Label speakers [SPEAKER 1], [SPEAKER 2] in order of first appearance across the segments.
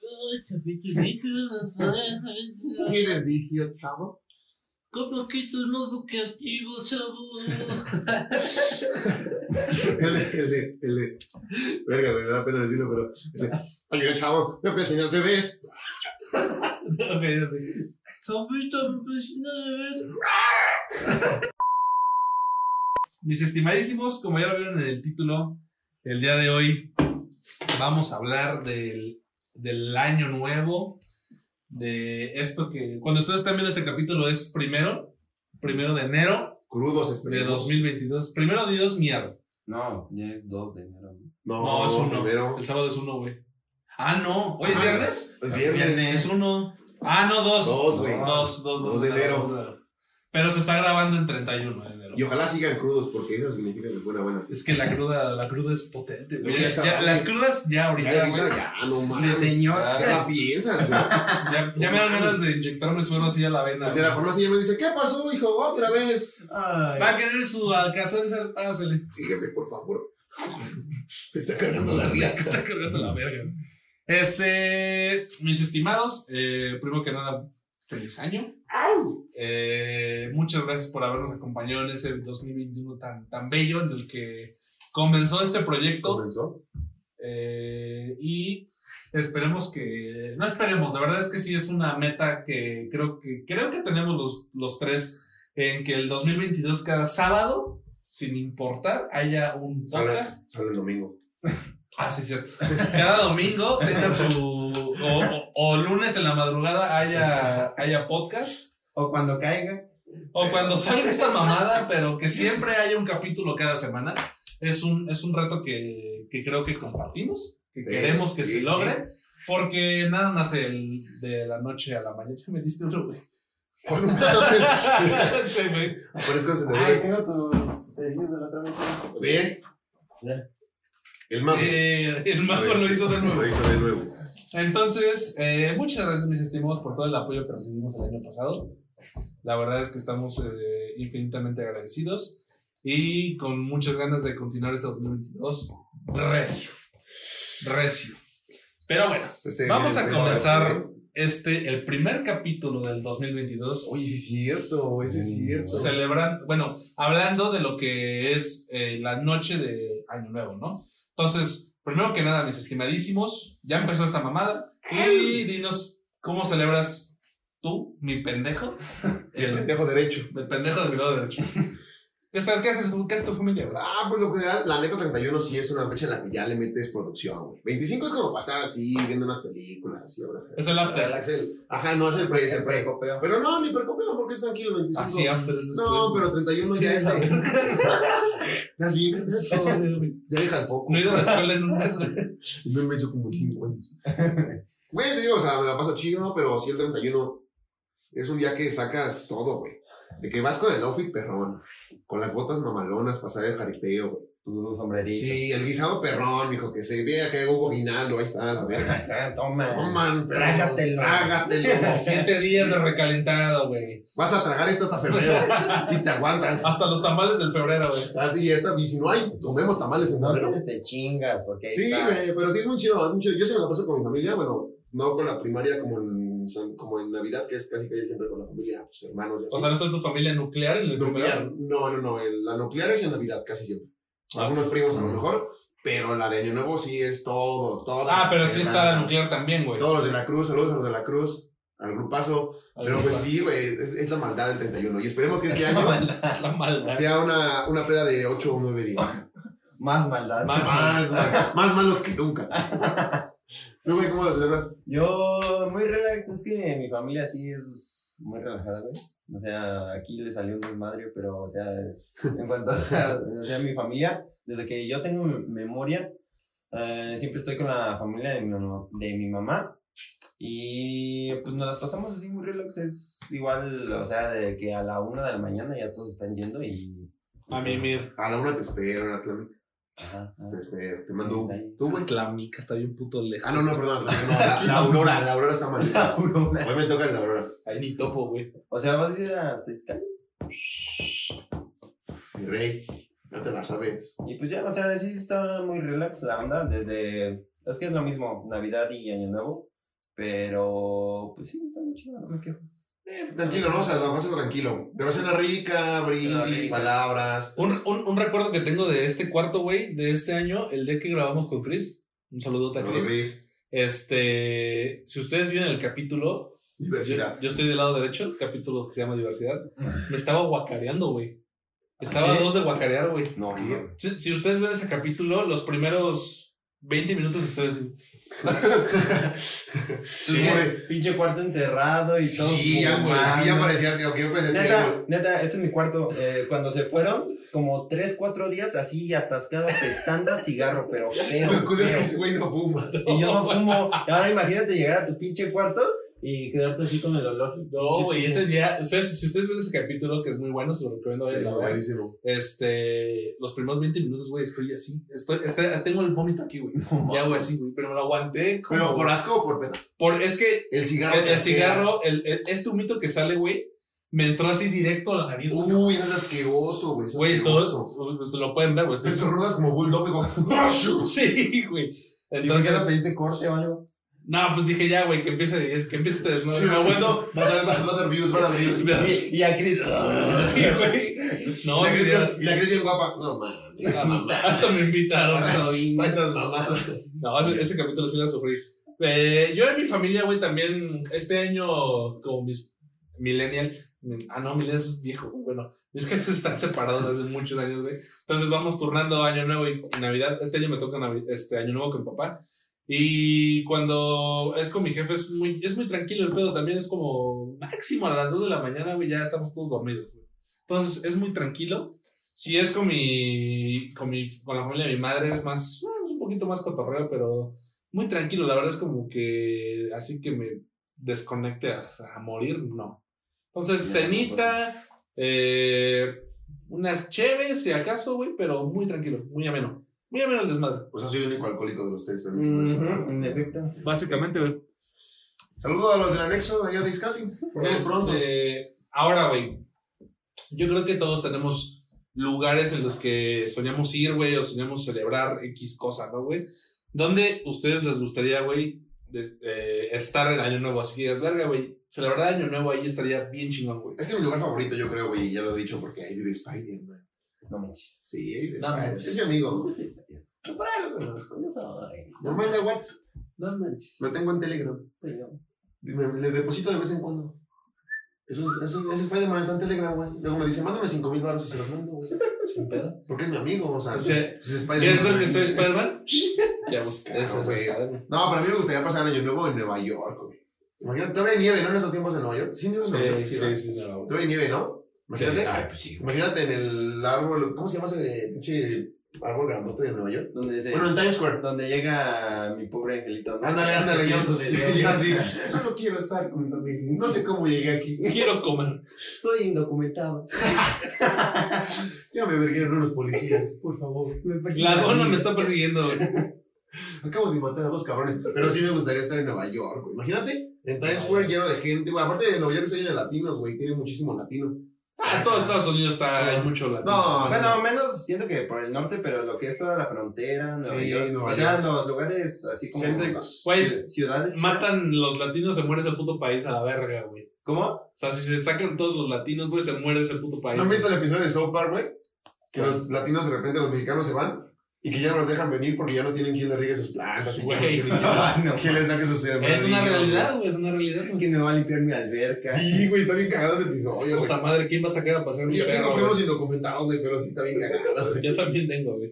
[SPEAKER 1] de chapitos vicios,
[SPEAKER 2] ¿Tienes vicio, chavo?
[SPEAKER 1] ¿Cómo que tu no educativo, chavo?
[SPEAKER 2] El de, el de, el de. Verga, güey, me da pena decirlo, pero. el de, Oye, chavo, no pensé, no te ves.
[SPEAKER 3] Ok, ya sé.
[SPEAKER 1] Chavito, me fascina de ver.
[SPEAKER 3] Mis estimadísimos, como ya lo vieron en el título, el día de hoy vamos a hablar del, del año nuevo, de esto que cuando ustedes están viendo este capítulo es primero, primero de enero
[SPEAKER 2] Crudos, espero.
[SPEAKER 3] de 2022. Primero de Dios, mierda.
[SPEAKER 4] No, ya es 2 de enero. güey.
[SPEAKER 2] No,
[SPEAKER 3] No, es uno.
[SPEAKER 2] Primero.
[SPEAKER 3] El sábado es uno, güey. Ah, no. ¿Hoy es
[SPEAKER 2] Ah,
[SPEAKER 3] viernes?
[SPEAKER 2] El viernes.
[SPEAKER 4] viernes.
[SPEAKER 3] Es uno. Ah, no, dos.
[SPEAKER 2] Dos, güey.
[SPEAKER 3] Dos, dos, dos.
[SPEAKER 2] Dos de enero.
[SPEAKER 3] dos Pero se está grabando en 31 de enero.
[SPEAKER 2] Y ojalá sigan crudos, porque eso significa que fue una buena.
[SPEAKER 3] Es que la cruda, la cruda es potente, güey.
[SPEAKER 2] Ya
[SPEAKER 3] Ya-
[SPEAKER 2] está,
[SPEAKER 3] ya-
[SPEAKER 2] güey.
[SPEAKER 3] las crudas ya ahorita,
[SPEAKER 2] Ya,
[SPEAKER 3] güey.
[SPEAKER 2] ahorita ya, no
[SPEAKER 4] De
[SPEAKER 2] mames.
[SPEAKER 4] señor.
[SPEAKER 2] Ya la piensas, güey.
[SPEAKER 3] Ya, ya me dan ganas de inyectarme suero así a la vena.
[SPEAKER 2] De la
[SPEAKER 3] güey.
[SPEAKER 2] farmacia ya me dice, ¿qué pasó, hijo? Otra vez.
[SPEAKER 3] Va a querer su alcazar ese pásale.
[SPEAKER 2] Sígueme, por favor. Me está cargando la riata.
[SPEAKER 3] Está cargando la verga. Este, mis estimados, eh, primero que nada, feliz año. Eh, muchas gracias por habernos acompañado en ese 2021 tan, tan bello en el que comenzó este proyecto.
[SPEAKER 2] ¿Comenzó?
[SPEAKER 3] Eh, y esperemos que. No esperemos, la verdad es que sí es una meta que creo que, creo que tenemos los, los tres en que el 2022, cada sábado, sin importar, haya un
[SPEAKER 2] Sale,
[SPEAKER 3] podcast.
[SPEAKER 2] sale el domingo.
[SPEAKER 3] Ah, sí, cierto. Cada domingo tenga su. O, o- o lunes en la madrugada haya, haya podcast.
[SPEAKER 4] O cuando caiga.
[SPEAKER 3] O cuando salga esta mamada, pero que siempre haya un capítulo cada semana. Es un, es un reto que, que creo que compartimos, que
[SPEAKER 2] Sí,
[SPEAKER 3] queremos que
[SPEAKER 2] sí,
[SPEAKER 3] se
[SPEAKER 2] sí.
[SPEAKER 3] logre, porque nada más el de la noche a la mañana. Me diste uno, güey.
[SPEAKER 2] Oh, no mames.
[SPEAKER 3] Sí, güey.
[SPEAKER 2] Aparezco en
[SPEAKER 4] Ay,
[SPEAKER 2] senadores.
[SPEAKER 4] tengo tus cerillos de la otra vez.
[SPEAKER 2] Bien.
[SPEAKER 4] Ya.
[SPEAKER 2] El mago.
[SPEAKER 3] Eh, el mago lo hizo de nuevo.
[SPEAKER 2] Lo hizo de nuevo.
[SPEAKER 3] Entonces, eh, muchas gracias, mis estimados, por todo el apoyo que recibimos el año pasado. La verdad es que estamos eh, infinitamente agradecidos y con muchas ganas de continuar este 2022 recio. Recio. Pero bueno,
[SPEAKER 2] Este,
[SPEAKER 3] Vamos
[SPEAKER 2] miren,
[SPEAKER 3] a
[SPEAKER 2] miren,
[SPEAKER 3] comenzar.
[SPEAKER 2] miren.
[SPEAKER 3] este, el primer capítulo del 2022,
[SPEAKER 2] Oye, sí es cierto, eso
[SPEAKER 3] Mm,
[SPEAKER 2] es cierto.
[SPEAKER 3] celebrando, bueno, hablando de lo que es eh, la noche de Año Nuevo, ¿no? Entonces, primero que nada, mis estimadísimos, ya empezó esta mamada y dinos, ¿cómo celebras tú, mi pendejo?
[SPEAKER 2] El
[SPEAKER 3] El,
[SPEAKER 2] pendejo derecho.
[SPEAKER 3] el pendejo del lado derecho. ¿Qué sabes? ¿Qué haces? ¿Qué hace tu familia?
[SPEAKER 2] Ah, por lo general, la neta 31 sí es una fecha en la que ya le metes producción, güey. 25 es como pasar así, viendo unas películas, así, ahora.
[SPEAKER 3] Es el after.
[SPEAKER 2] Es el- Ajá, no es el pre, es el pre.
[SPEAKER 4] precopeo.
[SPEAKER 2] Pero no, ni precopeo, porque es tranquilo, 25.
[SPEAKER 3] Así, after Ah, es después.
[SPEAKER 2] no, pero 31 ya es de. ¿Estás bien? Ya deja el foco.
[SPEAKER 3] No he ido a la escuela en un mes, güey.
[SPEAKER 2] No me he hecho como 5 años. Güey, te digo, o sea, me la paso chido, pero sí el 31 es un día que sacas todo, güey. De que vas con el outfit perrón, con las botas mamalonas, pasar el jaripeo, güey.
[SPEAKER 4] Tu sombrerito.
[SPEAKER 2] Sí, el guisado perrón, mijo, que se vea que hubo guinaldo, ahí está, la verga.
[SPEAKER 4] Ahí está, Toma.
[SPEAKER 2] Toman, perros,
[SPEAKER 4] Trágatelo.
[SPEAKER 2] Trágatelo.
[SPEAKER 3] Siete días de recalentado, güey.
[SPEAKER 2] Vas a tragar esto hasta febrero y te aguantas.
[SPEAKER 3] Hasta los tamales del febrero, güey.
[SPEAKER 2] Y, esta, y si no hay, comemos tamales en
[SPEAKER 4] No
[SPEAKER 2] febrero.
[SPEAKER 4] entonces te chingas, porque ahí
[SPEAKER 2] Sí,
[SPEAKER 4] está.
[SPEAKER 2] güey, pero sí es muy chido, es muy chido. Yo se me la paso con mi familia, bueno, no con la primaria como en, San- como en Navidad, que es casi que siempre con la familia, pues hermanos y así.
[SPEAKER 3] O sea, no está tu familia nuclear Ah. en el
[SPEAKER 2] nuclear.
[SPEAKER 3] primero.
[SPEAKER 2] No, no, no, el- la nuclear es en Navidad casi siempre. Algunos primos a
[SPEAKER 3] Mm.
[SPEAKER 2] lo mejor, pero la de Año Nuevo sí es todo, toda.
[SPEAKER 3] Ah, pero sí está la
[SPEAKER 2] hermana.
[SPEAKER 3] nuclear también, güey.
[SPEAKER 2] Todos los de la Cruz, saludos a los de la Cruz, al grupazo. Pero pues sí, güey, es, es la maldad del 31. Y esperemos que este año
[SPEAKER 3] Es la maldad.
[SPEAKER 2] sea una, una peda de 8 o 9 días.
[SPEAKER 4] Más maldad.
[SPEAKER 3] Más
[SPEAKER 2] Más, más, más malos que nunca. ¿Tú, güey, cómo lo celebras?
[SPEAKER 4] Yo, muy relax, es que mi familia sí es muy relajada, güey. O sea, aquí le salió un desmadre, pero, o sea, en cuanto a, o sea, mi familia, desde que yo tengo me- memoria, eh, siempre estoy con la familia de mi, mamá- de mi mamá. Y pues nos las pasamos así muy relax. Es igual, o sea, de que a la una de la mañana ya todos están yendo y.
[SPEAKER 3] A mí, mir.
[SPEAKER 2] A la una te espero, a la otra
[SPEAKER 4] Ajá,
[SPEAKER 2] te
[SPEAKER 4] ajá.
[SPEAKER 2] espero. Te mando un. ¿Tú, güey?
[SPEAKER 3] La mica está bien puto lejos.
[SPEAKER 2] Ah, no, no, perdón. perdón, no, la, la aurora, la aurora está maldita. Hoy me toca la aurora.
[SPEAKER 3] Ahí ni topo, güey.
[SPEAKER 4] O sea, vas a ir hasta Izcali.
[SPEAKER 2] Mi rey, no te la sabes.
[SPEAKER 4] Y pues ya, o sea, sí está muy relax la onda desde... Es que es lo mismo, Navidad y Año Nuevo. Pero, pues sí, está muy chido, no me quejo.
[SPEAKER 2] Eh, tranquilo, ¿no? O sea, la pasa tranquilo. Pero cena rica,
[SPEAKER 4] Cena
[SPEAKER 2] brindis,
[SPEAKER 4] rica.
[SPEAKER 2] palabras.
[SPEAKER 3] Un, un- un recuerdo que tengo de este cuarto, güey, de este año, el día que grabamos con Chris. Un saludote a
[SPEAKER 2] Pero
[SPEAKER 3] Chris.
[SPEAKER 2] Luis,
[SPEAKER 3] Este, si ustedes vieron el capítulo, yo,
[SPEAKER 2] Diversidad.
[SPEAKER 3] yo estoy del lado derecho, el capítulo que se llama Diversidad, me estaba guacareando, güey. Estaba
[SPEAKER 2] ¿Ah,
[SPEAKER 4] ¿Sí?
[SPEAKER 3] a dos de guacarear, güey.
[SPEAKER 4] No,
[SPEAKER 2] ¿Qué?
[SPEAKER 4] no.
[SPEAKER 3] Si, si ustedes ven ese capítulo, los primeros 20 minutos ustedes...
[SPEAKER 4] Pues, güey, Pinche cuarto encerrado y todo.
[SPEAKER 2] Sí, ya, güey.
[SPEAKER 4] fumando.
[SPEAKER 2] Aquí ya parecía que que yo presenté.
[SPEAKER 4] Neta, neta, este es mi cuarto. Eh, cuando se fueron, como 3, 4 días así atascada, pestando a cigarro, pero feo.
[SPEAKER 2] Lo curioso es que
[SPEAKER 4] feo.
[SPEAKER 2] ese güey no fuma.
[SPEAKER 4] Y yo no fumo. Ahora imagínate llegar a tu pinche cuarto y quedarte así con el olor.
[SPEAKER 3] No, güey, ese día, ustedes- si ustedes ven ese capítulo, que es muy bueno, se lo recomiendo, vayan a ver.
[SPEAKER 2] Buenísimo.
[SPEAKER 3] Este, los primeros 20 minutos, güey, estoy así. Estoy, este- tengo el vómito aquí, güey.
[SPEAKER 4] No,
[SPEAKER 3] Ya, güey, así, güey. Pero me lo aguanté. como-
[SPEAKER 2] Pero por asco o por pedo.
[SPEAKER 3] por- es que
[SPEAKER 2] El cigarro.
[SPEAKER 3] el,
[SPEAKER 2] te
[SPEAKER 3] el
[SPEAKER 2] asquea.
[SPEAKER 3] cigarro, el, el- este humito que sale, güey, me entró así directo a la nariz. güey.
[SPEAKER 2] Uy, eso es asqueroso, güey. eso es
[SPEAKER 3] Güey,
[SPEAKER 2] asqueroso.
[SPEAKER 3] esto pues, lo pueden ver, güey.
[SPEAKER 2] Te
[SPEAKER 3] esto-
[SPEAKER 2] estornudas como bulldog y como-
[SPEAKER 3] Sí, güey.
[SPEAKER 4] ¿Y por qué no
[SPEAKER 3] Entonces,
[SPEAKER 4] pediste corte o algo?
[SPEAKER 3] no, pues dije ya, güey, que empiece, es- que empiece este desmadre.
[SPEAKER 2] Sí, me aguanto. Vas a vas a dar views, van a dar views.
[SPEAKER 4] Y, y a Chris.
[SPEAKER 3] Sí, güey. No,
[SPEAKER 2] La
[SPEAKER 3] sí,
[SPEAKER 2] Cris-
[SPEAKER 3] ya-
[SPEAKER 2] Y la Cris bien guapa. No, mames.
[SPEAKER 3] Ah, mamá, hasta me invitaron.
[SPEAKER 2] Estas mamadas.
[SPEAKER 3] No, ese, ese capítulo sí la sufrí. Eh, yo en mi familia, güey, también este año, como mis millennial, mi- ah, no, millennial es viejo, güey, bueno, mis jefes están separados desde muchos años, güey. Entonces vamos turnando año nuevo y Navidad. Este año me toca Navi- este año nuevo con papá. Y cuando es con mi jefe es muy, es muy tranquilo el pedo, también es como máximo a las 2 de la mañana, güey, ya estamos todos dormidos, güey. Entonces es muy tranquilo. Si es con mi, con mi, con la familia de mi madre, es más, eh, es un poquito más cotorreo, pero muy tranquilo, la verdad es como que así que me desconecte a, a morir, no. Entonces,
[SPEAKER 4] No,
[SPEAKER 3] cenita, eh, unas cheves, si acaso, güey, pero muy tranquilo, muy ameno. Muy ameno el desmadre.
[SPEAKER 2] O sea, Pues soy el único alcohólico de los tres. pero no es
[SPEAKER 4] Ujú, En
[SPEAKER 2] eso.
[SPEAKER 4] efecto.
[SPEAKER 3] Básicamente, güey.
[SPEAKER 2] Saludos a los del anexo de allá de Iscali. Por lo pronto.
[SPEAKER 3] Este, ahora, güey, yo creo que todos tenemos lugares en los que soñamos ir, güey, o soñamos celebrar X cosa, ¿no, güey? ¿Dónde ustedes les gustaría, güey, des- eh, estar en Año Nuevo? Así que es verga, güey, celebrar Año Nuevo ahí estaría bien chingón, güey.
[SPEAKER 2] Es que mi lugar favorito, yo creo, güey, ya lo he dicho, porque ahí vive Spider-Man.
[SPEAKER 4] No manches.
[SPEAKER 2] Sí, ahí vive
[SPEAKER 3] No,
[SPEAKER 2] Spider-Man.
[SPEAKER 3] pues.
[SPEAKER 2] Es mi amigo.
[SPEAKER 4] Sí, está bien.
[SPEAKER 2] Por ahí lo conozco.
[SPEAKER 4] Yo soy-
[SPEAKER 2] Me manda WhatsApp.
[SPEAKER 4] No manches.
[SPEAKER 2] Lo tengo en Telegram.
[SPEAKER 4] Soy yo.
[SPEAKER 2] Me, le deposito de vez en cuando. Eso es, eso, ese Spider-Man está en Telegram, güey. Luego me dice, mándame 5 mil baros y se los mando, güey.
[SPEAKER 3] Sin pedo.
[SPEAKER 2] Porque es mi amigo, o sea.
[SPEAKER 3] O sea,
[SPEAKER 2] pues es Spider-Man.
[SPEAKER 3] ¿Quieres ver que soy Spider-Man? ya, pues,
[SPEAKER 2] Claro,
[SPEAKER 3] ese es
[SPEAKER 2] güey.
[SPEAKER 3] Spider-Man.
[SPEAKER 2] No, para mí me gustaría pasar el año nuevo en Nueva York, güey. Imagínate, todavía hay nieve, ¿no? En esos tiempos en Nueva York. Sí, nieve en Nueva York.
[SPEAKER 3] Sí, sí,
[SPEAKER 2] ¿verdad?
[SPEAKER 3] sí, sí, no, güey.
[SPEAKER 2] Todavía hay nieve, ¿no? Imagínate.
[SPEAKER 3] Sí, ay, pues sí, güey.
[SPEAKER 2] Imagínate en el árbol, ¿cómo se llama ese pinche árbol grandote de Nueva York?
[SPEAKER 4] Donde se-
[SPEAKER 2] Bueno, en Times Square.
[SPEAKER 4] Donde llega mi pobre angelito. ¿no?
[SPEAKER 2] Ándale, ándale, yo,
[SPEAKER 4] Con su deseo.
[SPEAKER 2] yo así. Solo quiero estar con mi familia. No sé cómo llegué aquí.
[SPEAKER 3] Quiero comer.
[SPEAKER 4] Soy indocumentado.
[SPEAKER 2] Ya me verguieron unos policías, por favor.
[SPEAKER 4] Me persiguen
[SPEAKER 3] La
[SPEAKER 4] a
[SPEAKER 3] dona
[SPEAKER 4] mí.
[SPEAKER 3] me está persiguiendo, güey.
[SPEAKER 2] Acabo de matar a dos cabrones. Pero sí me gustaría estar en Nueva York, güey. Imagínate, en Times Square lleno de gente, güey. Aparte de Nueva York, soy de latinos, güey. Tiene muchísimo latino.
[SPEAKER 3] Ah, todo Estados Unidos está, hay
[SPEAKER 4] No.
[SPEAKER 3] mucho latino.
[SPEAKER 2] No, no,
[SPEAKER 4] Bueno, menos siento que por el norte, pero lo que es toda la frontera, Nueva
[SPEAKER 2] Sí,
[SPEAKER 4] York,
[SPEAKER 2] Nueva
[SPEAKER 4] o sea, los lugares así como
[SPEAKER 2] Céntricos.
[SPEAKER 3] Güey,
[SPEAKER 4] ciud- ciudades. chidas.
[SPEAKER 3] Matan los latinos, se muere ese puto país a la verga, güey.
[SPEAKER 4] ¿Cómo?
[SPEAKER 3] O sea, si se sacan todos los latinos, güey, se muere ese puto país.
[SPEAKER 2] ¿No han visto el episodio de South Park, güey? Que los latinos de repente los mexicanos se van y que ya no los dejan venir porque ya no tienen quien les riegue sus plantas. y
[SPEAKER 3] Güey.
[SPEAKER 2] que no tienen
[SPEAKER 4] Ah, no.
[SPEAKER 2] quien- Quien les saque sus
[SPEAKER 3] Es una
[SPEAKER 2] sembradillos,
[SPEAKER 3] realidad, güey, es una realidad. güey.
[SPEAKER 4] ¿Quién me va a limpiar mi alberca?
[SPEAKER 2] güey. Sí, güey, está bien cagado ese episodio, güey.
[SPEAKER 3] Puta madre, ¿quién va a sacar a pasar mi
[SPEAKER 2] Yo
[SPEAKER 3] perro,
[SPEAKER 2] tengo
[SPEAKER 3] güey?
[SPEAKER 2] primos indocumentados, güey, pero sí está bien cagado. güey.
[SPEAKER 3] Yo también tengo, güey.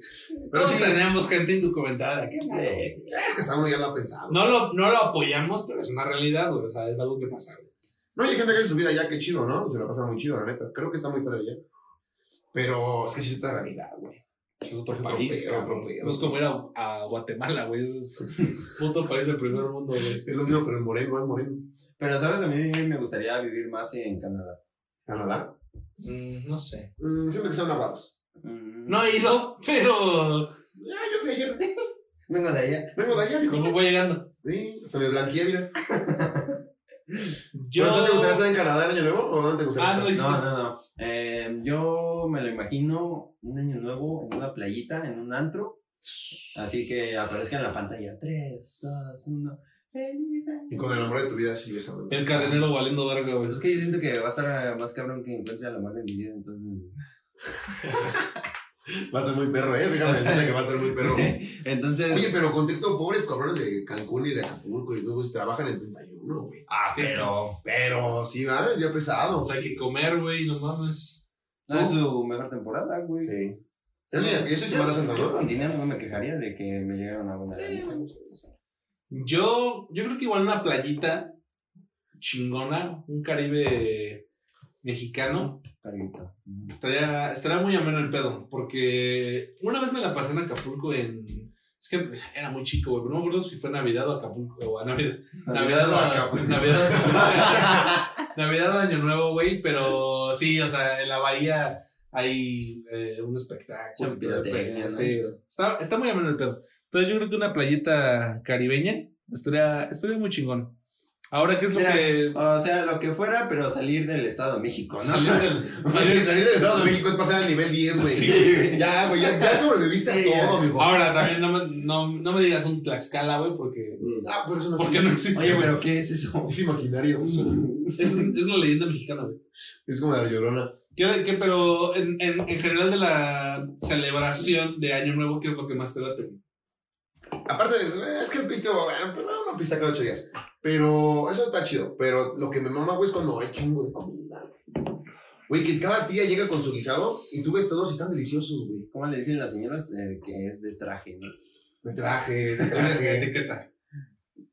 [SPEAKER 2] Pero
[SPEAKER 3] Todos
[SPEAKER 2] sí,
[SPEAKER 3] tenemos gente indocumentada. ¿qué tal?
[SPEAKER 4] Sí, sí.
[SPEAKER 2] es que está uno ya lo ha pensado.
[SPEAKER 3] No lo, no lo apoyamos, pero es una realidad, güey. O sea, es algo que pasa, güey.
[SPEAKER 2] No, y hay gente que hace su vida ya, qué chido, ¿no? Se la pasa muy chido, la neta. Creo que está muy padre ya. Pero es que sí es otra realidad, güey.
[SPEAKER 3] Es otro
[SPEAKER 2] Es otro
[SPEAKER 3] país,
[SPEAKER 2] pedo,
[SPEAKER 3] cabrón.
[SPEAKER 2] otro pedo.
[SPEAKER 3] No es como ir a, a Guatemala, güey. Es puto país del primer mundo, güey.
[SPEAKER 2] Es lo mismo, pero en moreno, más morenos.
[SPEAKER 4] Pero sabes, a mí me gustaría vivir más en Canadá.
[SPEAKER 2] ¿Canadá?
[SPEAKER 3] Mm, no sé.
[SPEAKER 2] Mm, siento que están aguados.
[SPEAKER 4] Mm.
[SPEAKER 3] No he ido, pero.
[SPEAKER 2] Ah, yo fui ayer.
[SPEAKER 4] Vengo de allá.
[SPEAKER 2] Vengo de allá, hijo.
[SPEAKER 3] ¿Cómo voy llegando?
[SPEAKER 2] Sí, hasta me blanqueé, mira.
[SPEAKER 3] Yo.
[SPEAKER 2] ¿Pero tú te gustaría estar en Canadá el año nuevo o dónde te gustaría
[SPEAKER 3] Ah, no,
[SPEAKER 2] estar?
[SPEAKER 3] dijiste.
[SPEAKER 4] No, no, no. Eh, yo me lo imagino un año nuevo en una playita, en un antro. Así que aparezca en la pantalla. Tres, dos, uno. Feliz año.
[SPEAKER 2] Y con el amor de tu vida sí besando.
[SPEAKER 3] El cadenero valiendo verga, güey.
[SPEAKER 4] Pues es que yo siento que va a estar eh, más cabrón que encuentre a la madre de mi vida, entonces.
[SPEAKER 2] Va a estar muy perro, ¿eh? Fíjame, el cine que va a estar muy perro.
[SPEAKER 4] entonces.
[SPEAKER 2] Oye, pero contexto, pobres cabrones de Cancún y de Acapulco y luego trabajan en 31, güey.
[SPEAKER 3] Ah,
[SPEAKER 4] pero.
[SPEAKER 2] Pero sí, va, es día pesado.
[SPEAKER 3] O sea, Pues hay que comer, güey, no mames.
[SPEAKER 4] No es su mejor temporada, güey.
[SPEAKER 2] Sí. Yo soy- yo soy Semana Santa,
[SPEAKER 4] Yo con
[SPEAKER 2] ¿no?
[SPEAKER 4] dinero no me quejaría de que me llegaron a una.
[SPEAKER 2] Sí, güey.
[SPEAKER 3] Yo, yo creo que igual una playita chingona, un Caribe mexicano,
[SPEAKER 4] Carguito. Ujú.
[SPEAKER 3] estaría, estaría muy ameno el pedo, porque una vez me la pasé en Acapulco en... Es que era muy chico, güey, pero no me acuerdo si fue Navidad o Acapulco, o a Navidad. Navidad, o Acapulco. Navidad, Navidad o Año Nuevo, güey, pero sí, o sea, en la bahía hay eh, un espectáculo.
[SPEAKER 4] Mucha pirotecnia,
[SPEAKER 3] peña,
[SPEAKER 4] ¿no?
[SPEAKER 3] sí, güey. está, está muy ameno el pedo. Entonces yo creo que una playita caribeña estaría, estaría muy chingón. Ahora, ¿qué es lo
[SPEAKER 4] Mira,
[SPEAKER 3] que...
[SPEAKER 4] O sea, lo que fuera, pero salir del Estado de México, ¿no?
[SPEAKER 3] Salir del-
[SPEAKER 2] Salir,
[SPEAKER 3] salir-
[SPEAKER 2] salir del Estado de México es pasar al nivel 10, güey.
[SPEAKER 4] Sí.
[SPEAKER 2] Ya, güey, ya, ya sobreviviste a
[SPEAKER 4] Sí, ya.
[SPEAKER 2] todo, mijo.
[SPEAKER 3] Ahora también no me, no, no me digas un Tlaxcala, güey, porque,
[SPEAKER 4] Mm.
[SPEAKER 2] Ah, pero eso no
[SPEAKER 3] porque no existe.
[SPEAKER 4] Oye,
[SPEAKER 3] güey.
[SPEAKER 4] pero ¿qué es eso?
[SPEAKER 2] Es imaginario.
[SPEAKER 3] Es, un- es una leyenda mexicana, güey.
[SPEAKER 2] Es como la llorona.
[SPEAKER 3] ¿Qué, qué- pero en, en, en general de la celebración de Año Nuevo, ¿qué es lo que más te late? güey?
[SPEAKER 2] Aparte, de- es que el pisteo, eh, pero una pista cada ocho días. Pero eso está chido. Pero lo que me mama, güey, es cuando hay chingo de comida, güey. güey. que cada tía llega con su guisado y tú ves todos y están deliciosos, güey.
[SPEAKER 4] ¿Cómo le dicen las señoras? Eh, que es de traje, ¿no?
[SPEAKER 2] De traje, de
[SPEAKER 3] La
[SPEAKER 2] traje.
[SPEAKER 3] etiqueta.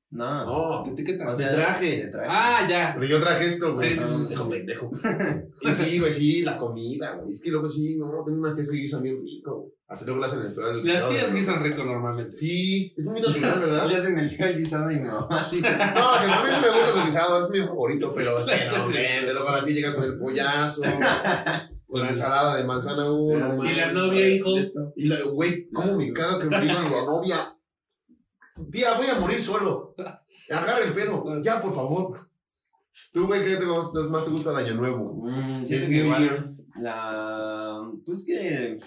[SPEAKER 4] No.
[SPEAKER 2] No,
[SPEAKER 3] La etiqueta.
[SPEAKER 4] O
[SPEAKER 2] de
[SPEAKER 4] sea,
[SPEAKER 2] traje.
[SPEAKER 4] de traje.
[SPEAKER 3] Ah, ya.
[SPEAKER 2] Pero yo traje esto, güey.
[SPEAKER 3] Sí, sí, sí, sí.
[SPEAKER 2] Como pendejo. Y sí, güey, sí, la comida, güey. Es que luego sí, no, tengo unas tías que guisan bien rico, güey. Hasta luego las hacen el frío.
[SPEAKER 3] Las tías guisan rico normalmente.
[SPEAKER 2] Sí, es muy natural,
[SPEAKER 4] Le
[SPEAKER 2] ¿verdad?
[SPEAKER 4] hacen el tío al guisado y mi mamá.
[SPEAKER 2] No, que a mí sí me gusta su guisado, es mi favorito, pero es
[SPEAKER 3] Las
[SPEAKER 2] que no,
[SPEAKER 3] hacen
[SPEAKER 2] men, de luego la tía llega con el pollazo, con la ensalada de manzana,
[SPEAKER 4] Y
[SPEAKER 2] uh, no
[SPEAKER 3] Y la
[SPEAKER 2] mames.
[SPEAKER 3] novia, hijo.
[SPEAKER 2] Y la, güey, cómo me caga que me digan la novia. Tía, voy a morir solo. Agarra el pedo, ya, por favor. Tú, güey, ¿qué te gusta- más te gusta el año nuevo?
[SPEAKER 4] Mm, siento que igual la. Pues que.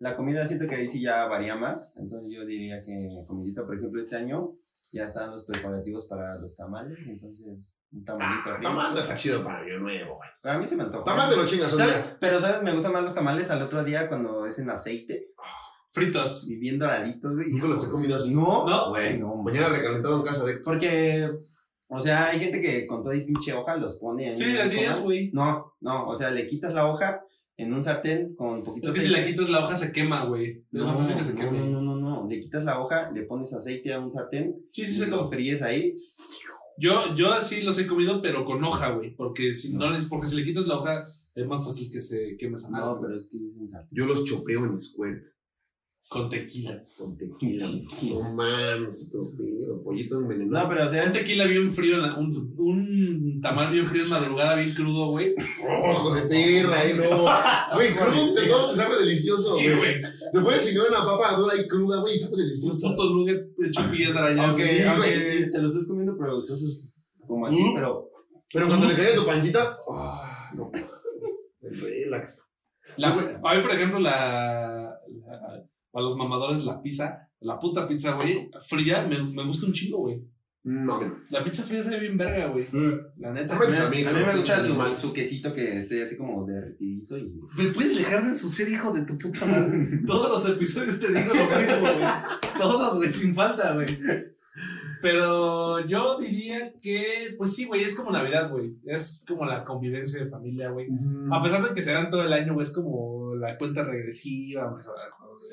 [SPEAKER 4] La comida siento que ahí sí ya varía más. Entonces yo diría que comidita, por ejemplo, este año ya están los preparativos para los tamales. Entonces, un tamalito rico.
[SPEAKER 2] Tamal no está chido para año nuevo, güey.
[SPEAKER 4] Para mí se me antoja.
[SPEAKER 2] Tamal te lo chingas un
[SPEAKER 4] ¿Sabes?
[SPEAKER 2] día.
[SPEAKER 4] Pero, ¿sabes? Me gustan más los tamales al otro día cuando es en aceite
[SPEAKER 3] Fritos.
[SPEAKER 4] y bien doraditos, güey.
[SPEAKER 2] Nunca los he comido así.
[SPEAKER 4] No,
[SPEAKER 3] No.
[SPEAKER 4] güey, no.
[SPEAKER 2] Mañana recalentado en casa de...
[SPEAKER 4] Porque, o sea, hay gente que con toda y pinche hoja los pone ahí. en
[SPEAKER 3] Sí,
[SPEAKER 4] el
[SPEAKER 3] así
[SPEAKER 4] comal.
[SPEAKER 3] es, güey.
[SPEAKER 4] No, no, o sea, le quitas la hoja en un sartén con poquito
[SPEAKER 3] Es que si le quitas la hoja se quema, güey. Es más fácil que se
[SPEAKER 4] no,
[SPEAKER 3] queme.
[SPEAKER 4] no, no, no, le quitas la hoja, le pones aceite a un sartén,
[SPEAKER 3] Sí, sí, se
[SPEAKER 4] lo
[SPEAKER 3] come.
[SPEAKER 4] fríes ahí.
[SPEAKER 3] Yo, yo así los he comido, pero con hoja, güey. Porque si no les, porque si le quitas la hoja, es más fácil que se queme esa madre.
[SPEAKER 4] No,
[SPEAKER 3] güey.
[SPEAKER 4] pero es que es un sartén.
[SPEAKER 2] Yo los chopeo en Squirt
[SPEAKER 3] Con tequila.
[SPEAKER 2] con tequila. No mames, tropeo, pollito envenenado.
[SPEAKER 4] No, pero o sea,
[SPEAKER 3] Un
[SPEAKER 4] es-
[SPEAKER 3] tequila bien frío, en la- un, un tamal bien frío en madrugada, bien crudo, güey.
[SPEAKER 2] ¡Ojo Oh, de perra, eh, no! Güey, crudo, te, no, te sabe delicioso,
[SPEAKER 3] Sí,
[SPEAKER 2] güey.
[SPEAKER 3] güey.
[SPEAKER 2] Te puedes servir una papa dura y cruda, güey, y sabe
[SPEAKER 3] Un
[SPEAKER 2] delicioso.
[SPEAKER 3] puto nugget hecho piedra ya.
[SPEAKER 4] aunque,
[SPEAKER 2] sí,
[SPEAKER 4] aunque
[SPEAKER 2] güey, sí.
[SPEAKER 4] te lo estés comiendo, pero gustoso es como así,
[SPEAKER 2] Mm.
[SPEAKER 4] pero
[SPEAKER 2] Pero cuando le cae a tu pancita, ¡ah, no mames! Relax.
[SPEAKER 3] La- a mí, por ejemplo, la, la- A los mamadores, la pizza. La puta pizza, güey. Fría, me, me gusta un chingo, güey.
[SPEAKER 2] No, no.
[SPEAKER 3] La pizza fría sabe bien verga, güey. La neta.
[SPEAKER 2] Pues
[SPEAKER 4] a
[SPEAKER 2] a mí,
[SPEAKER 4] mí, a mí
[SPEAKER 2] creo
[SPEAKER 4] me
[SPEAKER 2] que
[SPEAKER 4] gusta
[SPEAKER 2] es
[SPEAKER 4] su,
[SPEAKER 2] normal.
[SPEAKER 4] su quesito que esté así como derretidito y
[SPEAKER 3] ¿Me puedes dejar de ensuciar, hijo de tu puta madre? Todos los episodios te digo lo mismo, güey. Todos, güey, sin falta, güey. Pero yo diría que, pues sí, güey, es como Navidad, güey. Es como la convivencia de familia, güey. A pesar de que serán todo el año, güey, es como la cuenta regresiva, pues,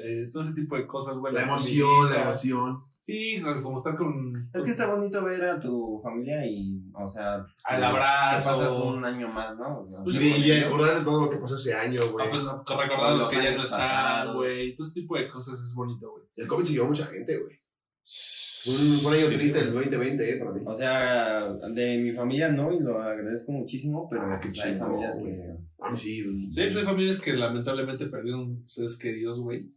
[SPEAKER 3] eh, todo ese tipo de cosas, güey.
[SPEAKER 2] La emoción, la
[SPEAKER 3] comida.
[SPEAKER 2] emoción.
[SPEAKER 3] Sí, como estar con.
[SPEAKER 4] Es que está bonito ver a tu familia y, o sea,
[SPEAKER 3] Al
[SPEAKER 4] que-
[SPEAKER 3] abrazo.
[SPEAKER 4] que pasas un año más, ¿no? O sea,
[SPEAKER 3] Pues
[SPEAKER 4] con
[SPEAKER 2] Sí, y
[SPEAKER 4] ellos.
[SPEAKER 2] acordar de todo lo que pasó ese año, güey.
[SPEAKER 3] Ah, pues, recordar a los
[SPEAKER 4] Los
[SPEAKER 3] que ya
[SPEAKER 4] años
[SPEAKER 3] no están,
[SPEAKER 4] pasados.
[SPEAKER 3] güey. Todo ese tipo de cosas es bonito, güey.
[SPEAKER 2] El COVID se llevó mucha gente, güey. Fue Un, fue un año triste el 2020, eh, para mí.
[SPEAKER 4] O sea, de mi familia no, y lo agradezco muchísimo, pero
[SPEAKER 2] Ah, qué
[SPEAKER 4] pues, hay
[SPEAKER 2] chido,
[SPEAKER 4] familias
[SPEAKER 2] güey.
[SPEAKER 4] que...
[SPEAKER 2] A mí Ah, sí.
[SPEAKER 3] Sí, pues hay familias que lamentablemente perdieron seres queridos, güey.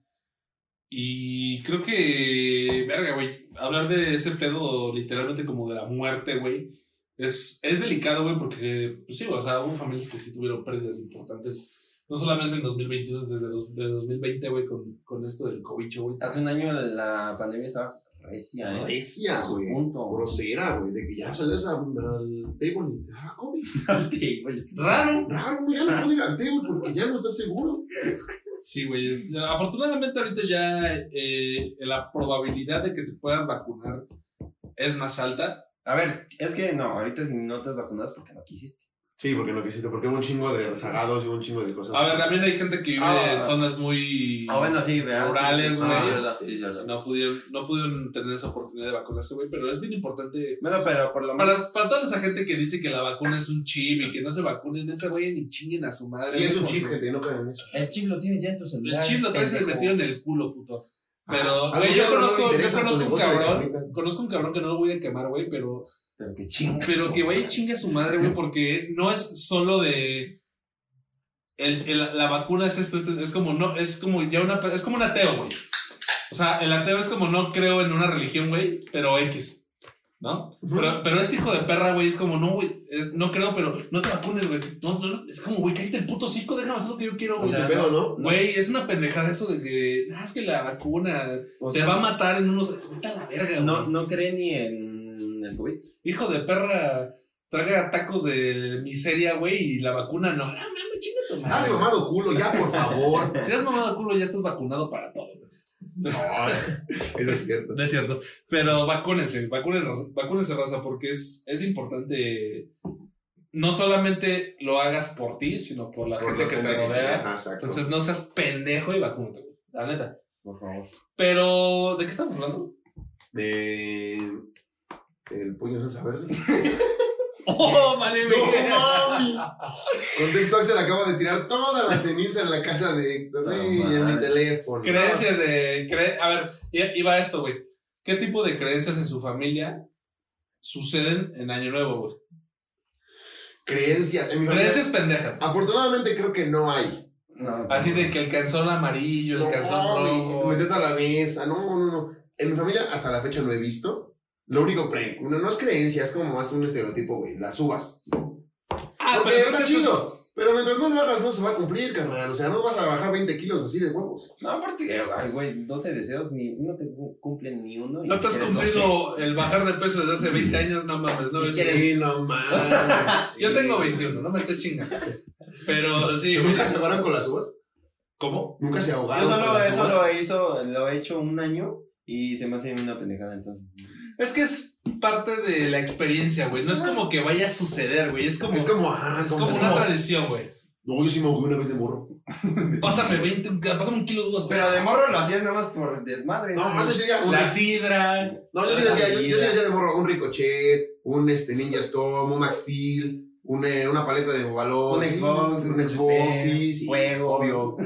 [SPEAKER 3] Y creo que, verga, güey, hablar de ese pedo literalmente como de la muerte, güey, es, es delicado, güey, porque, pues sí, o sea, hubo familias que sí tuvieron pérdidas importantes, no solamente en 2021, desde dos- de 2020, güey, con, con esto del cobicho, güey.
[SPEAKER 4] Hace un año la pandemia estaba recia, ¿eh?
[SPEAKER 2] Recia,
[SPEAKER 4] Su
[SPEAKER 2] güey.
[SPEAKER 4] punto.
[SPEAKER 2] Grosera, güey. De que ya sales al, al table y te ah, come.
[SPEAKER 1] Raro.
[SPEAKER 2] Raro, güey. Ya no puedo ir al table porque ya no estás seguro.
[SPEAKER 3] Sí, güey. es- Afortunadamente ahorita ya eh, la probabilidad de que te puedas vacunar es más alta.
[SPEAKER 4] A ver, es que no, ahorita si no te has vacunado es porque no quisiste.
[SPEAKER 2] Sí, porque lo que hiciste, porque hubo un chingo de rezagados y hubo un chingo de cosas.
[SPEAKER 3] A ver, también hay gente que vive
[SPEAKER 4] Ah.
[SPEAKER 3] en zonas muy...
[SPEAKER 4] Ah, bueno, sí, vean.
[SPEAKER 3] Rurales,
[SPEAKER 4] sí,
[SPEAKER 2] güey.
[SPEAKER 4] sí, verdad, sí,
[SPEAKER 2] Sí,
[SPEAKER 4] verdad.
[SPEAKER 3] No pudieron, no pudieron tener esa oportunidad de vacunarse, güey, pero es bien importante.
[SPEAKER 4] Bueno, pero por lo
[SPEAKER 3] Para,
[SPEAKER 4] menos.
[SPEAKER 3] para toda esa gente que dice que la vacuna es un chip y que no se vacunen, neta, vayan y chinguen a su madre.
[SPEAKER 2] Sí, es un
[SPEAKER 3] güey,
[SPEAKER 2] chip,
[SPEAKER 3] porque
[SPEAKER 2] gente, no crean en eso.
[SPEAKER 4] El chip lo tienes ya en tu
[SPEAKER 3] El chip lo traes metido en el culo, puto. Pero,
[SPEAKER 2] Ajá,
[SPEAKER 3] güey,
[SPEAKER 2] algo
[SPEAKER 3] yo
[SPEAKER 2] ya no le
[SPEAKER 3] conozco, yo
[SPEAKER 2] interesa tu
[SPEAKER 3] conozco un
[SPEAKER 2] negocio de
[SPEAKER 3] cabrón,
[SPEAKER 2] carnitas.
[SPEAKER 3] conozco un cabrón que no lo voy a quemar, güey, pero
[SPEAKER 4] Pero que chingas.
[SPEAKER 3] Pero que vaya y chingue a su madre, güey, porque no es solo de. el- el- la vacuna es esto, esto, es como no, es como ya una es como un ateo, güey. O sea, el ateo es como no creo en una religión, güey, pero X. ¿No? Pero, pero este hijo de perra, güey, es como, no, güey, es- no creo, pero no te vacunes, güey. No, no, no, es como, güey, cállate el puto hocico, déjame hacer lo que yo quiero,
[SPEAKER 4] O
[SPEAKER 3] güey.
[SPEAKER 4] sea,
[SPEAKER 2] Pues ¿Qué pedo, no?
[SPEAKER 3] Güey, es una pendejada eso de que, ah, es que la vacuna
[SPEAKER 4] O
[SPEAKER 3] te
[SPEAKER 4] sea,
[SPEAKER 3] va a matar en unos. Vete a la verga, güey.
[SPEAKER 4] No, no cree ni en el COVID.
[SPEAKER 3] Hijo de perra, traga tacos de miseria, güey, y la vacuna no. No mames, chinga tu madre.
[SPEAKER 2] Has mamado culo ya, por favor.
[SPEAKER 3] Si has mamado culo, ya estás vacunado para todo. güey.
[SPEAKER 2] No, eso es cierto.
[SPEAKER 3] No es cierto. Pero vacúnense, vacúnense, vacúnense raza, porque es, es importante. No solamente lo hagas por ti, sino por la
[SPEAKER 2] Por
[SPEAKER 3] gente
[SPEAKER 2] la
[SPEAKER 3] que
[SPEAKER 2] gente
[SPEAKER 3] te
[SPEAKER 2] que-
[SPEAKER 3] rodea.
[SPEAKER 2] ajá, exacto.
[SPEAKER 3] Entonces no seas pendejo y vacúnate, güey. La neta.
[SPEAKER 4] Por favor.
[SPEAKER 3] Pero, ¿de qué estamos hablando?
[SPEAKER 2] de el puño salsa verde.
[SPEAKER 3] ¡Oh, vale, güey!
[SPEAKER 2] ¡No mami! Contexto Axel acaba de tirar toda la ceniza en la casa de Héctor
[SPEAKER 4] No,
[SPEAKER 2] y en mi
[SPEAKER 4] madre.
[SPEAKER 2] teléfono.
[SPEAKER 3] Creencias de. cre- a ver, i- iba esto, güey. ¿Qué tipo de creencias en su familia suceden en Año Nuevo, güey?
[SPEAKER 2] Creencias. En mi familia,
[SPEAKER 3] Creencias pendejas.
[SPEAKER 2] afortunadamente creo que no hay.
[SPEAKER 4] No,
[SPEAKER 3] Así
[SPEAKER 4] no.
[SPEAKER 3] de que el calzón amarillo, el calzón
[SPEAKER 2] mami,
[SPEAKER 3] rojo.
[SPEAKER 2] metete a la mesa. No, no, no. En mi familia hasta la fecha no he visto. Lo único, pre- no, no es creencia, es como más un estereotipo, güey. Las uvas.
[SPEAKER 3] Ah,
[SPEAKER 2] Porque
[SPEAKER 3] pero creo
[SPEAKER 2] está
[SPEAKER 3] que eso
[SPEAKER 2] chido.
[SPEAKER 3] es-
[SPEAKER 2] Pero mientras no lo hagas, no se va a cumplir, carnal. O sea, no vas a bajar 20 kilos así de huevos.
[SPEAKER 4] No, aparte, ay, güey, 12 deseos, ni, no te cu- cumplen ni uno. y
[SPEAKER 3] No te has
[SPEAKER 4] quieres
[SPEAKER 3] cumplido el bajar de peso desde hace 20 años, no mames, no
[SPEAKER 4] Sí.
[SPEAKER 3] ves.
[SPEAKER 2] Sí, no mames.
[SPEAKER 3] Yo
[SPEAKER 2] sí.
[SPEAKER 3] tengo 21, no me estés chingando. Pero sí, güey.
[SPEAKER 2] ¿Nunca se ahogaron con las uvas?
[SPEAKER 3] ¿Cómo?
[SPEAKER 2] ¿Nunca se
[SPEAKER 4] 12.
[SPEAKER 2] ahogaron
[SPEAKER 4] Yo
[SPEAKER 2] con
[SPEAKER 4] solo
[SPEAKER 2] las
[SPEAKER 4] eso
[SPEAKER 2] uvas?
[SPEAKER 4] lo, hizo, lo he hecho un año y se me hace una pendejada entonces.
[SPEAKER 3] Es que es parte de la experiencia, güey. No es como que vaya a suceder, güey. Es como,
[SPEAKER 2] Es como, ajá,
[SPEAKER 3] es como
[SPEAKER 2] es
[SPEAKER 3] una tradición, güey.
[SPEAKER 2] No, yo sí me ahogué una vez de morro.
[SPEAKER 3] Pásame 20, pásame un kilo de uvas, güey.
[SPEAKER 4] Pero de morro lo hacías nada más por desmadre.
[SPEAKER 2] No, ajá, yo sí decía, un-
[SPEAKER 3] La sidra.
[SPEAKER 2] no, yo sí
[SPEAKER 4] la
[SPEAKER 2] decía, yo, yo sí
[SPEAKER 4] vida.
[SPEAKER 2] decía de morro, un ricochet, un este, Ninja Storm, un Max Steel, un, eh, una paleta de balón.
[SPEAKER 4] Un Xbox,
[SPEAKER 2] un,
[SPEAKER 4] un
[SPEAKER 2] Xbox,
[SPEAKER 4] HP,
[SPEAKER 2] sí, sí,
[SPEAKER 4] juego.
[SPEAKER 2] obvio.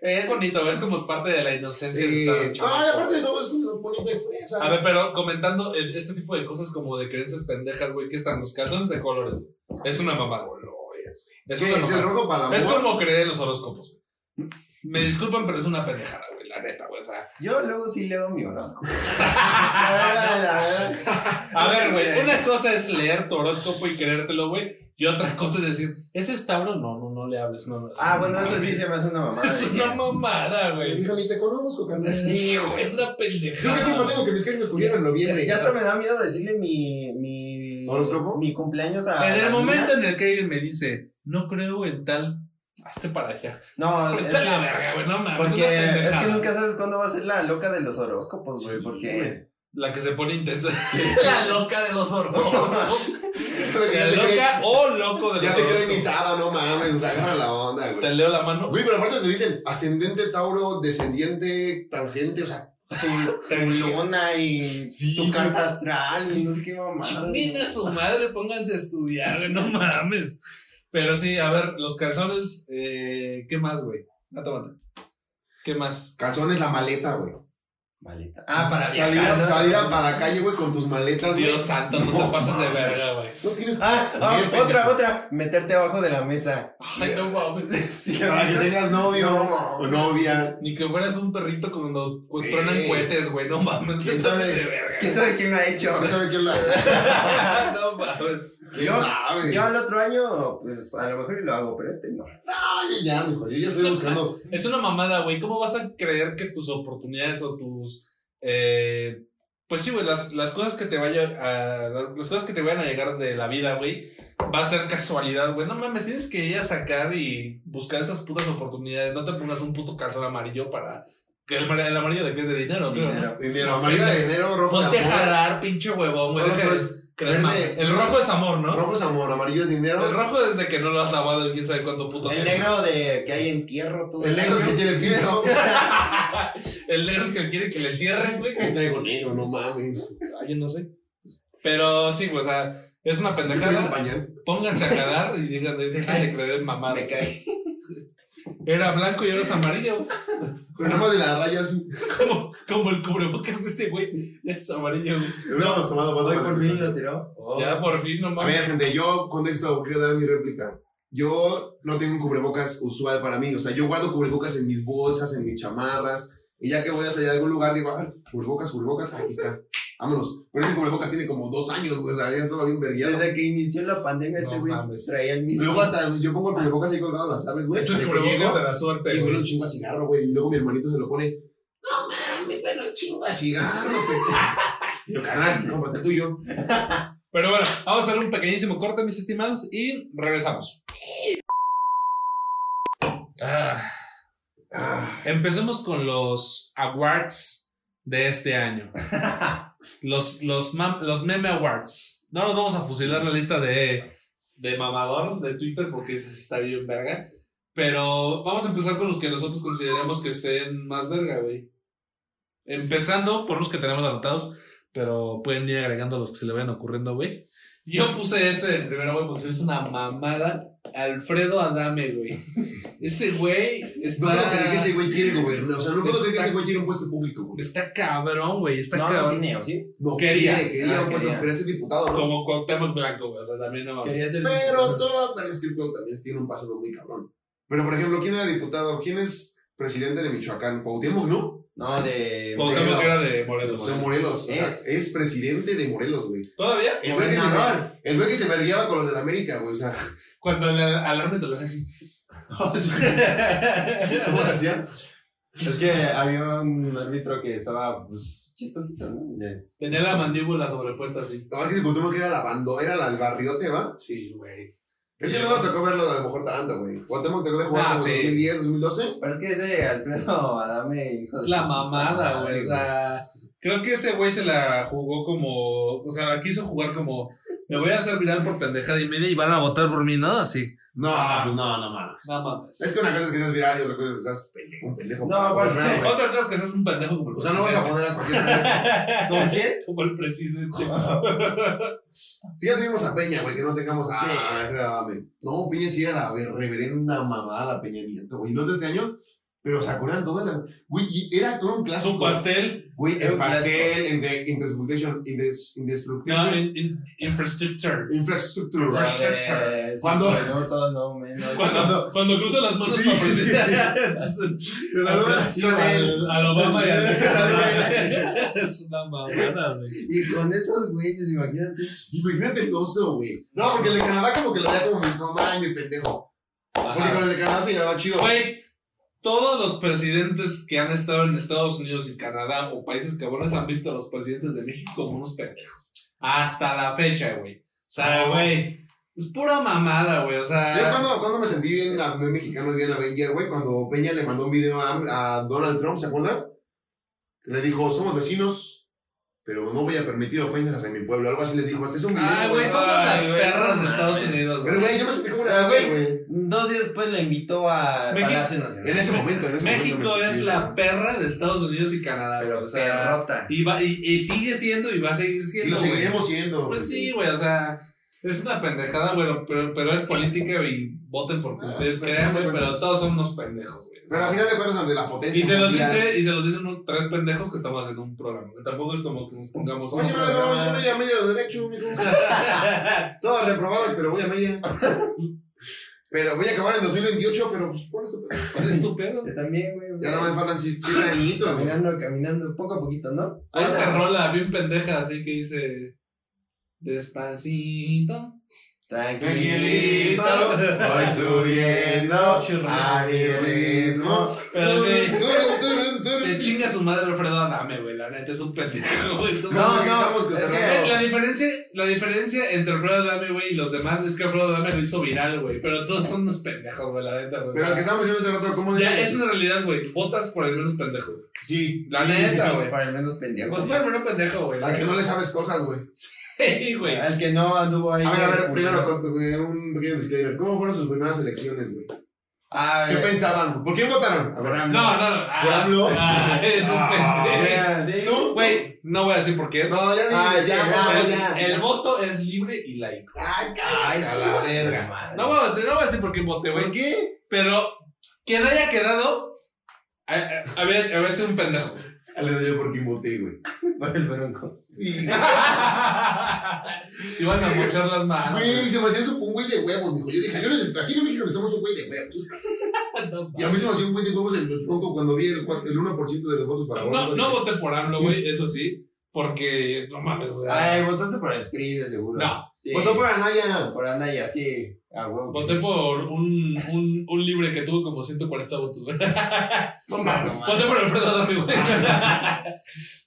[SPEAKER 3] Es bonito, es como parte de la inocencia de
[SPEAKER 2] Sí.
[SPEAKER 3] estar chamaco.
[SPEAKER 2] No, y aparte de todo, es una bonita experiencia.
[SPEAKER 3] A ver, pero comentando el- este tipo de cosas como de creencias pendejas, güey, que están los calzones de colores. güey. Es una mamada.
[SPEAKER 2] Colores.
[SPEAKER 3] Es
[SPEAKER 2] ¿Qué
[SPEAKER 3] una
[SPEAKER 2] es el
[SPEAKER 3] mamada.
[SPEAKER 2] rojo para la
[SPEAKER 3] Es como creer en los horóscopos. güey. Me disculpan, pero es una pendejada, güey, la neta, güey. O sea,
[SPEAKER 4] Yo luego sí leo mi horóscopo. Ah, la verdad, la verdad.
[SPEAKER 3] a ver, güey, una cosa es leer tu horóscopo y creértelo, güey, y otra cosa es decir, ¿ese es Tauro? No, no, no le hables, no. no,
[SPEAKER 4] Ah,
[SPEAKER 3] no,
[SPEAKER 4] bueno,
[SPEAKER 3] no,
[SPEAKER 4] eso sí
[SPEAKER 3] güey.
[SPEAKER 4] se me hace una mamada.
[SPEAKER 3] Es
[SPEAKER 4] de que-
[SPEAKER 3] una mamada, güey.
[SPEAKER 2] Hija, ni te conozco, carnal.
[SPEAKER 3] Sí, güey, es una
[SPEAKER 2] Yo qué culpa
[SPEAKER 3] pendejada.
[SPEAKER 2] tengo que mis me cubrieron en
[SPEAKER 4] Ya,
[SPEAKER 2] noviembre.
[SPEAKER 4] ya hasta me da miedo decirle mi. mi
[SPEAKER 2] ¿Horóscopo?
[SPEAKER 4] Mi cumpleaños a.
[SPEAKER 3] En
[SPEAKER 4] la
[SPEAKER 3] el momento
[SPEAKER 4] niña.
[SPEAKER 3] en el que alguien me dice, no creo en tal, hazte para allá.
[SPEAKER 4] No, es
[SPEAKER 3] Ahorita la
[SPEAKER 4] que,
[SPEAKER 3] verga, güey, no mames. una
[SPEAKER 4] porque es
[SPEAKER 3] pendejada.
[SPEAKER 4] que nunca sabes cuándo va a ser la loca de los horóscopos, güey.
[SPEAKER 2] Sí,
[SPEAKER 4] porque.
[SPEAKER 3] La que se pone intensa. la loca de los hormonas. la
[SPEAKER 2] Ya
[SPEAKER 3] loca o loco de los
[SPEAKER 2] se cree
[SPEAKER 3] horóscopos.
[SPEAKER 2] misada, no mames. Agarra la onda,
[SPEAKER 3] Te
[SPEAKER 2] güey.
[SPEAKER 3] leo la mano.
[SPEAKER 2] Güey, pero aparte te dicen ascendente, Tauro, descendiente, tangente, o sea,
[SPEAKER 4] Luna y.
[SPEAKER 2] Sí,
[SPEAKER 4] tu
[SPEAKER 2] güey.
[SPEAKER 4] carta astral y no sé qué mamada.
[SPEAKER 3] Chinguen a su madre, pónganse a estudiar, güey, no mames. Pero sí, a ver, los calzones, eh, ¿qué más, güey? Ah, tómate. ¿Qué más?
[SPEAKER 2] calzones, la maleta, güey.
[SPEAKER 4] Maleta.
[SPEAKER 3] Ah, para
[SPEAKER 2] Salir,
[SPEAKER 3] viajar,
[SPEAKER 2] a,
[SPEAKER 3] ¿no?
[SPEAKER 2] salir a- para la calle, güey, con tus maletas, güey.
[SPEAKER 3] Dios santo, no te
[SPEAKER 2] No
[SPEAKER 3] pases de
[SPEAKER 2] mames.
[SPEAKER 3] verga, güey.
[SPEAKER 2] No tienes.
[SPEAKER 4] Ah, ah,
[SPEAKER 2] Bien,
[SPEAKER 4] otra,
[SPEAKER 2] pendejo.
[SPEAKER 4] otra. Meterte abajo de la mesa.
[SPEAKER 3] Ay, no mames.
[SPEAKER 4] Sí,
[SPEAKER 2] Para que
[SPEAKER 4] ¿viste?
[SPEAKER 2] tengas novio
[SPEAKER 4] No.
[SPEAKER 2] o novia.
[SPEAKER 3] Ni que fueras un perrito cuando
[SPEAKER 2] Sí.
[SPEAKER 3] truenan cohetes, güey, no mames. No te
[SPEAKER 2] ¿Quién
[SPEAKER 3] pases
[SPEAKER 2] sabe?
[SPEAKER 3] de verga.
[SPEAKER 4] ¿Quién sabe quién lo ha hecho?
[SPEAKER 2] No sabe quién la.
[SPEAKER 3] no mames.
[SPEAKER 2] ¿Quién
[SPEAKER 4] Yo-
[SPEAKER 2] sabe?
[SPEAKER 4] Yo al otro año, pues a lo mejor y lo hago, pero este no.
[SPEAKER 2] Ay, ya, mejor. Yo ya estoy buscando.
[SPEAKER 3] Es una mamada, güey. ¿Cómo vas a creer que tus oportunidades o tus eh, Pues sí, güey, las, las cosas que te vaya a- las, las cosas que te vayan a llegar de la vida, güey, va a ser casualidad, güey. No mames, tienes que ir a sacar y buscar esas putas oportunidades. No te pongas un puto calzón amarillo para. que El, mar- el amarillo de que es de dinero, creo, ¿no?
[SPEAKER 4] Dinero.
[SPEAKER 2] Dinero, amarillo de dinero, rojo de
[SPEAKER 3] Ponte a
[SPEAKER 2] amor.
[SPEAKER 3] jalar, pinche huevón, güey.
[SPEAKER 2] No, no,
[SPEAKER 3] deja
[SPEAKER 2] pero
[SPEAKER 3] de-
[SPEAKER 2] es
[SPEAKER 3] créeme,
[SPEAKER 2] verde.
[SPEAKER 3] el rojo es amor, ¿no?
[SPEAKER 2] Rojo es amor, amarillo es dinero.
[SPEAKER 3] El rojo desde que no lo has lavado el quién sabe cuánto puto.
[SPEAKER 4] El
[SPEAKER 3] tiempo.
[SPEAKER 4] negro de que hay entierro todo
[SPEAKER 2] El negro es que
[SPEAKER 4] año.
[SPEAKER 2] tiene pito.
[SPEAKER 3] El negro es que quiere que le entierren, güey.
[SPEAKER 2] Yo traigo negro, no mames.
[SPEAKER 3] Ay, yo no sé. Pero sí, güey, o sea, es una
[SPEAKER 2] Yo traigo un
[SPEAKER 3] pendejada.
[SPEAKER 2] pañal.
[SPEAKER 3] Pónganse a jalar y digan, dejen de creer en
[SPEAKER 4] Me
[SPEAKER 3] mamadas.
[SPEAKER 4] cae.
[SPEAKER 3] Era blanco y ahora es amarillo.
[SPEAKER 2] Pero nada más de las rayas.
[SPEAKER 3] Como, como el cubrebocas de este güey. Ya es amarillo. güey.
[SPEAKER 2] Hubiéramos tomado foto
[SPEAKER 4] Hoy
[SPEAKER 2] para
[SPEAKER 4] por
[SPEAKER 2] empezar.
[SPEAKER 4] fin lo tiró. Oh.
[SPEAKER 3] Ya por fin, no
[SPEAKER 2] A ver,
[SPEAKER 3] mames.
[SPEAKER 2] gente, yo contexto, quiero dar mi réplica. Yo no tengo un cubrebocas usual para mí. O sea, yo guardo cubrebocas en mis bolsas, en mis chamarras. Y ya que voy a salir a algún lugar, digo, a ver, cubrebocas, cubrebocas, aquí está. Vámonos. Pero ese cubrebocas tiene como dos años, güey. O sea, ya estaba bien vergueado.
[SPEAKER 4] Desde que inició la pandemia, este
[SPEAKER 3] No
[SPEAKER 4] güey
[SPEAKER 3] mames.
[SPEAKER 4] traía el mismo.
[SPEAKER 2] Luego hasta yo pongo el cubrebocas ahí colgado, las llaves, güey.
[SPEAKER 3] Es el
[SPEAKER 2] Desde que
[SPEAKER 3] cubrebocas
[SPEAKER 2] llego,
[SPEAKER 3] de la suerte,
[SPEAKER 2] Y huele un
[SPEAKER 3] güey.
[SPEAKER 2] chingo a cigarro, güey. Y luego mi hermanito se lo pone. No mames, huele un chingo a cigarro, güey. Y yo, carnal, cómprate el tuyo.
[SPEAKER 3] Pero bueno, vamos a hacer un pequeñísimo corte, mis estimados, y regresamos. Ah.
[SPEAKER 2] Ah,
[SPEAKER 3] Empecemos con los awards de este año. Los, los, mam- los meme awards. No nos vamos a fusilar la lista de, de mamador de Twitter porque ese sí está bien verga. Pero vamos a empezar con los que nosotros consideremos que estén más verga, güey. Empezando por los que tenemos anotados, pero pueden ir agregando los que se le vayan ocurriendo, güey. Yo puse este de primero, güey, porque se me hizo una mamada. Alfredo Adame, güey. Ese güey
[SPEAKER 2] no
[SPEAKER 3] está...
[SPEAKER 2] puedo creer que ese güey quiere gobernar. O sea, no puedo creer que
[SPEAKER 3] Está-
[SPEAKER 2] ese güey quiere un puesto público, güey.
[SPEAKER 3] Está cabrón, güey. Está
[SPEAKER 4] No, no
[SPEAKER 3] cabrón.
[SPEAKER 4] tiene, ¿o sí?
[SPEAKER 2] No
[SPEAKER 3] Quería.
[SPEAKER 2] quiere, quería,
[SPEAKER 4] Ah,
[SPEAKER 2] un puesto,
[SPEAKER 4] quería.
[SPEAKER 2] quería ser diputado, ¿no?
[SPEAKER 3] Como Cuauhtémoc Blanco, güey. O sea, también no mames.
[SPEAKER 4] Quería ser.
[SPEAKER 2] Pero todo, pero es que el Cuau también tiene un pasado muy cabrón. Pero, por ejemplo, ¿quién era diputado? ¿Quién es presidente de Michoacán? Cuauhtémoc, ¿no?
[SPEAKER 4] No, de.
[SPEAKER 3] Cuauhtémoc
[SPEAKER 4] Morelos.
[SPEAKER 3] era de Morelos.
[SPEAKER 2] De Morelos. O sea,
[SPEAKER 4] Es.
[SPEAKER 2] es presidente de Morelos, güey.
[SPEAKER 3] Todavía,
[SPEAKER 2] El güey que se-
[SPEAKER 4] Gobernador.
[SPEAKER 2] El güey que se vergueaba con los de la América, güey. O sea,
[SPEAKER 3] cuando el alarme te lo hace así.
[SPEAKER 2] ¿cómo lo hacían?
[SPEAKER 4] Es que había un árbitro que estaba, pues, chistosito, ¿no? De-
[SPEAKER 3] Tenía la mandíbula sobrepuesta así.
[SPEAKER 2] No, es que se contó que era la bandera, la, el barriote, ¿va?
[SPEAKER 3] Sí, güey.
[SPEAKER 2] Es que no nos tocó verlo a lo mejor tanto, güey. Cuauhtémoc tocó de jugar
[SPEAKER 3] Ah,
[SPEAKER 2] como
[SPEAKER 3] sí.
[SPEAKER 2] 2010, 2012.
[SPEAKER 4] Pero es que ese Alfredo Adame, hijo
[SPEAKER 3] Es
[SPEAKER 4] de
[SPEAKER 3] la
[SPEAKER 4] su
[SPEAKER 3] mamada,
[SPEAKER 4] madre,
[SPEAKER 3] güey. O sea, creo que ese güey se la jugó como. O sea, la quiso jugar como. Me voy a hacer viral por pendejada y media y van a votar por mí, ¿no? Así.
[SPEAKER 2] No,
[SPEAKER 3] Ah.
[SPEAKER 2] pues no, no mames.
[SPEAKER 3] No mames.
[SPEAKER 2] Es que una cosa es que seas viral y otra cosa es que seas pendejo, un pendejo.
[SPEAKER 4] No,
[SPEAKER 2] para
[SPEAKER 4] aparte-
[SPEAKER 2] gobernar, güey.
[SPEAKER 3] Otra cosa es que seas un pendejo como el
[SPEAKER 2] O sea, no vas a poner a cualquier.
[SPEAKER 4] ¿Con quién?
[SPEAKER 3] Como el presidente.
[SPEAKER 2] Si ya tuvimos a Peña, güey, que no tengamos a.
[SPEAKER 4] Sí.
[SPEAKER 2] Ah, era Adame. No, Peña sí era la reverenda mamada Peña Nieto, güey. No es de este año, pero se acuerdan todas las. Güey, y era todo un
[SPEAKER 3] Su
[SPEAKER 2] clásico.
[SPEAKER 3] pastel.
[SPEAKER 2] Güey,
[SPEAKER 4] Era
[SPEAKER 2] el
[SPEAKER 4] un clásico.
[SPEAKER 2] pastel, en The Indestruction, Indes-
[SPEAKER 3] No,
[SPEAKER 2] Indestruction,
[SPEAKER 3] in- in- infrastructure.
[SPEAKER 2] Infrastructure.
[SPEAKER 3] Infrastructure.
[SPEAKER 4] Eh, sí,
[SPEAKER 2] ¿Cuándo?
[SPEAKER 4] pero todo, no, menos.
[SPEAKER 3] Cuando, cuando cruza las manos
[SPEAKER 2] Sí,
[SPEAKER 3] para
[SPEAKER 2] sí, sí.
[SPEAKER 3] presentar
[SPEAKER 2] Te saludan así,
[SPEAKER 3] al,
[SPEAKER 2] güey.
[SPEAKER 3] al Obama y al-
[SPEAKER 2] Te saludan
[SPEAKER 3] Es una mamada, güey.
[SPEAKER 4] Y con esos güeyes, imagínate.
[SPEAKER 2] Imagínate el oso, güey. No, porque el de Canadá como que lo veía como mi mamá y mi pendejo. Porque con el de Canadá se llevaba chido.
[SPEAKER 3] Güey, todos los presidentes que han estado en Estados Unidos y Canadá o países cabrones han visto a los presidentes de México como unos pendejos. Hasta la fecha, güey. O sea,
[SPEAKER 2] No.
[SPEAKER 3] güey. Es pura mamada, güey. O
[SPEAKER 2] Yo
[SPEAKER 3] sea.
[SPEAKER 2] cuando, cuando me sentí bien a- bien mexicano y bien Avenger, güey, cuando Peña le mandó un video a, a Donald Trump, ¿se acuerdan? Que Le dijo, somos vecinos, pero no voy a permitir ofensas hacia mi pueblo. Algo así les dijo, es un video.
[SPEAKER 3] Ah, güey,
[SPEAKER 2] güey.
[SPEAKER 3] somos
[SPEAKER 4] Ay,
[SPEAKER 3] las
[SPEAKER 4] güey,
[SPEAKER 3] perras de
[SPEAKER 4] no
[SPEAKER 3] Estados
[SPEAKER 4] mames.
[SPEAKER 3] Unidos.
[SPEAKER 2] Pero, güey, yo me sentí como
[SPEAKER 4] Ah,
[SPEAKER 2] una
[SPEAKER 4] güey.
[SPEAKER 2] güey.
[SPEAKER 4] Dos días después lo invitó a
[SPEAKER 3] México-
[SPEAKER 4] Palacio
[SPEAKER 2] En
[SPEAKER 4] Nacional.
[SPEAKER 2] ese momento, en ese
[SPEAKER 3] México
[SPEAKER 2] momento. me
[SPEAKER 3] es
[SPEAKER 2] sentí-
[SPEAKER 3] la perra de Estados Unidos y Canadá, güey.
[SPEAKER 4] Pero
[SPEAKER 3] O sea,
[SPEAKER 4] perrota.
[SPEAKER 3] y, va, y, y sigue siendo y va a seguir
[SPEAKER 2] Y
[SPEAKER 3] siendo.
[SPEAKER 2] lo
[SPEAKER 3] güey.
[SPEAKER 2] seguiremos siendo.
[SPEAKER 3] Pues sí, güey, o sea, es una pendejada, güey, pero, pero es política y voten porque
[SPEAKER 2] Ah,
[SPEAKER 3] ustedes
[SPEAKER 2] pero
[SPEAKER 3] crean,
[SPEAKER 2] no
[SPEAKER 3] güey,
[SPEAKER 2] me
[SPEAKER 3] pero
[SPEAKER 2] cuentas.
[SPEAKER 3] todos son unos pendejos, güey.
[SPEAKER 2] Pero al final de cuentas, ante la potencia.
[SPEAKER 3] Y se los
[SPEAKER 2] mundial-
[SPEAKER 3] dice, y se los dicen unos tres pendejos que estamos haciendo un programa. que Tampoco es como que nos pongamos
[SPEAKER 2] Oye,
[SPEAKER 3] somos-
[SPEAKER 2] yo no, yo no voy a media de derecho, mijo. Todos reprobados, pero voy a media. Pero voy a acabar en 2028, pero pues por eso. pero-
[SPEAKER 3] ¿Cuál es tu pedo?
[SPEAKER 4] Yo también, güey.
[SPEAKER 2] Ya nada más faltan si- siete añitos, güey.
[SPEAKER 4] Caminando, caminando, poco a poquito, ¿no?
[SPEAKER 3] Hay
[SPEAKER 4] Ahora-
[SPEAKER 3] una rola bien pendeja, así que dice. Despacito.
[SPEAKER 2] Tranquilito,
[SPEAKER 4] Tranquilito.
[SPEAKER 2] voy subiendo a mi ritmo.
[SPEAKER 3] Pero sí.
[SPEAKER 2] Turun, turun, turun.
[SPEAKER 3] Le chinga su madre Alfredo Adame, güey. La neta es un pendejo, güey. es un-
[SPEAKER 2] No, no,
[SPEAKER 4] no, es que-
[SPEAKER 3] Eh, La diferencia, la diferencia entre Alfredo Adame, güey, y los demás es que Alfredo Adame lo hizo viral, güey. Pero todos son unos pendejos, güey, la neta, güey.
[SPEAKER 2] Pero lo que estábamos diciendo hace rato, ¿cómo
[SPEAKER 3] Ya
[SPEAKER 2] dices?
[SPEAKER 3] es una realidad, güey. Votas por el menos pendejo.
[SPEAKER 2] Sí,
[SPEAKER 3] La
[SPEAKER 2] sí, sí,
[SPEAKER 3] neta,
[SPEAKER 2] sí.
[SPEAKER 3] güey.
[SPEAKER 4] Para el menos pendejo.
[SPEAKER 3] Pues por el menos pendejo, güey.
[SPEAKER 2] Al que no le sabes cosas, güey.
[SPEAKER 3] Sí, güey.
[SPEAKER 4] Al que no anduvo ahí.
[SPEAKER 2] A ver, a ver,
[SPEAKER 4] Porque-
[SPEAKER 2] primero con- eh, un pequeño disclaimer. ¿Cómo fueron sus primeras elecciones, güey?
[SPEAKER 4] Ah,
[SPEAKER 2] ¿Qué
[SPEAKER 4] eh,
[SPEAKER 2] pensaban? ¿Por quién votaron? A
[SPEAKER 4] Por
[SPEAKER 2] ver.
[SPEAKER 4] AMLO.
[SPEAKER 3] No, no, no.
[SPEAKER 2] ¿Por
[SPEAKER 3] Ah,
[SPEAKER 2] AMLO?
[SPEAKER 3] ah, eres un
[SPEAKER 2] Ah.
[SPEAKER 3] pendejo.
[SPEAKER 4] mira, sí.
[SPEAKER 2] ¿Tú?
[SPEAKER 3] Güey, no voy a decir por qué.
[SPEAKER 2] No, ya
[SPEAKER 4] Ah,
[SPEAKER 2] ni ya,
[SPEAKER 4] sí,
[SPEAKER 2] ya,
[SPEAKER 3] el,
[SPEAKER 2] ya.
[SPEAKER 3] el voto es libre y laico.
[SPEAKER 2] Ay,
[SPEAKER 4] Ay,
[SPEAKER 2] caray, a la verga.
[SPEAKER 3] No voy a decir, no voy a decir por qué voté, güey.
[SPEAKER 2] ¿Por qué?
[SPEAKER 3] Pero quien haya quedado. A, a, a ver, a ver, soy un pendejo.
[SPEAKER 2] Ah, Le doy yo por quién voté, güey.
[SPEAKER 4] Por el bronco.
[SPEAKER 2] Sí.
[SPEAKER 3] Iban a mochar las manos.
[SPEAKER 2] Güey, se me hacía eso un güey de huevos, mijo. Yo dije, señores, aquí en México necesitamos un güey de huevos.
[SPEAKER 3] No,
[SPEAKER 2] Y a mí se me hacía un güey de huevos el el tronco cuando vi el, cuat- el 1% de los votos para
[SPEAKER 3] no,
[SPEAKER 2] votar.
[SPEAKER 3] no voté por AMLO, güey, eso sí. Porque, no mames, o sea.
[SPEAKER 4] Ay, votaste por el PRI de seguro.
[SPEAKER 3] No.
[SPEAKER 4] Sí.
[SPEAKER 2] Ah. Votó por Anaya.
[SPEAKER 4] Por Anaya, sí. A huevo. pues,
[SPEAKER 3] Voté por un, un, un libre que tuvo como 140 votos, güey.
[SPEAKER 2] No mames.
[SPEAKER 3] Voté por Alfredo Adame, güey.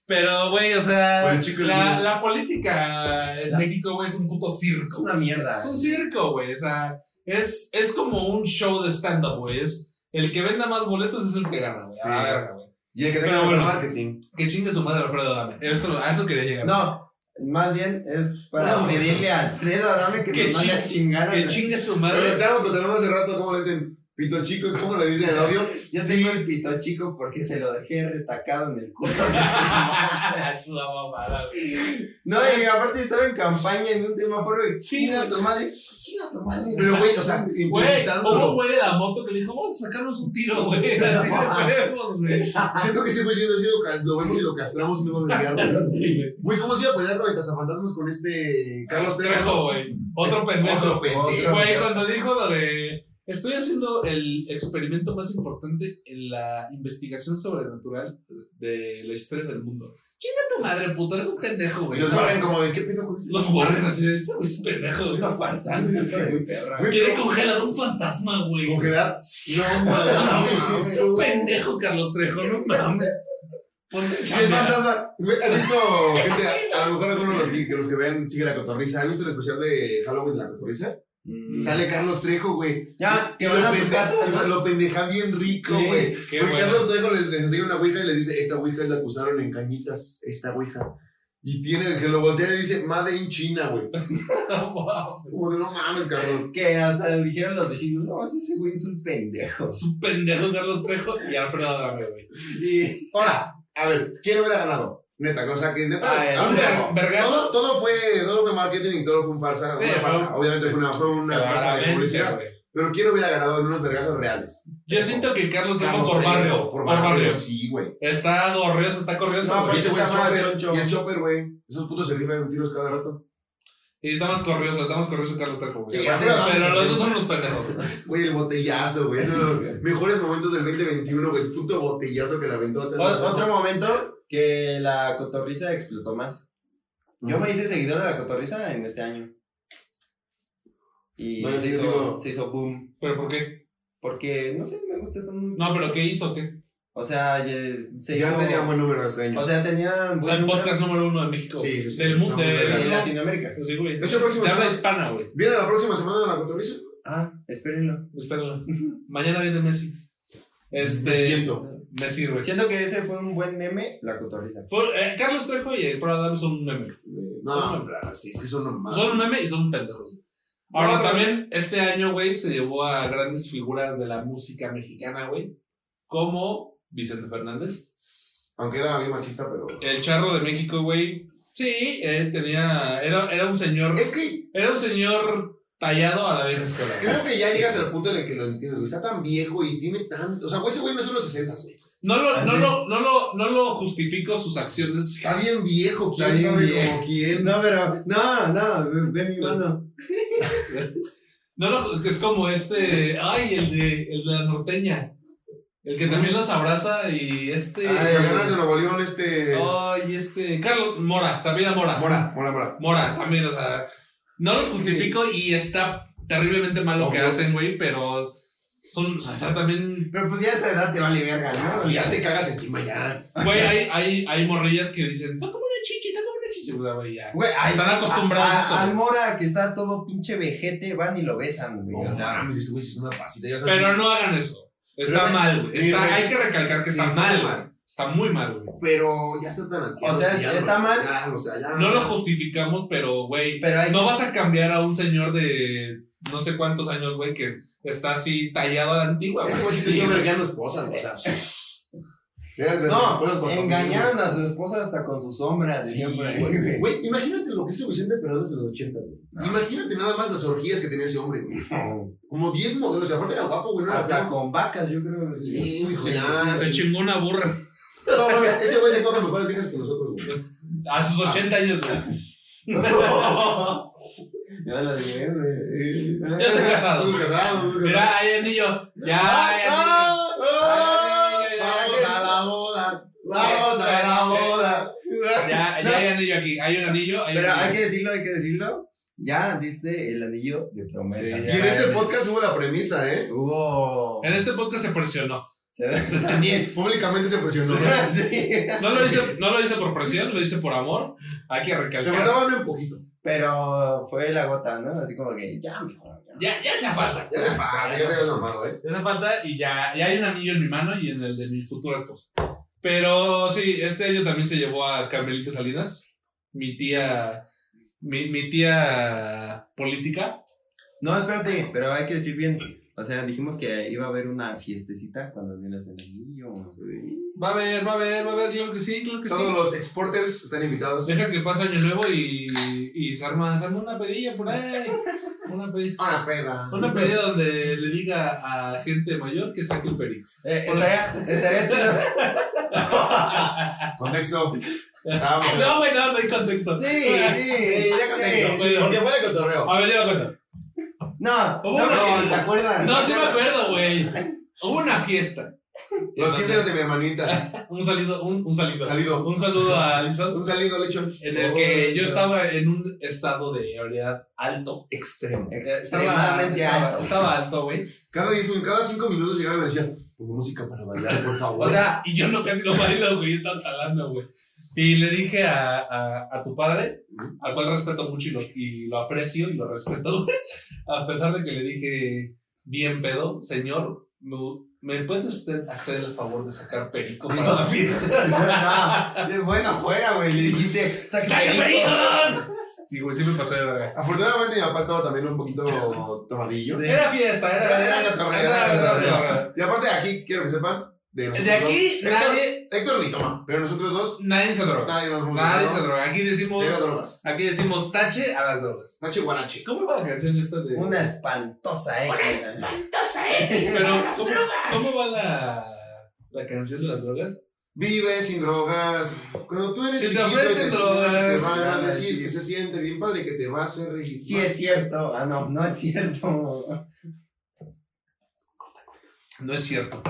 [SPEAKER 3] Pero, güey, o sea,
[SPEAKER 2] Por el chico del
[SPEAKER 3] la,
[SPEAKER 2] medio.
[SPEAKER 3] la política en
[SPEAKER 4] La-
[SPEAKER 3] México, güey, es un puto
[SPEAKER 4] Es
[SPEAKER 3] circo.
[SPEAKER 4] una mierda.
[SPEAKER 3] Es un circo, güey. O sea, es, es como un show de stand-up, güey. Es el que venda más boletos es el que gana, güey. A la
[SPEAKER 2] Sí.
[SPEAKER 3] verga, güey.
[SPEAKER 2] Y el que
[SPEAKER 3] Pero
[SPEAKER 2] tenga buen
[SPEAKER 3] bueno.
[SPEAKER 2] marketing.
[SPEAKER 3] Que chingue su madre Alfredo Adame. Eso, a eso quería llegar.
[SPEAKER 4] No, más bien es para
[SPEAKER 2] No.
[SPEAKER 4] pedirle a Alfredo Adame que
[SPEAKER 3] Que
[SPEAKER 4] te mande
[SPEAKER 3] chi-
[SPEAKER 4] a chingar. a
[SPEAKER 3] Que
[SPEAKER 4] la-
[SPEAKER 3] chingue su
[SPEAKER 2] Pero
[SPEAKER 3] madre.
[SPEAKER 2] estábamos contando hace rato cómo le dicen pito chico, cómo le dicen el audio.
[SPEAKER 4] Yo tengo el pito chico porque se lo dejé retacado en el culo.
[SPEAKER 3] Es una mamada, güey.
[SPEAKER 4] No, y aparte estaba en campaña en un semáforo y
[SPEAKER 3] Sí,
[SPEAKER 4] chinga
[SPEAKER 3] güey.
[SPEAKER 4] tu madre, chinga tu madre.
[SPEAKER 2] Pero, güey, o sea,
[SPEAKER 3] Güey, hubo un
[SPEAKER 2] entrevistándolo.
[SPEAKER 3] güey de la moto que le dijo, vamos a sacarnos un tiro, güey. Así de huevos, güey.
[SPEAKER 2] Siento que ese güey siendo así lo ca- lo vemos y lo castramos y no va a llegar. güey.
[SPEAKER 3] Sí, güey.
[SPEAKER 2] Güey, ¿cómo se iba a pelear con el cazafantasmas con este Carlos
[SPEAKER 3] Trejo,
[SPEAKER 2] Trejo?
[SPEAKER 3] güey. Otro pendejo.
[SPEAKER 2] Otro pendejo.
[SPEAKER 3] Güey, cuando dijo lo de. Estoy haciendo el experimento más importante en la investigación sobrenatural de la historia del mundo. Chinga tu madre, puto, eres un pendejo,
[SPEAKER 2] Y
[SPEAKER 3] güey.
[SPEAKER 2] los barren como de, ¿qué pedo con este?
[SPEAKER 3] Los barren así de este, güey, es un pendejo,
[SPEAKER 4] Es
[SPEAKER 3] güey.
[SPEAKER 4] una farsante esta de perra.
[SPEAKER 2] Güey,
[SPEAKER 3] Quiere congelar un fantasma, güey.
[SPEAKER 2] ¿Congelar?
[SPEAKER 3] Sí.
[SPEAKER 2] No,
[SPEAKER 3] No
[SPEAKER 2] mames.
[SPEAKER 3] mames, un pendejo, Carlos Trejo, no mames. Ponte a
[SPEAKER 2] Y el
[SPEAKER 3] chambear.
[SPEAKER 2] fantasma. güey, ¿Has visto, gente? A lo mejor algunos de los, que- los que ven sigue la cotorriza. ¿Has visto el especial de Halloween de la cotorriza?
[SPEAKER 4] Mm.
[SPEAKER 2] Sale Carlos Trejo, güey.
[SPEAKER 4] Ya, que
[SPEAKER 2] Y
[SPEAKER 4] van
[SPEAKER 2] lo
[SPEAKER 4] a su
[SPEAKER 2] pendeja-
[SPEAKER 4] casa.
[SPEAKER 2] lo- Lo pendejan bien rico,
[SPEAKER 4] Sí.
[SPEAKER 2] güey.
[SPEAKER 3] Qué
[SPEAKER 2] Porque
[SPEAKER 3] bueno.
[SPEAKER 2] Carlos Trejo les, les enseña una ouija y les dice, esta ouija la acusaron en cañitas, esta ouija. Y tiene que lo voltea y dice, Made in China, güey.
[SPEAKER 3] No mames.
[SPEAKER 2] Como que no mames, Carlos.
[SPEAKER 4] Que hasta dijeron los vecinos, no, ese güey es un pendejo.
[SPEAKER 3] Es un pendejo, Carlos Trejo y Alfredo Adame, güey.
[SPEAKER 4] Y
[SPEAKER 2] Ahora, a ver, ¿quién hubiera ganado? Neta, o sea que
[SPEAKER 3] Ah,
[SPEAKER 2] neta.
[SPEAKER 4] Ay,
[SPEAKER 2] a Ah, ver,
[SPEAKER 4] Trejo.
[SPEAKER 2] todo,
[SPEAKER 3] Vergazos.
[SPEAKER 2] todo fue, todo fue marketing y todo fue un farsa,
[SPEAKER 3] Sí,
[SPEAKER 2] una
[SPEAKER 3] fue
[SPEAKER 2] farsa.
[SPEAKER 3] un-
[SPEAKER 2] Obviamente fue una, fue una farsa de
[SPEAKER 3] Claramente,
[SPEAKER 2] publicidad.
[SPEAKER 3] güey.
[SPEAKER 2] Pero ¿quién hubiera ganado en unos vergazos reales?
[SPEAKER 3] Yo siento que Carlos Trejo
[SPEAKER 2] Carlos
[SPEAKER 3] por
[SPEAKER 2] Trejo,
[SPEAKER 3] barrio.
[SPEAKER 2] Por
[SPEAKER 3] Por
[SPEAKER 2] barrio.
[SPEAKER 3] barrio.
[SPEAKER 2] Sí, güey.
[SPEAKER 3] Está gorrioso, está corrioso,
[SPEAKER 4] No,
[SPEAKER 2] Y
[SPEAKER 3] güey.
[SPEAKER 2] ese güey es
[SPEAKER 4] está mal,
[SPEAKER 2] chopper.
[SPEAKER 4] choncho.
[SPEAKER 2] Y es chopper, güey. Esos putos se rifan tiros cada rato.
[SPEAKER 3] Y está más corrioso, está más corrioso Carlos Trejo, güey.
[SPEAKER 2] Sí,
[SPEAKER 3] Aparte,
[SPEAKER 2] Alfredo,
[SPEAKER 3] pero
[SPEAKER 2] mames,
[SPEAKER 3] los
[SPEAKER 2] güey.
[SPEAKER 3] dos son unos pendejos. güey.
[SPEAKER 2] Güey, el botellazo, güey. Es uno de los mejores momentos del 2021, güey. El puto botellazo que la aventó a
[SPEAKER 4] o- otro momento que la cotorriza explotó más. Yo me hice seguidor de la cotorriza en este año. Y
[SPEAKER 2] No, yo
[SPEAKER 4] se,
[SPEAKER 2] sí
[SPEAKER 4] hizo,
[SPEAKER 2] sigo.
[SPEAKER 4] se hizo boom.
[SPEAKER 3] ¿Pero por qué?
[SPEAKER 4] Porque, no sé, me gusta estar muy.
[SPEAKER 3] No, pero ¿qué hizo? ¿Qué?
[SPEAKER 4] O sea, ya- se
[SPEAKER 2] Ya
[SPEAKER 4] hizo.
[SPEAKER 2] tenía buen número este año.
[SPEAKER 4] O sea, tenían.
[SPEAKER 3] O sea, el
[SPEAKER 4] buen
[SPEAKER 3] podcast número uno de México.
[SPEAKER 2] Sí,
[SPEAKER 3] güey.
[SPEAKER 2] sí, sí,
[SPEAKER 3] Del mundo. Pues
[SPEAKER 2] son muy
[SPEAKER 4] número
[SPEAKER 2] vergas.
[SPEAKER 4] en
[SPEAKER 2] ¿no?
[SPEAKER 4] Latinoamérica.
[SPEAKER 3] Sí, güey.
[SPEAKER 2] de hecho, el próximo
[SPEAKER 3] De habla
[SPEAKER 2] semana,
[SPEAKER 3] hispana, güey.
[SPEAKER 2] ¿Viene la próxima semana de la cotorriza?
[SPEAKER 4] Ah, espérenlo.
[SPEAKER 3] Espera. Mañana viene Messi. Este.
[SPEAKER 2] Me siento.
[SPEAKER 3] Messi, güey.
[SPEAKER 4] Siento que ese fue un buen meme, la cotorriza.
[SPEAKER 3] Fue- eh, Carlos Trejo y el Fora Adams son un meme.
[SPEAKER 2] No, hombre, sí, es que son normales.
[SPEAKER 3] Son un meme y son pendejos. güey. Ahora
[SPEAKER 2] No, pero-
[SPEAKER 3] también, este año, güey, se llevó a grandes figuras de la música mexicana, güey. Como Vicente Fernández.
[SPEAKER 2] Aunque era bien machista, pero.
[SPEAKER 3] El charro de México, güey. Sí, eh, tenía. Era, era un señor.
[SPEAKER 2] Es que
[SPEAKER 3] Era un señor tallado a la vieja escuela.
[SPEAKER 2] creo que ya llegas al punto en el que lo entiendes, güey. Está tan viejo y tiene tanto. O sea, güey, ese güey no es unos 60, güey.
[SPEAKER 3] No lo, no, lo, no, lo, no lo justifico sus acciones.
[SPEAKER 2] Está bien viejo, quién
[SPEAKER 4] Está bien
[SPEAKER 2] sabe
[SPEAKER 4] viejo.
[SPEAKER 2] como quién.
[SPEAKER 4] No, pero. No, no, ve- ve mi mano.
[SPEAKER 3] No lo, ju- es como este. Ay, el de, el de la norteña. El que también los abraza y este.
[SPEAKER 4] Ay, Oh.
[SPEAKER 2] Las ganas de Nuevo León, este.
[SPEAKER 3] Ay, este. Carlos Mora, Sabida Mora.
[SPEAKER 2] Mora, Mora, Mora.
[SPEAKER 3] Mora, también, o sea. No los justifico y está terriblemente mal lo que
[SPEAKER 2] Obvio.
[SPEAKER 3] hacen, güey, pero son, o sea, también,
[SPEAKER 4] Pero pues ya a esa edad te vale verga, ¿no?
[SPEAKER 2] Ah, ya te cagas encima ya.
[SPEAKER 3] güey, hay, hay, hay morrillas que dicen, está como una chichi, está como una chichi, o sea, güey, ya.
[SPEAKER 4] Güey, ay,
[SPEAKER 3] Están acostumbrados
[SPEAKER 4] a-
[SPEAKER 3] a eso.
[SPEAKER 4] Al Mora que está todo pinche vejete, van y lo besan, güey.
[SPEAKER 2] No
[SPEAKER 4] o sea,
[SPEAKER 2] mames, ese güey, si es una pasita. ya sabes.
[SPEAKER 3] Pero no hagan eso. Está
[SPEAKER 2] Pero-
[SPEAKER 3] mal, güey.
[SPEAKER 2] Sí,
[SPEAKER 3] Está-
[SPEAKER 2] güey.
[SPEAKER 3] Hay que recalcar que
[SPEAKER 2] Sí,
[SPEAKER 3] está
[SPEAKER 2] está
[SPEAKER 3] mal,
[SPEAKER 2] mal.
[SPEAKER 3] güey. Está muy mal, güey.
[SPEAKER 2] Pero ya está tan anciano.
[SPEAKER 4] O sea,
[SPEAKER 2] que ya
[SPEAKER 4] está
[SPEAKER 2] no-
[SPEAKER 4] mal.
[SPEAKER 2] ya, o sea, ya.
[SPEAKER 3] No lo justificamos, pero, güey,
[SPEAKER 4] pero hay
[SPEAKER 3] no vas a cambiar a un señor de no sé cuántos años, güey, que está así tallado a la antigua, güey.
[SPEAKER 2] Ese güey sí te
[SPEAKER 3] Sí,
[SPEAKER 2] hizo
[SPEAKER 3] güey.
[SPEAKER 2] vergueando esposa, o sea. Vergas, vergas, esposas
[SPEAKER 4] No,
[SPEAKER 2] con-
[SPEAKER 4] engañaron a su esposa hasta con sus sombras.
[SPEAKER 2] Sí,
[SPEAKER 4] decían por ahí,
[SPEAKER 2] güey. Güey, imagínate lo que hizo Vicente Fernández en los 80, güey. Imagínate nada más las orgías que tenía ese hombre, güey. Como 10 modelos, y aparte era guapo, güey, no era
[SPEAKER 4] Hasta
[SPEAKER 2] feo.
[SPEAKER 4] con vacas, yo creo.
[SPEAKER 2] Sí, hijo,
[SPEAKER 3] Se
[SPEAKER 2] ya.
[SPEAKER 3] chingó una burra.
[SPEAKER 2] No mames, ese güey se coge mejores viejas que nosotros, güey.
[SPEAKER 3] A sus 80 años, güey.
[SPEAKER 4] Ya la dije, güey.
[SPEAKER 3] Ya estoy casado.
[SPEAKER 2] Estoy casado, estoy casado.
[SPEAKER 3] Mira, hay anillo. Ya, hay anillo.
[SPEAKER 2] ¡Ah, ah, ah! Vamos a la boda. Vamos a la boda.
[SPEAKER 3] Ya, ya hay anillo aquí. Hay un anillo. Hay un
[SPEAKER 4] Pero hay
[SPEAKER 3] anillo.
[SPEAKER 4] que decirlo, hay que decirlo. Ya diste el anillo de promesa.
[SPEAKER 3] Sí,
[SPEAKER 2] Y en este podcast hubo la premisa, ¿eh?
[SPEAKER 4] Hubo.
[SPEAKER 3] En este podcast se presionó.
[SPEAKER 4] Se ve-
[SPEAKER 2] También. Públicamente se presionó.
[SPEAKER 4] Sí.
[SPEAKER 3] No lo hice, no lo hice por presión, lo hice por amor. Hay que
[SPEAKER 2] Te
[SPEAKER 3] recalcar.
[SPEAKER 2] faltaba un empujito.
[SPEAKER 4] Pero fue la gota, ¿no? Así como que ya, mijo. ya.
[SPEAKER 3] Ya, ya se falta.
[SPEAKER 2] Ya se para, ya te habías mamado, ¿eh?
[SPEAKER 3] Ya se falta y ya, ya hay un anillo en mi mano y en el de mi futura esposa. Pero sí, este año también se llevó a Carmelita Salinas, mi tía, mi, mi tía política.
[SPEAKER 4] No, espérate, pero hay que decir bien. O sea, dijimos que iba a haber una fiestecita cuando vienes el anillo. güey.
[SPEAKER 3] Va a ver, va a ver, va a ver, claro que sí, claro que sí.
[SPEAKER 2] Todos los exporters están invitados.
[SPEAKER 3] Deja que pase año nuevo y, y se, arma, se arma una pedilla por ahí. Una pedilla.
[SPEAKER 2] Una peda.
[SPEAKER 3] Una pedilla donde le diga a gente mayor que saque el perico.
[SPEAKER 4] Eh, estaría, estaría chido.
[SPEAKER 2] Contexto. Estábamos en-
[SPEAKER 3] No, güey, no, no hay contexto.
[SPEAKER 2] Sí, ya contexto.
[SPEAKER 3] Sí.
[SPEAKER 2] Porque fue de cotorreo.
[SPEAKER 3] A ver, yo lo cuento.
[SPEAKER 4] No,
[SPEAKER 3] Hubo
[SPEAKER 4] no,
[SPEAKER 3] una-
[SPEAKER 4] no, ¿te acuerdas?
[SPEAKER 3] No, sí me acuerdo, güey. Hubo una fiesta.
[SPEAKER 2] Los 15 años de mi hermanita.
[SPEAKER 3] Un saludo, un, un saludo.
[SPEAKER 2] Salido.
[SPEAKER 3] Un saludo a Alison,
[SPEAKER 2] Un salido lechón
[SPEAKER 3] en el que
[SPEAKER 4] Oh,
[SPEAKER 3] yo estaba en un estado de ebriedad alto.
[SPEAKER 2] extremo.
[SPEAKER 3] Estaba-
[SPEAKER 4] Extremadamente
[SPEAKER 3] estaba-
[SPEAKER 4] alto.
[SPEAKER 3] Estaba alto, güey.
[SPEAKER 2] Cada, diez- cada cinco minutos llegaba y me decía, pon música para bailar, por favor.
[SPEAKER 4] O sea,
[SPEAKER 3] Y yo no casi no bailo, güey, estaba talando, güey. Y le dije a, a, a tu padre, al cual respeto mucho y lo, y lo aprecio y lo respeto, güey, a pesar de que le dije, bien pedo, señor, ¿me, me puede usted hacer el favor de sacar perico para la fiesta?
[SPEAKER 4] no, bueno, fuera, güey. Le dijiste, saca
[SPEAKER 3] ¡Saca
[SPEAKER 4] el perico.
[SPEAKER 3] perico! Sí, güey, sí me pasé de verga.
[SPEAKER 2] Afortunadamente mi papá estaba también un poquito tomadillo.
[SPEAKER 3] Era fiesta, era.
[SPEAKER 2] Era- era cotorreo, era cotorreo.
[SPEAKER 3] cotorreo.
[SPEAKER 2] Y aparte de aquí, quiero que sepan, de nosotros
[SPEAKER 3] De aquí
[SPEAKER 2] dos, Héctor,
[SPEAKER 3] nadie,
[SPEAKER 2] Héctor ni toma, pero nosotros dos,
[SPEAKER 3] nadie se droga.
[SPEAKER 2] nadie nos hemos
[SPEAKER 3] Nadie se
[SPEAKER 2] drogado.
[SPEAKER 3] droga. Aquí decimos,
[SPEAKER 2] Ah, Cero drogas.
[SPEAKER 3] aquí decimos tache a las drogas.
[SPEAKER 2] Nacho Guarache.
[SPEAKER 3] ¿Cómo va la canción esta de.?
[SPEAKER 4] Una espantosa, eh.
[SPEAKER 3] Pero, ¿cómo, cómo va la, la canción de las drogas?
[SPEAKER 2] Vive sin drogas. Cuando tú eres
[SPEAKER 3] Si te
[SPEAKER 2] chiquito y
[SPEAKER 3] ofrecen
[SPEAKER 2] sientas,
[SPEAKER 3] drogas, ah,
[SPEAKER 2] te van a
[SPEAKER 4] nada,
[SPEAKER 2] decir
[SPEAKER 4] sí.
[SPEAKER 2] que se siente bien padre, que te va a hacer regir.
[SPEAKER 4] Sí es cierto. Ah, no, no es cierto.
[SPEAKER 3] No es cierto.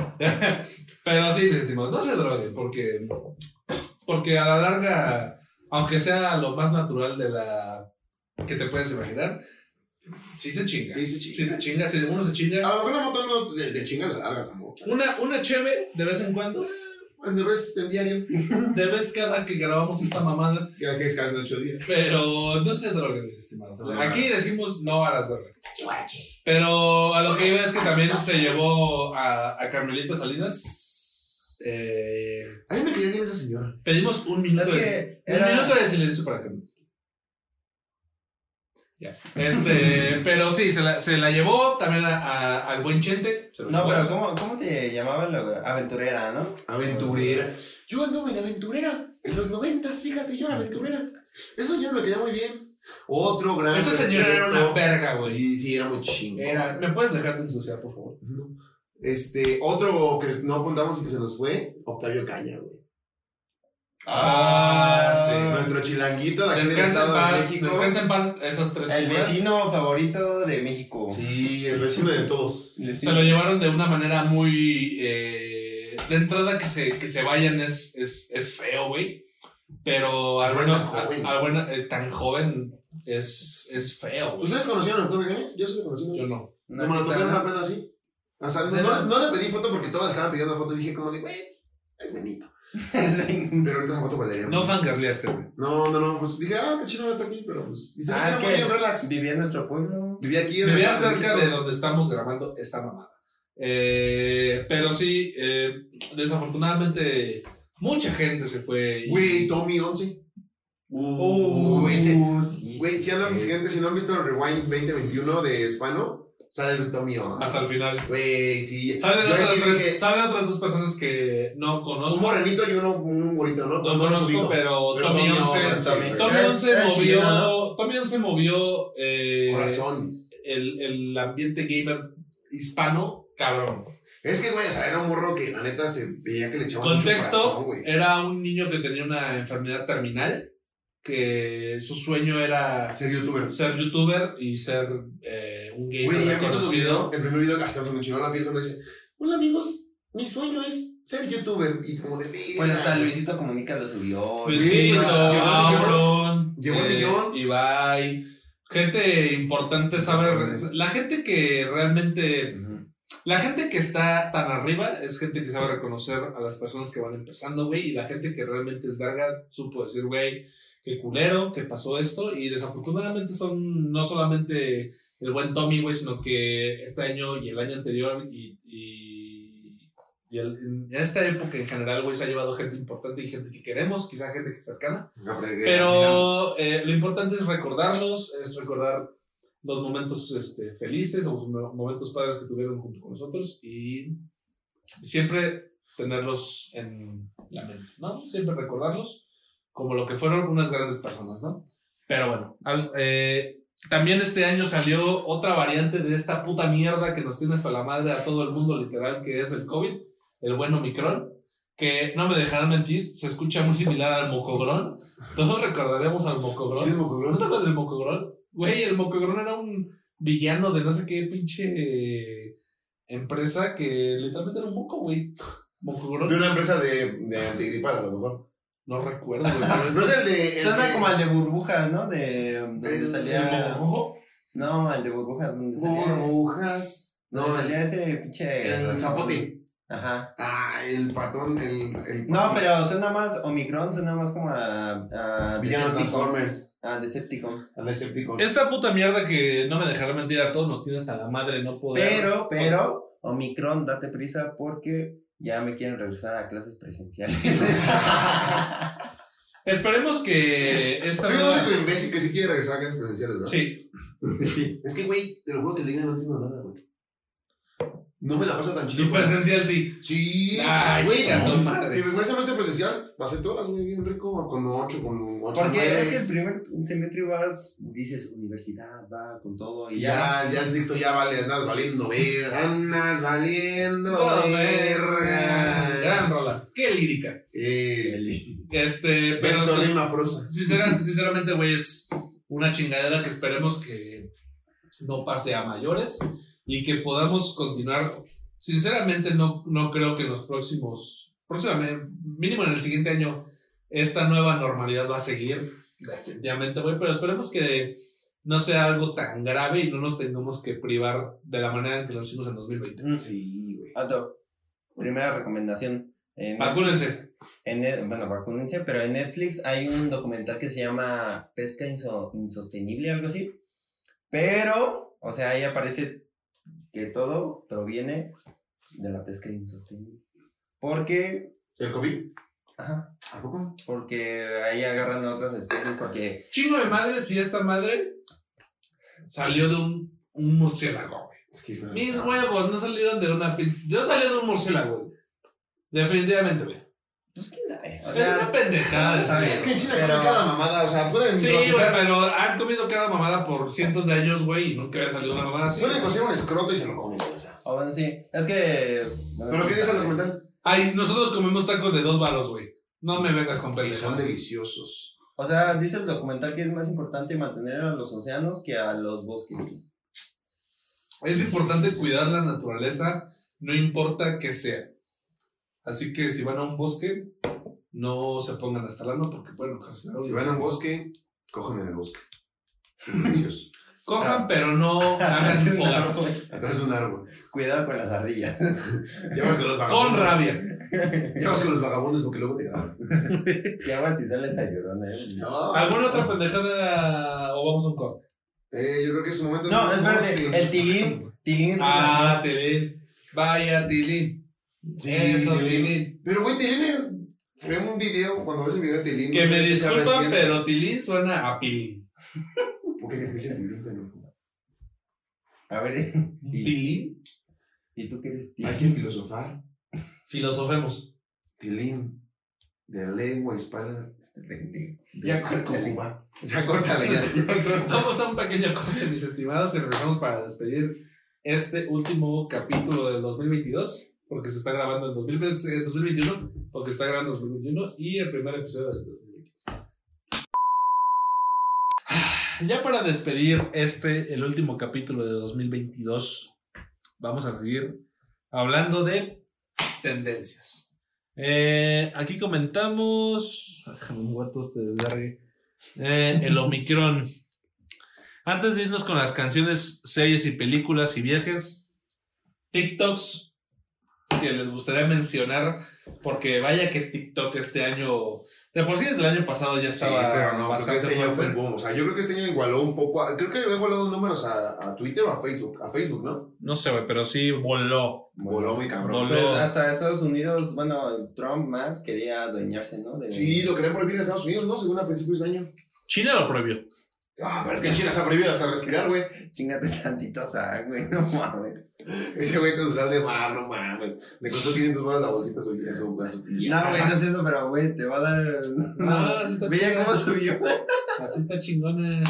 [SPEAKER 3] Pero sí les decimos, no se droguen, porque, porque a la larga, aunque sea lo más natural de la que te puedes imaginar, sí se chinga.
[SPEAKER 2] Sí, sí,
[SPEAKER 3] Sí
[SPEAKER 2] chiquito.
[SPEAKER 3] te chinga, sí, uno se
[SPEAKER 2] A
[SPEAKER 3] chinga.
[SPEAKER 2] lo mejor la moto no de, de chinga la larga, la moto.
[SPEAKER 3] Una, una cheve de vez en cuando,
[SPEAKER 2] Bueno, ves en diario,
[SPEAKER 3] de vez cada que grabamos esta mamada,
[SPEAKER 2] ya que es cada ocho días.
[SPEAKER 3] pero no se droguen, mis estimados.
[SPEAKER 2] No.
[SPEAKER 3] Aquí decimos no a las drogas. Pero a lo que iba es que también se llevó a, a Carmelita Salinas. Eh,
[SPEAKER 2] A mí me caía bien esa señora.
[SPEAKER 3] pedimos un minuto,
[SPEAKER 4] Es
[SPEAKER 3] de,
[SPEAKER 4] que
[SPEAKER 3] un
[SPEAKER 4] era.
[SPEAKER 3] minuto de silencio para Carmelita. Ya. Este, pero sí, se la, se la llevó también a- a- al buen Chente. se lo
[SPEAKER 4] No,
[SPEAKER 3] llevó.
[SPEAKER 4] pero ¿cómo, cómo te llamaban la aventurera, no?
[SPEAKER 2] Aventurera. Yo andaba en aventurera en los noventas, fíjate,
[SPEAKER 3] Ah,
[SPEAKER 2] yo era aventurera. Esa señora me caía muy bien. Otro gran.
[SPEAKER 3] Esa señora era
[SPEAKER 2] respeto.
[SPEAKER 3] una verga, güey.
[SPEAKER 2] Sí, sí, era muy chingo.
[SPEAKER 3] Era, ¿Me puedes dejar de ensuciar, por favor?
[SPEAKER 2] Este, otro que no apuntamos y que se nos fue, Octavio Caña, güey.
[SPEAKER 3] Ah, sí.
[SPEAKER 2] Nuestro chilanguito de aquí del
[SPEAKER 3] Descansa en
[SPEAKER 2] Estado de
[SPEAKER 3] paz,
[SPEAKER 2] México.
[SPEAKER 3] descansa en paz esas tres
[SPEAKER 4] El
[SPEAKER 3] figuras.
[SPEAKER 4] vecino favorito de México.
[SPEAKER 2] Sí, el vecino de todos.
[SPEAKER 3] Se lo llevaron de una manera muy. eh, de entrada, que se, que se vayan es, es, es feo, güey. Pero al
[SPEAKER 2] Se
[SPEAKER 3] bueno,
[SPEAKER 2] vayan tan
[SPEAKER 3] al- al bueno, eh, tan joven, es, es feo. güey.
[SPEAKER 2] ¿Ustedes conocieron a Toby Gay? Yo sí lo conocí.
[SPEAKER 3] Yo no.
[SPEAKER 2] No, me lo tocaron una peda así. O sea,
[SPEAKER 4] Sí,
[SPEAKER 2] no,
[SPEAKER 4] no.
[SPEAKER 2] no le pedí foto porque todas estaban pidiendo foto y dije como de, güey, es Benito.
[SPEAKER 4] Es bien-
[SPEAKER 2] Pero ahorita esa foto valería.
[SPEAKER 3] No
[SPEAKER 2] mucho.
[SPEAKER 3] fangarleaste, güey.
[SPEAKER 2] No, no, no. Pues dije, ah, qué chido está aquí, pero pues. Y se me
[SPEAKER 4] Ah,
[SPEAKER 2] quedó
[SPEAKER 4] es
[SPEAKER 2] muy
[SPEAKER 4] que-
[SPEAKER 2] bien, relax.
[SPEAKER 4] Vivía en nuestro pueblo.
[SPEAKER 2] Vivía aquí en
[SPEAKER 3] Vivía
[SPEAKER 2] el-
[SPEAKER 3] cerca de donde estamos grabando esta mamada. Eh, pero sí, eh, desafortunadamente, mucha gente se fue. y-
[SPEAKER 2] Güey, Tommy 11.
[SPEAKER 3] Uh,
[SPEAKER 2] Uy, ese-
[SPEAKER 4] sí,
[SPEAKER 2] Güey, si, andan,
[SPEAKER 4] sí.
[SPEAKER 2] gente, si no han visto Rewind 2021 de Hispano, sale el Tommy 11.
[SPEAKER 3] hasta el final.
[SPEAKER 2] Güey, sí.
[SPEAKER 3] Salen
[SPEAKER 2] Yo ahí
[SPEAKER 3] otras,
[SPEAKER 2] sí
[SPEAKER 3] tres-
[SPEAKER 2] dije,
[SPEAKER 3] salen otras dos personas que no
[SPEAKER 2] un
[SPEAKER 3] conozco.
[SPEAKER 2] morenito y uno, un bonito, ¿no?
[SPEAKER 3] No,
[SPEAKER 2] los
[SPEAKER 3] conozco,
[SPEAKER 2] ubico.
[SPEAKER 3] pero,
[SPEAKER 2] Pero
[SPEAKER 3] Tommy
[SPEAKER 2] Tommy
[SPEAKER 3] Once-
[SPEAKER 2] Once,
[SPEAKER 4] Tommy.
[SPEAKER 2] güey.
[SPEAKER 3] Tommy
[SPEAKER 4] Era-
[SPEAKER 3] Once
[SPEAKER 4] era
[SPEAKER 3] movió,
[SPEAKER 4] chileno, ¿no?
[SPEAKER 3] Tommy Once movió eh,
[SPEAKER 2] Corazones.
[SPEAKER 3] el, el ambiente gamer hispano, cabrón.
[SPEAKER 2] Es que, güey, o sea, era un morro que la neta se veía que le echaba
[SPEAKER 3] Contexto,
[SPEAKER 2] mucho corazón, güey.
[SPEAKER 3] Era un niño que tenía una enfermedad terminal, que su sueño era
[SPEAKER 2] Ser youtuber.
[SPEAKER 3] ser youtuber y ser eh, un gamer
[SPEAKER 2] Güey, ¿ya viste su video?
[SPEAKER 3] reconocido.
[SPEAKER 2] El primer video que hasta me chingó la piel cuando dice, hola amigos, mi sueño es ser youtuber. Y como de...
[SPEAKER 4] Pues hasta
[SPEAKER 2] verga, güey.
[SPEAKER 4] Luisito Comunica lo subió.
[SPEAKER 3] Luisito,
[SPEAKER 2] Güey, llegó el
[SPEAKER 3] Pues Auron, eh,
[SPEAKER 2] Llegó el millón.
[SPEAKER 3] Ibai, gente importante sabe, la gente que realmente,
[SPEAKER 4] Ujú.
[SPEAKER 3] la gente que está tan arriba es gente que sabe reconocer a las personas que van empezando, güey, y la gente que realmente es verga supo decir, güey, qué culero, que pasó esto, y desafortunadamente son no solamente el buen Tommy, güey, sino que este año y el año anterior y... y- y el- en esta época en general, güey, se ha llevado gente importante y gente que queremos, quizá gente cercana,
[SPEAKER 2] No, pero-
[SPEAKER 3] pero eh, lo importante es recordarlos, es recordar los momentos este, felices o los mo- momentos padres que tuvieron junto con nosotros y siempre tenerlos en la mente, ¿no? Siempre recordarlos como lo que fueron unas grandes personas, ¿no? Pero bueno, al- eh, también este año salió otra variante de esta puta mierda que nos tiene hasta la madre a todo el mundo literal, que es el COVID, el buen Omicron, que no me dejarán mentir, se escucha muy similar al mocogrón. Todos recordaremos al
[SPEAKER 2] ¿Quién es
[SPEAKER 3] mocogrón. ¿No
[SPEAKER 2] Mocogrón?
[SPEAKER 3] te acuerdas del mocogrón? Güey, el mocogrón era un villano de no sé qué pinche empresa que literalmente era un moco, güey. Mocogrón.
[SPEAKER 2] De una empresa de, de antigripal, a lo mejor.
[SPEAKER 3] No recuerdo, güey. pero este
[SPEAKER 2] No
[SPEAKER 3] es-
[SPEAKER 2] es el de... el
[SPEAKER 4] Pues Suena
[SPEAKER 2] que-
[SPEAKER 4] como al de burbuja, ¿no? De donde
[SPEAKER 2] El-
[SPEAKER 4] salía.
[SPEAKER 3] Mocojo.
[SPEAKER 4] No, al de burbuja, donde salía.
[SPEAKER 2] Burbujas.
[SPEAKER 4] Donde
[SPEAKER 2] No, el,
[SPEAKER 4] salía ese pinche.
[SPEAKER 2] el zapote.
[SPEAKER 4] Ajá.
[SPEAKER 2] Ah, el patón, el... el
[SPEAKER 4] No, pero suena más Omicron, suena más como a, a
[SPEAKER 2] Villano
[SPEAKER 4] Decepticon.
[SPEAKER 2] Transformers.
[SPEAKER 4] A Decepticon.
[SPEAKER 2] El Decepticon.
[SPEAKER 3] Esta puta mierda que no me dejará mentir a todos nos tiene hasta la madre no poder.
[SPEAKER 4] Pero, pero, Omicron, date prisa porque ya me quieren regresar a clases presenciales.
[SPEAKER 3] Esperemos que esta
[SPEAKER 2] Soy el
[SPEAKER 3] nueva-
[SPEAKER 2] único imbécil que sí quiere regresar a clases presenciales, ¿verdad?
[SPEAKER 3] Sí,
[SPEAKER 2] Es que, güey, te lo juro que el dinero no entiendo nada, güey. No me la paso tan chido.
[SPEAKER 3] tu presencial sí.
[SPEAKER 2] Sí.
[SPEAKER 3] Ay,
[SPEAKER 2] güey,
[SPEAKER 3] chica, tu
[SPEAKER 2] no. Mi
[SPEAKER 3] madre.
[SPEAKER 2] primer semestre presencial pasé todas, güey, bien rico, con ocho, con ocho.
[SPEAKER 4] Porque es que el
[SPEAKER 2] nueves.
[SPEAKER 4] primer semestre vas, dices universidad, va con todo y ya.
[SPEAKER 2] Ya, ya el sexto ya vale, andas valiendo verga. Andas valiendo
[SPEAKER 3] No, verga. Gran
[SPEAKER 2] verga.
[SPEAKER 3] rola. Qué lírica.
[SPEAKER 2] Eh,
[SPEAKER 3] Este, pero.
[SPEAKER 2] verso, rima, prosa.
[SPEAKER 3] Sincera- sinceramente, güey, es una chingadera que esperemos que no pase a mayores y que podamos continuar. Sinceramente, no, no creo que en los próximos, próximamente, mínimo en el siguiente año, esta nueva normalidad va a seguir, definitivamente, güey, pero esperemos que no sea algo tan grave y no nos tengamos que privar de la manera en que lo hicimos en 2020.
[SPEAKER 4] Mm.
[SPEAKER 2] Sí, güey.
[SPEAKER 4] Otto, primera recomendación. En
[SPEAKER 3] Vacúnense.
[SPEAKER 4] en Net- bueno, vacúnense, pero en Netflix hay un documental que se llama Pesca Inso- Insostenible, algo así. Pero, o sea, ahí aparece que todo proviene de la pesca insostenible. Porque,
[SPEAKER 2] ¿El COVID?
[SPEAKER 4] ajá,
[SPEAKER 2] ¿A poco?
[SPEAKER 4] porque ahí agarran a otras especies porque...
[SPEAKER 3] Chingo de madre, si esta madre salió de un, un murciélago, güey.
[SPEAKER 2] Es que está.
[SPEAKER 3] Mis huevos no salieron de una pin... Yo salí de un murciélago. güey. Definitivamente, güey.
[SPEAKER 4] Pues quién sabe. O
[SPEAKER 3] O sea, es una
[SPEAKER 4] sea,
[SPEAKER 3] pendejada. esa
[SPEAKER 4] ¿sabes?
[SPEAKER 2] Es que en China
[SPEAKER 4] Pero-
[SPEAKER 2] comen cada mamada, o sea, pueden.
[SPEAKER 3] Sí, güey,
[SPEAKER 2] procesar-
[SPEAKER 3] pero han comido cada mamada por cientos de años, güey, y nunca había salido una mamada así.
[SPEAKER 2] Pueden coser un escroto y se lo comen, o sea.
[SPEAKER 4] o bueno, sí, es que... bueno,
[SPEAKER 2] ¿Pero qué
[SPEAKER 4] pues,
[SPEAKER 2] dice el documental?
[SPEAKER 3] Ay, nosotros comemos tacos de dos varos, güey. No me vengas con
[SPEAKER 2] Que son
[SPEAKER 3] pendejadas.
[SPEAKER 2] deliciosos.
[SPEAKER 4] O sea, dice el documental que es más importante mantener a los océanos que a los bosques.
[SPEAKER 3] Es importante cuidar la naturaleza, no importa que sea. Así que si van a un bosque, no se pongan hasta la mano porque pueden ocasionar un
[SPEAKER 2] Si van a un
[SPEAKER 3] incendio.
[SPEAKER 2] bosque, cojan en el bosque. Delicios. ah,
[SPEAKER 3] Cojan, pero no hagan
[SPEAKER 4] Es un
[SPEAKER 3] fogatas.
[SPEAKER 2] Atrás de un árbol.
[SPEAKER 4] pues, Cuidado con las ardillas.
[SPEAKER 2] Ya vas con los
[SPEAKER 3] Con
[SPEAKER 2] vagabundos.
[SPEAKER 3] rabia.
[SPEAKER 2] Ya vas con los vagabundos porque luego te graban.
[SPEAKER 4] ¿Qué aguas si sale la llorona? eh?
[SPEAKER 2] No.
[SPEAKER 3] ¿Alguna otra pendejada o vamos a un corte?
[SPEAKER 2] Eh, yo creo que es un momento. de-
[SPEAKER 4] No, espérate. El tilín. Tilín.
[SPEAKER 3] Ah, Tilín. Vaya, Tilín.
[SPEAKER 2] Sí,
[SPEAKER 3] Eso,
[SPEAKER 2] Tilín.
[SPEAKER 3] Tilín.
[SPEAKER 2] Pero, güey, Tilín, se ve un video, cuando ves el video de Tilín.
[SPEAKER 3] Que me disculpan,
[SPEAKER 2] recién-
[SPEAKER 3] pero Tilín suena a Pilín.
[SPEAKER 2] ¿Por qué crees que dicen Tilín, pendejo?
[SPEAKER 4] A ver,
[SPEAKER 3] ¿Tilín?
[SPEAKER 4] ¿y tú qué eres
[SPEAKER 2] Hay que filosofar.
[SPEAKER 3] Filosofemos.
[SPEAKER 2] Tilín, de lengua hispana.
[SPEAKER 4] Este pendejo.
[SPEAKER 2] de
[SPEAKER 4] Ya córtale.
[SPEAKER 2] Cuba. Ya córtale, ya.
[SPEAKER 3] Vamos a un pequeño corte, mis estimados, y regresamos para despedir este último capítulo del 2022, porque se está grabando en 2020, eh, 2021, porque está grabando en 2021 y el primer episodio del 2022. Ya para despedir este, el último capítulo de 2022, vamos a seguir hablando de tendencias. Eh, aquí comentamos. ah, Déjame mover todo este desvergue. Eh, el Omicron. Antes de irnos con las canciones, series y películas y viajes, TikToks que les gustaría mencionar, porque vaya que TikTok este año, de por sí desde el año pasado ya
[SPEAKER 2] Sí,
[SPEAKER 3] estaba
[SPEAKER 2] pero no, porque
[SPEAKER 3] bastante
[SPEAKER 2] este año fue el
[SPEAKER 3] fuerte.
[SPEAKER 2] boom. O sea, yo creo que este año igualó un poco. a- creo que había igualado números a, a Twitter o a Facebook. A Facebook, ¿no?
[SPEAKER 3] No sé, güey, pero sí voló.
[SPEAKER 2] Voló muy cabrón.
[SPEAKER 3] Voló.
[SPEAKER 4] Pero hasta Estados Unidos, bueno, Trump más quería adueñarse, ¿no? De-
[SPEAKER 2] Sí, lo querían prohibir en Estados Unidos, ¿no? Según a principios de año.
[SPEAKER 3] China lo prohibió.
[SPEAKER 2] Ah, pero es que en China está prohibido hasta respirar, güey.
[SPEAKER 4] Chingate tantito, sal, güey, no mames.
[SPEAKER 2] Ese güey con su sal de mar, no mames. Me costó 500 balas la bolsita suya, su brazo.
[SPEAKER 4] No, güey, no es eso, pero, güey, te va a dar.
[SPEAKER 3] No, así está
[SPEAKER 4] Veía
[SPEAKER 3] chingona.
[SPEAKER 4] cómo subió.
[SPEAKER 3] Así está chingona.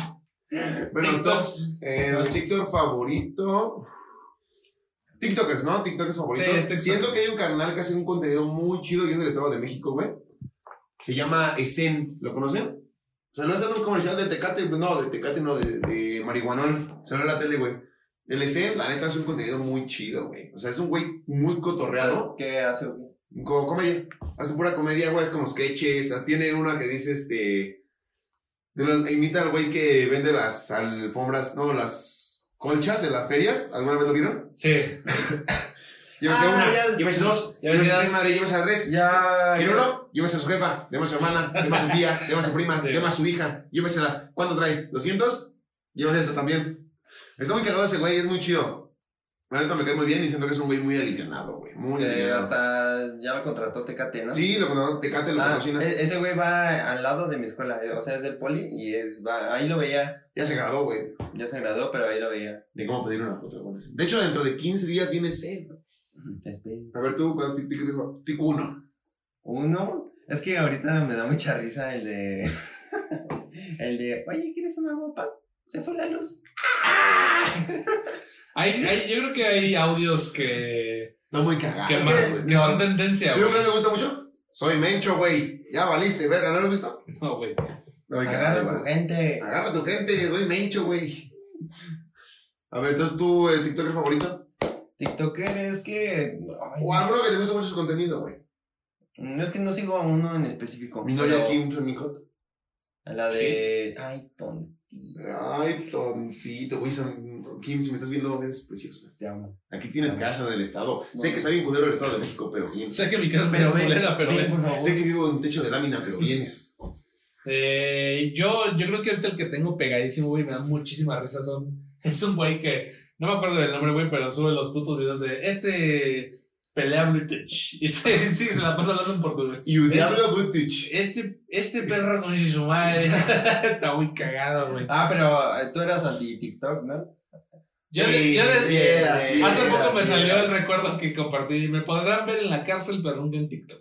[SPEAKER 2] Bueno, entonces,
[SPEAKER 3] TikToks.
[SPEAKER 2] eh, mi TikTok favorito. TikTokers, ¿no? TikTokers favoritos.
[SPEAKER 3] Sí, TikTok.
[SPEAKER 2] Siento que hay un canal que hace un contenido muy chido y es del Estado de México, güey. Se llama Esen, ¿lo conocen? O sea, lo hacen en un comercial de Tecate, no, de Tecate, no, de, de Marihuanol. Se ve en la tele, güey. El Esen, la neta, hace un contenido muy chido, güey. O sea, es un güey muy cotorreado.
[SPEAKER 4] ¿Qué hace, güey?
[SPEAKER 2] Como comedia. Hace pura comedia, güey. Es como sketches. as- Tiene una que dice este. de los- imita al güey que vende las alfombras, no, las colchas de las ferias. ¿Alguna vez lo vieron?
[SPEAKER 3] Sí.
[SPEAKER 2] Llévese
[SPEAKER 4] Ah,
[SPEAKER 2] una,
[SPEAKER 4] ya.
[SPEAKER 2] llévese dos,
[SPEAKER 3] Ya
[SPEAKER 2] llévese
[SPEAKER 3] ves.
[SPEAKER 2] tres, madre, llévese a tres.
[SPEAKER 4] Ya.
[SPEAKER 2] ¿Quiere uno? Llévese a su jefa, llévese a su hermana, llévese a su tía, llévese a su prima,
[SPEAKER 3] Sí.
[SPEAKER 2] llévese a su hija, llévesela. ¿Cuánto trae? ¿200? Llévese esta también. Está muy cagado ese güey, es muy chido. La neta me cae muy bien y siento que es un güey muy alivianado, güey. Muy
[SPEAKER 4] Eh,
[SPEAKER 2] alivianado.
[SPEAKER 4] hasta ya lo contrató Tecate, ¿no?
[SPEAKER 2] Sí, lo conozco, Tecate lo
[SPEAKER 4] Ah,
[SPEAKER 2] patrocina.
[SPEAKER 4] e- ese güey va al lado de mi escuela, eh, o sea, es del poli y es, va, ahí lo veía,
[SPEAKER 2] Ya se graduó, güey.
[SPEAKER 4] ya se graduó, pero ahí lo veía.
[SPEAKER 2] De cómo pedir una foto con ese. De hecho, dentro de 15 días viene C.
[SPEAKER 4] Espera.
[SPEAKER 2] A ver, tú, ¿cuál tic- tic- tic- tic uno?
[SPEAKER 4] Uno, es que ahorita me da mucha risa el de, el de, oye, ¿quieres una guapa? Se fue la luz.
[SPEAKER 3] Hay, hay- yo creo que hay audios que,
[SPEAKER 2] Está muy cagado.
[SPEAKER 3] que,
[SPEAKER 2] Es
[SPEAKER 3] mar-
[SPEAKER 2] güey.
[SPEAKER 3] que son tendencia,
[SPEAKER 2] ¿Digo que no
[SPEAKER 3] güey.
[SPEAKER 2] me gusta mucho? Soy Mencho, güey. Ya valiste, verga, ¿no lo has visto?
[SPEAKER 3] No, güey.
[SPEAKER 2] Está muy cagado,
[SPEAKER 4] Agarra tu
[SPEAKER 2] güey.
[SPEAKER 4] gente.
[SPEAKER 2] Agarra a tu gente, soy Mencho, güey. A ver, entonces tú, el TikToker favorito.
[SPEAKER 4] TikToker es que, ay,
[SPEAKER 2] O alguno que te gusta mucho su contenido, güey.
[SPEAKER 4] no es que no sigo a uno en específico.
[SPEAKER 2] Mi novia
[SPEAKER 4] pero
[SPEAKER 2] Kim Sonijot.
[SPEAKER 4] a La de, ay, tontito,
[SPEAKER 2] Ay, tontito, güey. son- Kim, si me estás viendo, eres preciosa.
[SPEAKER 4] te amo.
[SPEAKER 2] Aquí tienes
[SPEAKER 4] Ah.
[SPEAKER 2] casa del Estado. Sé
[SPEAKER 4] No.
[SPEAKER 2] que está bien culero el Estado de México, pero bien.
[SPEAKER 3] Sé que mi casa es muy
[SPEAKER 4] ven,
[SPEAKER 3] culera, pero
[SPEAKER 4] ven,
[SPEAKER 3] ven.
[SPEAKER 4] por favor.
[SPEAKER 2] Sé que vivo en un techo de lámina, pero vienes.
[SPEAKER 3] Eh, yo, yo creo que ahorita el que tengo pegadísimo, güey, me da muchísima risa. Son, es un güey que, no me acuerdo del nombre, güey, pero sube los putos videos de este pelea British. Y se, sí, se la pasa hablando en portugués.
[SPEAKER 2] Y un diablo Butich.
[SPEAKER 3] Este, este perro con su madre está muy cagado, güey.
[SPEAKER 4] Ah, pero eh, tú eras anti-TikTok, ¿no?
[SPEAKER 3] Yo,
[SPEAKER 2] Sí,
[SPEAKER 3] yo
[SPEAKER 2] sí,
[SPEAKER 3] desde,
[SPEAKER 2] era, sí,
[SPEAKER 3] Hace
[SPEAKER 2] era,
[SPEAKER 3] poco me
[SPEAKER 2] sí,
[SPEAKER 3] salió
[SPEAKER 2] era.
[SPEAKER 3] el recuerdo que compartí. Me podrán ver en la cárcel, pero nunca en TikTok.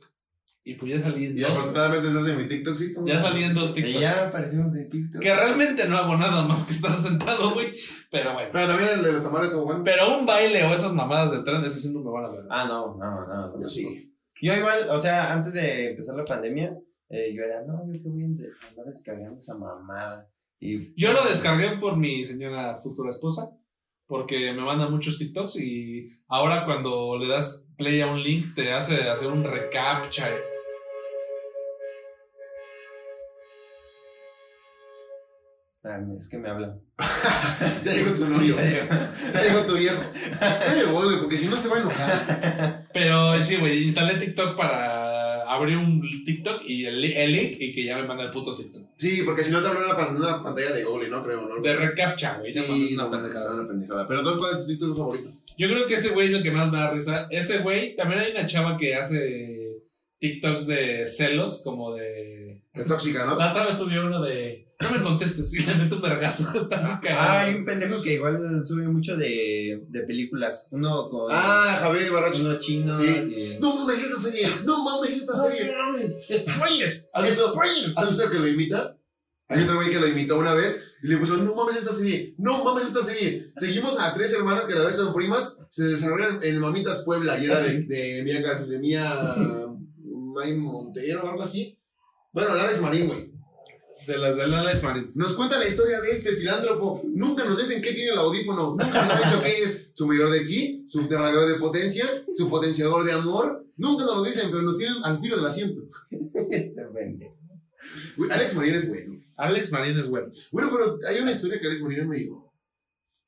[SPEAKER 3] Y pues ya salí en
[SPEAKER 2] Y
[SPEAKER 3] dos.
[SPEAKER 2] afortunadamente estás en mi TikTok, ¿sí? pues.
[SPEAKER 3] Ya salí en dos
[SPEAKER 4] Que
[SPEAKER 3] TikToks.
[SPEAKER 4] ya aparecimos en TikTok.
[SPEAKER 3] Que realmente no hago nada más que estar sentado, güey. Pero bueno.
[SPEAKER 2] Pero también el de los tamales como bueno.
[SPEAKER 3] Pero un baile o esas mamadas de tren, eso sí no me van a ver.
[SPEAKER 4] Ah, no, no, no.
[SPEAKER 2] Yo sí.
[SPEAKER 4] Yo igual, o sea, antes de empezar la pandemia, eh, yo era, no, yo que voy a inde- andar descargando esa mamada. Y
[SPEAKER 3] Yo lo descargué por mi señora futura esposa, porque me manda muchos TikToks y ahora cuando le das play a un link te hace hacer un recaptcha.
[SPEAKER 4] Ah, es que me habla.
[SPEAKER 2] Ya llegó tu novio. Ya llegó tu viejo. Ya me voy, güey, porque si no se va a enojar.
[SPEAKER 3] Pero sí, güey, instalé TikTok para abrir un TikTok y el, li- el link y que ya me manda el puto TikTok.
[SPEAKER 2] Sí, porque si no te hablan una, pan- una pantalla de Google, ¿no? Creo, ¿no?
[SPEAKER 3] De recaptcha, güey. no mames,
[SPEAKER 2] Sí,
[SPEAKER 3] una
[SPEAKER 2] no, una
[SPEAKER 3] pendejada.
[SPEAKER 2] pendejada, una pendejada. Pero entonces, ¿cuál es tu título favorito?
[SPEAKER 3] Yo creo que ese güey es el que más me da risa. Ese güey, también hay una chava que hace TikToks de celos, como de.
[SPEAKER 2] De tóxica, ¿no?
[SPEAKER 3] La otra vez subió uno de. No me contestes, y le meto un vergazo. Está muy
[SPEAKER 4] Ah,
[SPEAKER 3] cagado.
[SPEAKER 4] hay un pendejo que igual sube mucho de, de películas. Uno con
[SPEAKER 2] Ah, Javier Ibarracho.
[SPEAKER 4] uno chino.
[SPEAKER 2] Sí. No mames esta serie. No mames esta serie.
[SPEAKER 4] ¡Spoilers!
[SPEAKER 2] ¿Has visto, ¿Has visto que lo imita? Hay otro güey que lo imitó una vez y le puso, no mames esta serie, no mames esta serie. Seguimos a tres hermanas que a la vez son primas, se desarrollan en Mamitas Puebla y era de, de Mía, Gar- de Mía May Montero o algo así. Bueno, Lares Marín, güey.
[SPEAKER 3] De las de Lala Marín.
[SPEAKER 2] Nos cuenta la historia de este filántropo. Nunca nos dicen qué tiene el audífono. Nunca nos han dicho qué es su medidor de ki, su interradiador de potencia, su potenciador de amor. Nunca nos lo dicen, pero nos tienen al filo del asiento.
[SPEAKER 4] Este pendejo.
[SPEAKER 2] Güey, Alex Marín es bueno.
[SPEAKER 3] Alex Marín es bueno.
[SPEAKER 2] Bueno, pero hay una historia que Alex Marín me dijo.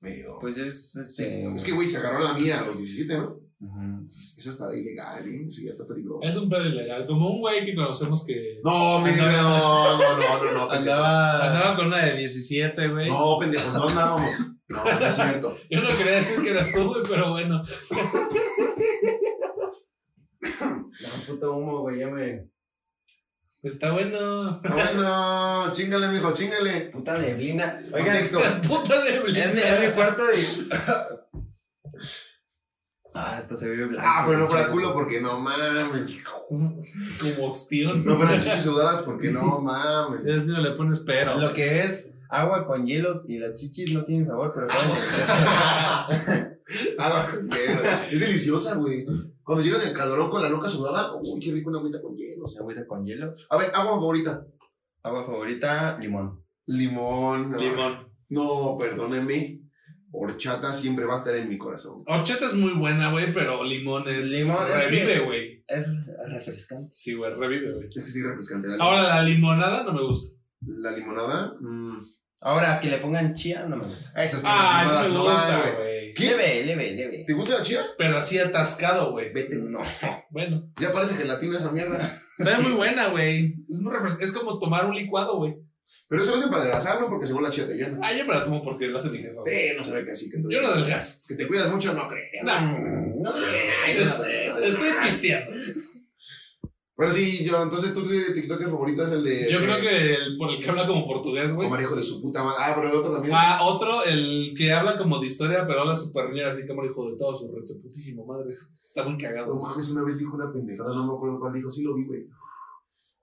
[SPEAKER 2] Me dijo.
[SPEAKER 4] Pues es este.
[SPEAKER 2] Es que, güey, se agarró la mía a los 17, ¿no?
[SPEAKER 4] Ujú.
[SPEAKER 2] Eso está ilegal, ¿eh? Eso ya está peligroso.
[SPEAKER 3] Es un pedo ilegal. Como un güey que conocemos que.
[SPEAKER 2] No, mi- no, no, no, no, no, pendejo.
[SPEAKER 4] Andaba.
[SPEAKER 3] Andaba con una de 17, güey.
[SPEAKER 2] No, pendejos, no andábamos. No, no es cierto.
[SPEAKER 3] Yo no quería decir que eras tú, güey, pero bueno.
[SPEAKER 4] No, puto humo, güey, ya me.
[SPEAKER 3] Está bueno.
[SPEAKER 2] Pero Bueno, chingale, mijo, chingale.
[SPEAKER 4] Puta neblina. Oigan,
[SPEAKER 2] Contexto.
[SPEAKER 3] Puta de
[SPEAKER 2] Ah,
[SPEAKER 4] es mi, es mi cuarto y. ah, esto se ve blanco.
[SPEAKER 2] Ah, pero no fuera culo porque no mames.
[SPEAKER 3] Como ostión.
[SPEAKER 2] No fueran chichis sudadas porque no mames.
[SPEAKER 3] Ya si no le pones pero.
[SPEAKER 4] Lo que es agua con hielos y las chichis no tienen sabor, pero saben delicioso.
[SPEAKER 2] Agua con hielo. Es deliciosa, güey. Cuando llegas del calorón con la nuca sudada, uy, qué rico una agüita con hielo. o sea.
[SPEAKER 4] Agüita con hielo.
[SPEAKER 2] A ver, agua favorita.
[SPEAKER 4] Agua favorita, limón.
[SPEAKER 2] Limón. no.
[SPEAKER 3] Limón.
[SPEAKER 2] No, perdóneme. Horchata siempre va a estar en mi corazón.
[SPEAKER 3] Horchata es muy buena, güey, pero limón es.
[SPEAKER 4] Limón es
[SPEAKER 3] revive,
[SPEAKER 4] que-
[SPEAKER 3] güey.
[SPEAKER 4] Es refrescante.
[SPEAKER 3] Sí, güey, revive, güey.
[SPEAKER 2] Es que sí, refrescante. La,
[SPEAKER 3] Ahora, la limonada no me gusta.
[SPEAKER 2] la limonada. mm.
[SPEAKER 4] Ahora, que le pongan chía, no me gusta.
[SPEAKER 2] Esas
[SPEAKER 3] Ah,
[SPEAKER 2] pinches
[SPEAKER 3] sí
[SPEAKER 2] mamadas
[SPEAKER 3] me
[SPEAKER 2] no
[SPEAKER 3] gusta,
[SPEAKER 2] van,
[SPEAKER 3] güey.
[SPEAKER 4] Leve, leve, leve.
[SPEAKER 2] ¿Te gusta la chía?
[SPEAKER 3] Pero así atascado, güey.
[SPEAKER 2] Vete.
[SPEAKER 4] No.
[SPEAKER 3] Bueno,
[SPEAKER 2] Ya parece gelatina esa mierda.
[SPEAKER 3] sabe muy buena, güey. Es muy refres- Es como tomar un licuado, güey.
[SPEAKER 2] Pero eso lo hacen para adelgazarlo porque según la chía te llena.
[SPEAKER 3] Ah, yo me la tomo porque la hace mi jefa. güey.
[SPEAKER 2] Eh, no se ve que así que tú.
[SPEAKER 3] Yo no delgazo.
[SPEAKER 2] Que te cuidas mucho, no creo.
[SPEAKER 3] Nah.
[SPEAKER 2] No sé.
[SPEAKER 3] Ay,
[SPEAKER 2] no
[SPEAKER 3] es-
[SPEAKER 2] sé, no sé.
[SPEAKER 3] Estoy pisteando.
[SPEAKER 2] Pero sí, yo, entonces tu TikTok favorito es el de.
[SPEAKER 3] Yo creo
[SPEAKER 2] eh,
[SPEAKER 3] que el, por el que habla como portugués, güey.
[SPEAKER 2] Omar, hijo de su puta madre. Ah, pero el otro también.
[SPEAKER 3] Ah, otro, el que habla como de historia, pero habla super ñera, así como el hijo de todos, su reto putísimo madre. Está muy
[SPEAKER 2] No
[SPEAKER 3] cagado.
[SPEAKER 2] mames, una vez dijo una pendejada, no me acuerdo cuál dijo, sí lo vi, güey.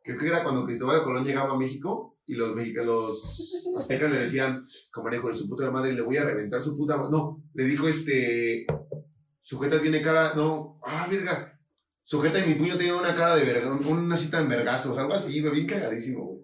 [SPEAKER 2] Creo que era cuando Cristóbal Colón llegaba a México y los, mexica- los aztecas le decían, comanejo de su puta madre, le voy a reventar su puta madre. No, le dijo este, sujeta tiene cara, no, ah, verga. Sujeta y mi puño tenía una cara de verga, una cita en vergazos, algo así, güey, bien cagadísimo, güey.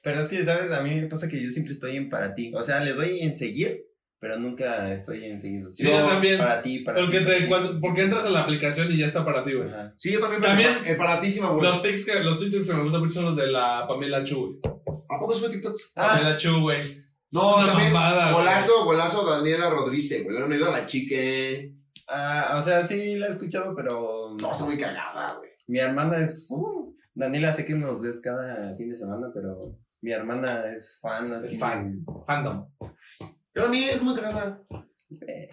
[SPEAKER 4] Pero es que, ¿sabes? A mí me pasa que yo siempre estoy en para ti. O sea, le doy en seguir, pero nunca estoy en seguido.
[SPEAKER 3] Sí, yo también.
[SPEAKER 4] Para ti, para
[SPEAKER 3] El
[SPEAKER 4] ti.
[SPEAKER 3] que
[SPEAKER 4] para
[SPEAKER 3] te,
[SPEAKER 4] ti.
[SPEAKER 3] cuando- porque entras a la aplicación y ya está para ti, güey.
[SPEAKER 4] Ajá.
[SPEAKER 2] Sí, yo también, eh, pero
[SPEAKER 3] También-
[SPEAKER 2] en paratísima, güey.
[SPEAKER 3] Los tics que, los TikToks que me gustan mucho son los de la Pamela Chu, güey.
[SPEAKER 2] ¿A poco sube TikTok?
[SPEAKER 4] Ah,
[SPEAKER 3] Pamela Chu, güey.
[SPEAKER 2] No,
[SPEAKER 3] es una
[SPEAKER 2] también,
[SPEAKER 3] mamada, güey.
[SPEAKER 2] Golazo, golazo Daniela Rodríguez, güey, le han oído a la chique.
[SPEAKER 4] ah, o sea, sí la he escuchado, pero
[SPEAKER 2] No, está muy cagada, güey.
[SPEAKER 4] mi hermana es... uh, Daniela, sé que nos ves cada fin de semana, pero mi hermana es fan. Así,
[SPEAKER 3] Es fan. Fandom.
[SPEAKER 2] Pero a mí es muy cagada.
[SPEAKER 4] Eh,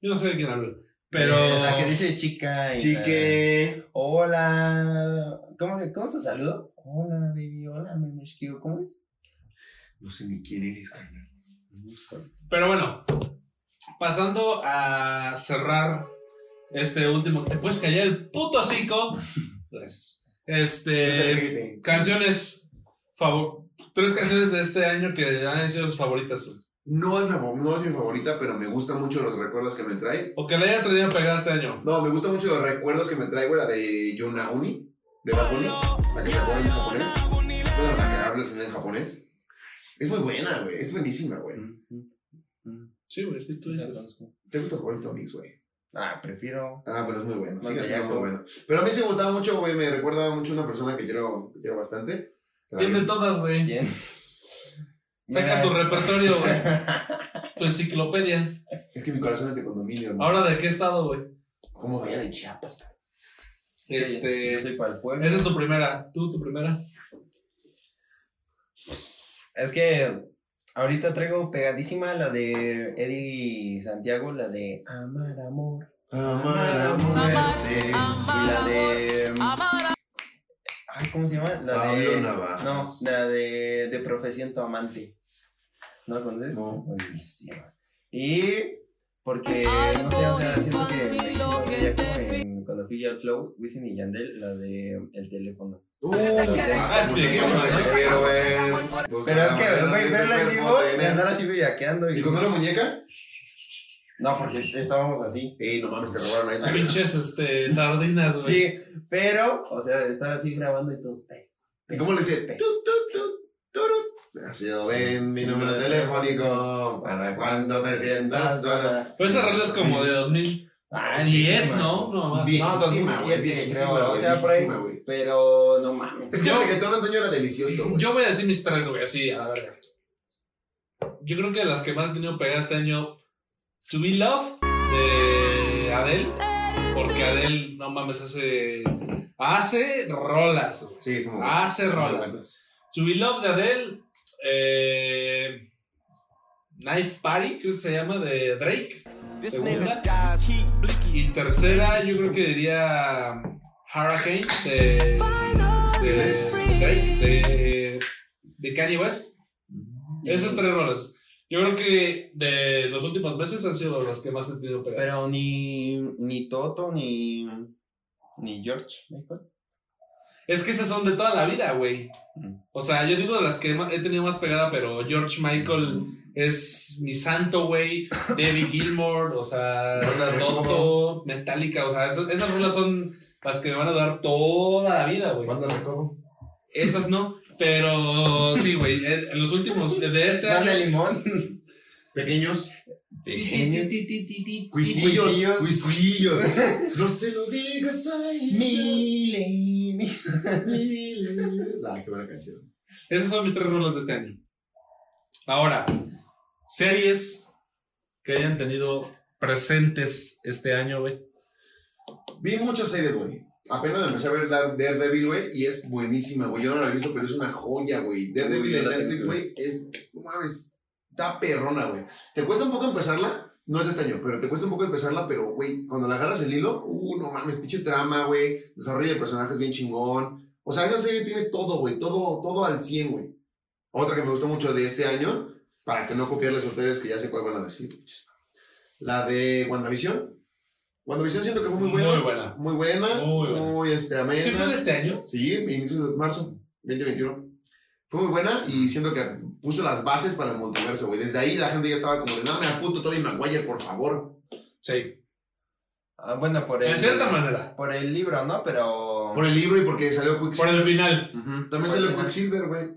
[SPEAKER 3] Yo no sé de quién hablo. Pero.
[SPEAKER 4] La que dice chica. y la-
[SPEAKER 2] Chique.
[SPEAKER 4] Hola. ¿Cómo, se- ¿Cómo se saludo? Hola, baby. Hola, mi mexicano. ¿Cómo es?
[SPEAKER 2] No sé ni quién eres, carnal.
[SPEAKER 3] Pero bueno. Pasando a cerrar este último. Te puedes callar el puto cinco. Gracias. Este.
[SPEAKER 2] Vete.
[SPEAKER 3] Canciones. Favor. Tres canciones de este año que han sido sus favoritas. güey.
[SPEAKER 2] No es, mi, favor- no es mi favorita, pero me gustan mucho los recuerdos que me trae.
[SPEAKER 3] O que le haya traído pegada este año.
[SPEAKER 2] No, me gustan mucho los recuerdos que me trae, güey, la de Yonauni, de Bad Bunny, la que sacó en japonés. Bueno, la que habla al final en japonés. Es muy buena, güey, es buenísima, güey.
[SPEAKER 3] Sí, güey, sí, tú
[SPEAKER 4] La
[SPEAKER 3] dices.
[SPEAKER 4] conozco.
[SPEAKER 2] Te gusta Roberto Mix, güey.
[SPEAKER 4] Ah, prefiero.
[SPEAKER 2] Ah, pero es muy bueno. Sigue siendo
[SPEAKER 4] Mandayaco.
[SPEAKER 2] muy bueno. Pero a mí sí me gustaba mucho, güey. Me recuerda mucho a una persona que quiero, que quiero bastante.
[SPEAKER 3] Tienen todas, güey.
[SPEAKER 4] ¿Quién?
[SPEAKER 3] Saca tu repertorio, güey. Tu enciclopedia.
[SPEAKER 2] Es que mi corazón es de condominio, hermano.
[SPEAKER 3] Ahora, ¿de qué estado, güey?
[SPEAKER 2] Como de allá de Chiapas, cabrón.
[SPEAKER 4] Yo
[SPEAKER 3] Este.
[SPEAKER 4] soy para el pueblo.
[SPEAKER 3] Esa es tu primera. Tú, tu primera.
[SPEAKER 4] Es que ahorita traigo pegadísima la de Eddie Santiago, la de Amar Amor.
[SPEAKER 2] Amar a
[SPEAKER 4] Y
[SPEAKER 2] muerte.
[SPEAKER 4] la de. Ay, ¿Cómo se llama? La
[SPEAKER 2] Pablo
[SPEAKER 4] de.
[SPEAKER 2] Navajas.
[SPEAKER 4] No, la de, de Profesión Tu Amante. ¿No la conoces?
[SPEAKER 2] No.
[SPEAKER 4] Buenísima. Y. Porque, no sé, o sea, siento que ya como en- cuando fui al Flow, Wisin y Yandel, la de El Teléfono.
[SPEAKER 2] Uh,
[SPEAKER 3] Ah, es
[SPEAKER 2] hace mucho tiempo que te quiero ver. Los
[SPEAKER 4] Pero es que,
[SPEAKER 2] ganaderos
[SPEAKER 4] güey,
[SPEAKER 2] de
[SPEAKER 4] verla en
[SPEAKER 2] Pepper
[SPEAKER 4] vivo
[SPEAKER 2] Potene.
[SPEAKER 4] y andar así bellaqueando.
[SPEAKER 2] ¿Y con una muñeca?
[SPEAKER 4] No, porque estábamos así.
[SPEAKER 2] Ey, no mames, te robaron ahí.
[SPEAKER 3] Pinches, este, sardinas, güey.
[SPEAKER 4] Sí, pero, o sea, estar así grabando y todos. "Ey,
[SPEAKER 2] ¿Y cómo le dice? Tut, tut, tut, turut. Ha sido ven mi número telefónico para cuando te sientas sola.
[SPEAKER 3] Pero Pues esa regla es como de 2010,
[SPEAKER 4] Ah,
[SPEAKER 3] ¿no? No, más.
[SPEAKER 2] Viejísima,
[SPEAKER 4] No, 2007,
[SPEAKER 2] güey, viejísima,
[SPEAKER 4] creo, o
[SPEAKER 2] güey,
[SPEAKER 4] sea, por ahí.
[SPEAKER 2] viejísima, güey.
[SPEAKER 4] Pero no mames.
[SPEAKER 2] Es que
[SPEAKER 3] Yo-
[SPEAKER 2] el reggaetón antaño era delicioso, güey.
[SPEAKER 3] Yo voy a decir mis tres, güey, así, a la verga. Yo creo que las que más he tenido pegada este año, To Be Loved, de Adele, porque Adele, no mames, hace, hace rolas, güey.
[SPEAKER 2] Sí, es un momento.
[SPEAKER 3] hace rolas.
[SPEAKER 2] Rolas.
[SPEAKER 3] To Be Loved de Adele, eh, Knife Party, creo que se llama, de Drake. Segunda. Y tercera, yo creo que diría Hurricane de, de Drake, de, de Kanye West. Esas tres rolas. Yo creo que de los últimos meses han sido las que más he tenido pegadas.
[SPEAKER 4] Pero ni, ni Toto, ni, ni George Michael.
[SPEAKER 3] Es que esas son de toda la vida, güey.
[SPEAKER 4] Mm.
[SPEAKER 3] O sea, yo digo de las que ma- he tenido más pegada, pero George Michael
[SPEAKER 2] Mm.
[SPEAKER 3] es mi santo, güey. David Gilmour, o sea,
[SPEAKER 2] Banda de
[SPEAKER 3] Toto, Metallica, o sea, esas, esas rolas son las que me van a dar toda la vida, güey.
[SPEAKER 2] ¿Cuándo recojo?
[SPEAKER 3] Esas no, pero sí, güey. eh, En en los últimos, de este
[SPEAKER 4] Dale
[SPEAKER 3] año.
[SPEAKER 4] limón.
[SPEAKER 2] Pequeños.
[SPEAKER 4] Pequeño.
[SPEAKER 3] Ti, ti, ti, ti,
[SPEAKER 2] Cuisillos.
[SPEAKER 4] Cuisillos.
[SPEAKER 2] Cuisillos. No se lo digas a ella.
[SPEAKER 4] Milenio.
[SPEAKER 2] Miles. Ah, qué buena canción.
[SPEAKER 3] Esas son mis tres rolas de este año. Ahora, series que hayan tenido presentes este año, güey.
[SPEAKER 2] Vi muchas series, güey. Apenas me empecé a ver Dar- Daredevil, güey, y es buenísima, güey. Yo no la he visto, pero es una joya, güey. Daredevil
[SPEAKER 4] Uy,
[SPEAKER 2] de
[SPEAKER 4] yo la
[SPEAKER 2] Netflix,
[SPEAKER 4] tengo.
[SPEAKER 2] güey, es, no mames, está perrona, güey. Te cuesta un poco empezarla, no es de este año, pero te cuesta un poco empezarla, pero, güey, cuando la agarras el hilo, uh, no mames, pinche trama, güey. Desarrollo de personajes bien chingón. O sea, esa serie tiene todo, güey, todo, todo al 100, güey. Otra que me gustó mucho de este año, para que no copiarles a ustedes que ya sé cuál van a decir, pinches. La de WandaVision. WandaVision siento que fue muy buena.
[SPEAKER 3] Muy buena.
[SPEAKER 2] Muy buena.
[SPEAKER 3] Muy
[SPEAKER 2] Muy,
[SPEAKER 3] buena.
[SPEAKER 2] este, amena.
[SPEAKER 3] ¿Sí fue de este año?
[SPEAKER 2] Sí, inicio de marzo 2021. Fue muy buena y siento que puso las bases para el multiverso, güey. Desde ahí la gente ya estaba como de, no, me apunto Toby Maguire, por favor.
[SPEAKER 3] Sí.
[SPEAKER 4] Ah, bueno, por el.
[SPEAKER 3] De cierta manera.
[SPEAKER 4] Por el libro, ¿no? Pero.
[SPEAKER 2] Por el libro y porque salió
[SPEAKER 3] Por
[SPEAKER 2] Quicksilver.
[SPEAKER 3] el final.
[SPEAKER 4] Ujú.
[SPEAKER 2] También
[SPEAKER 4] Por el
[SPEAKER 2] salió
[SPEAKER 4] final.
[SPEAKER 2] Quicksilver, güey.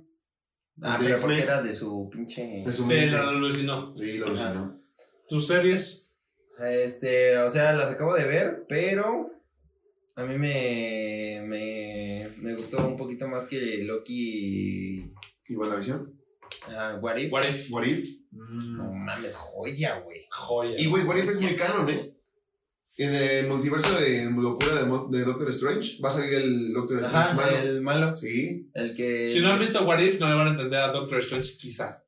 [SPEAKER 4] Ah,
[SPEAKER 2] de
[SPEAKER 4] pero
[SPEAKER 2] X-Men.
[SPEAKER 4] porque era de su pinche.
[SPEAKER 2] De su
[SPEAKER 3] Sí,
[SPEAKER 2] mente.
[SPEAKER 3] la alucinó.
[SPEAKER 2] Sí, lo alucinó.
[SPEAKER 3] ¿Tus series?
[SPEAKER 4] Este, o sea, las acabo de ver, pero a mí me, me, me gustó un poquito más que Loki
[SPEAKER 2] ¿Y WandaVision?
[SPEAKER 4] ah, What If.
[SPEAKER 3] What if?
[SPEAKER 2] What If.
[SPEAKER 4] No mames, joya, güey.
[SPEAKER 3] Joya.
[SPEAKER 2] Y, güey, What If es muy canon, ¿eh? En el multiverso de locura de, Mo- de Doctor Strange va a salir el Doctor Strange
[SPEAKER 4] Ajá,
[SPEAKER 2] Pues malo.
[SPEAKER 4] el malo.
[SPEAKER 2] Sí.
[SPEAKER 4] El que.
[SPEAKER 3] si no han visto What If, no le van a entender a Doctor Strange, quizá.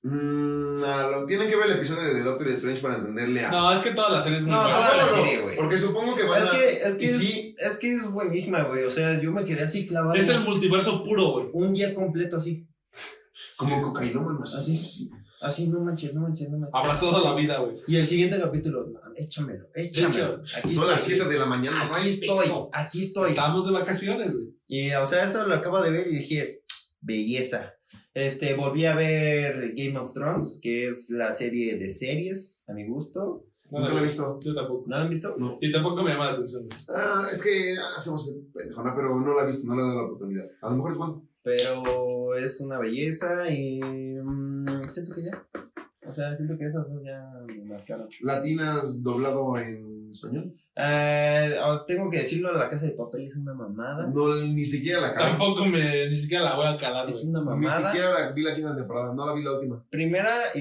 [SPEAKER 2] Mm, ah, lo- tienen que ver el episodio de Doctor Strange para entenderle a...
[SPEAKER 3] No, es que todas las series muy
[SPEAKER 4] No,
[SPEAKER 3] buenas.
[SPEAKER 4] todas
[SPEAKER 2] Ah,
[SPEAKER 4] la
[SPEAKER 2] bueno,
[SPEAKER 4] serie, güey.
[SPEAKER 2] Porque supongo que van
[SPEAKER 4] Es
[SPEAKER 2] a...
[SPEAKER 4] que, es que
[SPEAKER 2] Y
[SPEAKER 4] es,
[SPEAKER 2] sí.
[SPEAKER 4] es que es buenísima, güey. O sea, yo me quedé así clavado.
[SPEAKER 3] Es el multiverso puro, güey.
[SPEAKER 4] Un día completo así.
[SPEAKER 2] Como cocainómano, así.
[SPEAKER 4] Así. Así, no manches, no manches, no manches.
[SPEAKER 3] Abrazado a la vida, güey.
[SPEAKER 4] Y el siguiente capítulo, no, échamelo, échamelo. Aquí
[SPEAKER 2] Son las
[SPEAKER 4] estoy.
[SPEAKER 2] 7 de la mañana. no
[SPEAKER 4] Aquí
[SPEAKER 2] hay
[SPEAKER 4] estoy,
[SPEAKER 2] pedo.
[SPEAKER 4] aquí estoy.
[SPEAKER 3] Estábamos de vacaciones, güey.
[SPEAKER 4] Y, o sea, eso lo acabo de ver y dije, belleza. Este, volví a ver Game of Thrones, que es la serie de series, a mi gusto.
[SPEAKER 3] No
[SPEAKER 2] Nunca lo he
[SPEAKER 3] las-
[SPEAKER 2] visto.
[SPEAKER 3] Yo tampoco.
[SPEAKER 4] ¿No la han visto?
[SPEAKER 2] No.
[SPEAKER 3] Y tampoco me llama la atención. güey.
[SPEAKER 2] Ah, es que hacemos el pendejo, ¿no? pero no la he visto, no le he dado la oportunidad. A lo mejor es bueno.
[SPEAKER 4] Pero es una belleza y mm, siento que ya. O sea, siento que esas dos ya me marcaron.
[SPEAKER 2] Latinas doblado en español.
[SPEAKER 4] Eh, ah, tengo que decirlo, la casa de papel es una mamada.
[SPEAKER 2] No, ni siquiera la acabé.
[SPEAKER 3] Tampoco me, ni siquiera la voy a calar,
[SPEAKER 4] Es
[SPEAKER 3] güey.
[SPEAKER 4] una
[SPEAKER 2] Ni
[SPEAKER 4] mamada.
[SPEAKER 2] siquiera la vi la quinta temporada, no la vi la última.
[SPEAKER 4] Primera y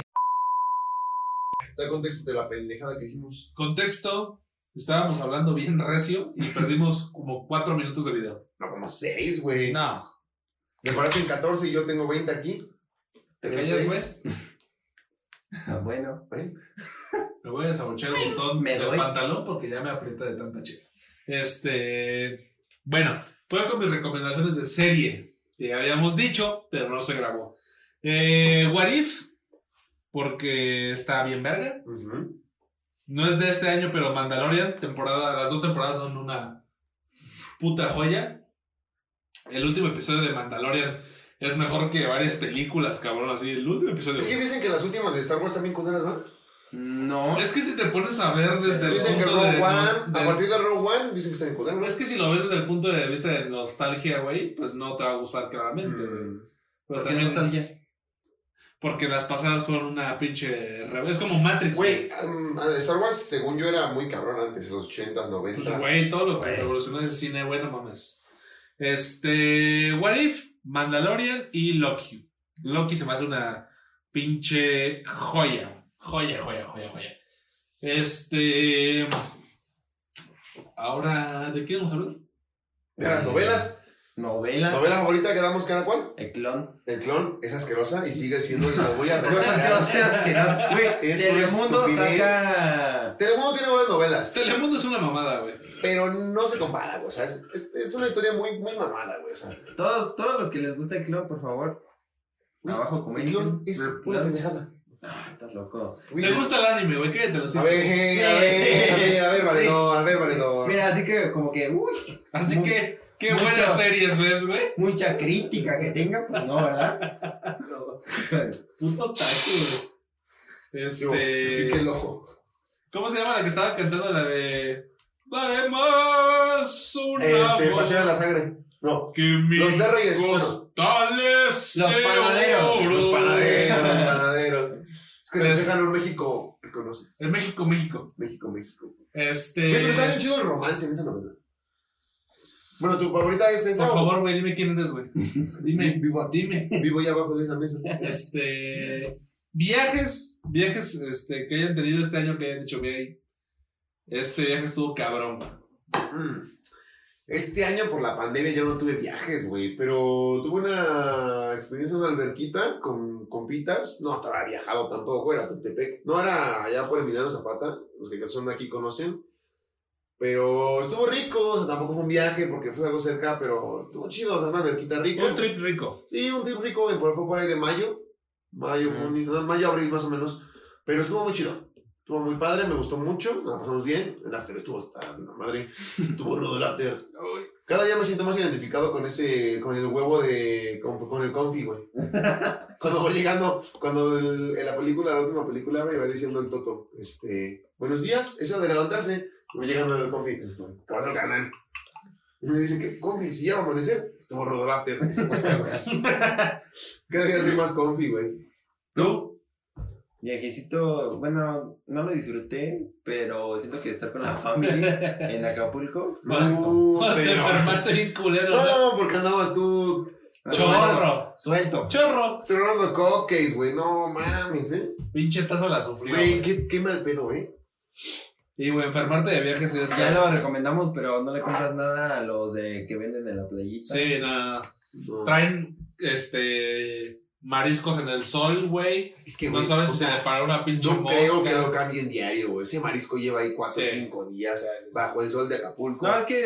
[SPEAKER 2] Da contexto de la pendejada que hicimos.
[SPEAKER 3] Contexto, estábamos hablando bien recio y perdimos como cuatro minutos de video.
[SPEAKER 2] No, como seis, güey.
[SPEAKER 3] No.
[SPEAKER 2] Me parecen 14 y yo tengo 20 aquí.
[SPEAKER 3] ¿Te
[SPEAKER 2] Tengo
[SPEAKER 3] callas, güey?
[SPEAKER 2] seis.
[SPEAKER 4] Ah, bueno,
[SPEAKER 3] Me voy a desabrochar el botón
[SPEAKER 4] Me
[SPEAKER 3] del
[SPEAKER 4] doy.
[SPEAKER 3] pantalón porque ya me aprieta de tanta chica. Este. Bueno, voy con mis recomendaciones de serie que ya habíamos dicho, pero no se grabó. Eh, What If, porque está bien verga.
[SPEAKER 2] Ujú.
[SPEAKER 3] No es de este año, pero Mandalorian, temporada, las dos temporadas son una puta joya. El último episodio de Mandalorian es mejor que varias películas, cabrón, así. El último episodio.
[SPEAKER 2] Es que dicen que las últimas de Star Wars también culeras, ¿no?
[SPEAKER 4] no.
[SPEAKER 3] Es que si te pones a ver desde el
[SPEAKER 2] Dicen que
[SPEAKER 3] punto
[SPEAKER 2] Rogue
[SPEAKER 3] de,
[SPEAKER 2] One,
[SPEAKER 3] de-
[SPEAKER 2] a partir de Rogue One, dicen que están en
[SPEAKER 3] Pero
[SPEAKER 2] culeras.
[SPEAKER 3] Es que si lo ves desde el punto de vista de nostalgia, güey, pues no te va a gustar claramente,
[SPEAKER 2] Mm.
[SPEAKER 3] güey. Pero
[SPEAKER 4] ¿Por qué
[SPEAKER 3] también
[SPEAKER 4] nostalgia?
[SPEAKER 3] Porque las pasadas fueron una pinche re- Es como Matrix,
[SPEAKER 2] Güey,
[SPEAKER 3] güey.
[SPEAKER 2] um, Star Wars, según yo, era muy cabrón antes, los 80s, 90s.
[SPEAKER 3] Pues, güey, todo lo que
[SPEAKER 4] Güey.
[SPEAKER 3] revolucionó el cine, güey, no mames. Este. What If, Mandalorian y Loki. Loki se me hace una pinche joya. Joya, joya, joya, joya. Este. Ahora, ¿de qué vamos a hablar?
[SPEAKER 2] de las novelas.
[SPEAKER 4] Novelas.
[SPEAKER 2] Novela favorita que damos cada cual.
[SPEAKER 4] El clon.
[SPEAKER 2] El clon es asquerosa y sigue siendo y la voy a
[SPEAKER 4] ¿Qué va a
[SPEAKER 2] regalar.
[SPEAKER 4] ser asqueroso? Güey,
[SPEAKER 2] Es
[SPEAKER 4] Telemundo
[SPEAKER 2] una estupidez.
[SPEAKER 4] saca.
[SPEAKER 2] Telemundo tiene buenas novelas,
[SPEAKER 3] Telemundo es una mamada, güey.
[SPEAKER 2] pero no se compara, güey. O sea, es, es- es una historia muy, muy mamada, güey. O sea,
[SPEAKER 4] Todos, todos los que les gusta el clon, por favor. Abajo
[SPEAKER 2] el clon
[SPEAKER 4] comenten.
[SPEAKER 2] es
[SPEAKER 4] El
[SPEAKER 2] una
[SPEAKER 4] clon.
[SPEAKER 2] pendejada.
[SPEAKER 4] Ah, estás loco.
[SPEAKER 3] ¿Te gusta el anime, güey? Quédate los
[SPEAKER 2] A ver, hey, a ver, a ver, a ver, valedor, a ver, valedor.
[SPEAKER 4] Mira, así que como que, uy,
[SPEAKER 3] Así
[SPEAKER 4] Mu-
[SPEAKER 3] que, qué
[SPEAKER 4] mucho.
[SPEAKER 3] buenas series ves, güey.
[SPEAKER 4] mucha crítica que tenga, pues no, ¿verdad?
[SPEAKER 3] Puto taco, güey.
[SPEAKER 2] Digo, me piqué
[SPEAKER 3] Este.
[SPEAKER 2] el ojo.
[SPEAKER 3] ¿Cómo se llama la que estaba cantando la de. Vale más una
[SPEAKER 2] Este,
[SPEAKER 3] voz
[SPEAKER 2] pasión a la sangre. No.
[SPEAKER 3] que mis
[SPEAKER 2] Los de Reyes, no.
[SPEAKER 3] costales
[SPEAKER 4] Los
[SPEAKER 3] de
[SPEAKER 4] panaderos,
[SPEAKER 3] oro.
[SPEAKER 2] Los panaderos, los panaderos. Es que
[SPEAKER 3] Pues,
[SPEAKER 2] reflejan un México que conoces.
[SPEAKER 3] En México, México.
[SPEAKER 2] México, México.
[SPEAKER 3] Este.
[SPEAKER 2] Güey, pero está bien chido el romance en esa novela. Bueno, tu favorita es esa.
[SPEAKER 3] Por
[SPEAKER 2] o-
[SPEAKER 3] favor, güey, dime quién eres, güey. Dime,
[SPEAKER 2] Vivo aquí.
[SPEAKER 3] dime.
[SPEAKER 2] Vivo ahí abajo de esa mesa.
[SPEAKER 3] Este. Viajes, viajes este, que hayan tenido este año que hayan dicho, güey. Este viaje estuvo cabrón.
[SPEAKER 2] Mm. Este año por la pandemia yo no tuve viajes, güey, pero tuve una experiencia en una alberquita con compitas. No estaba viajado tampoco, era Tultepec. No era allá por Emiliano Zapata, los que son de aquí conocen. Pero estuvo rico, o sea, tampoco fue un viaje porque fue algo cerca, pero estuvo chido, o sea, una alberquita rica.
[SPEAKER 3] Un trip rico.
[SPEAKER 2] Sí, un trip rico, güey, por- fue por ahí de mayo. Mayo,
[SPEAKER 4] Ujú.
[SPEAKER 2] junio, no, mayo, abril más o menos. Pero estuvo muy chido. Estuvo muy padre, me gustó mucho, nos la pasamos bien. El after estuvo hasta la madre. Estuvo lo del after. Cada día me siento más identificado con ese, con el huevo de, con, con el confi, güey. Cuando voy llegando, cuando el- en la película, la última película, me iba diciendo el Toto, este, buenos días, eso de levantarse, voy llegando al confi. ¿Qué pasó, carnal? Y me dicen que, confi, si ya va a amanecer, estuvo Rodolafter. Cada día soy más confi, güey.
[SPEAKER 3] ¿Tú?
[SPEAKER 4] Viajecito, bueno, no lo disfruté, pero siento que estar con la familia en Acapulco.
[SPEAKER 2] No,
[SPEAKER 3] Ah, Te
[SPEAKER 2] pero-
[SPEAKER 3] enfermaste bien culero. ¿no?
[SPEAKER 2] No, porque andabas tú
[SPEAKER 3] Chorro.
[SPEAKER 4] Suelto.
[SPEAKER 3] Chorro.
[SPEAKER 2] tronando cupcakes, güey. No mames, ¿eh?
[SPEAKER 3] Pinche taza la sufrió.
[SPEAKER 2] Güey,
[SPEAKER 3] güey.
[SPEAKER 2] qué, qué mal pedo, ¿eh?
[SPEAKER 3] Y, güey, enfermarte de viajes es.
[SPEAKER 4] Pues Ya lo recomendamos, pero no le compras nada a los de que venden en la playita.
[SPEAKER 3] Sí, no, no.
[SPEAKER 2] No.
[SPEAKER 3] Traen este. Mariscos en el sol, güey.
[SPEAKER 2] Es que,
[SPEAKER 3] No
[SPEAKER 2] güey,
[SPEAKER 3] sabes
[SPEAKER 2] o
[SPEAKER 3] si se te
[SPEAKER 2] sea,
[SPEAKER 3] paró una pinche
[SPEAKER 2] yo
[SPEAKER 3] mosca.
[SPEAKER 2] creo que lo cambien diario, güey. Ese marisco lleva ahí cuatro o
[SPEAKER 3] Sí.
[SPEAKER 2] cinco días bajo el sol de Acapulco.
[SPEAKER 4] No, es que.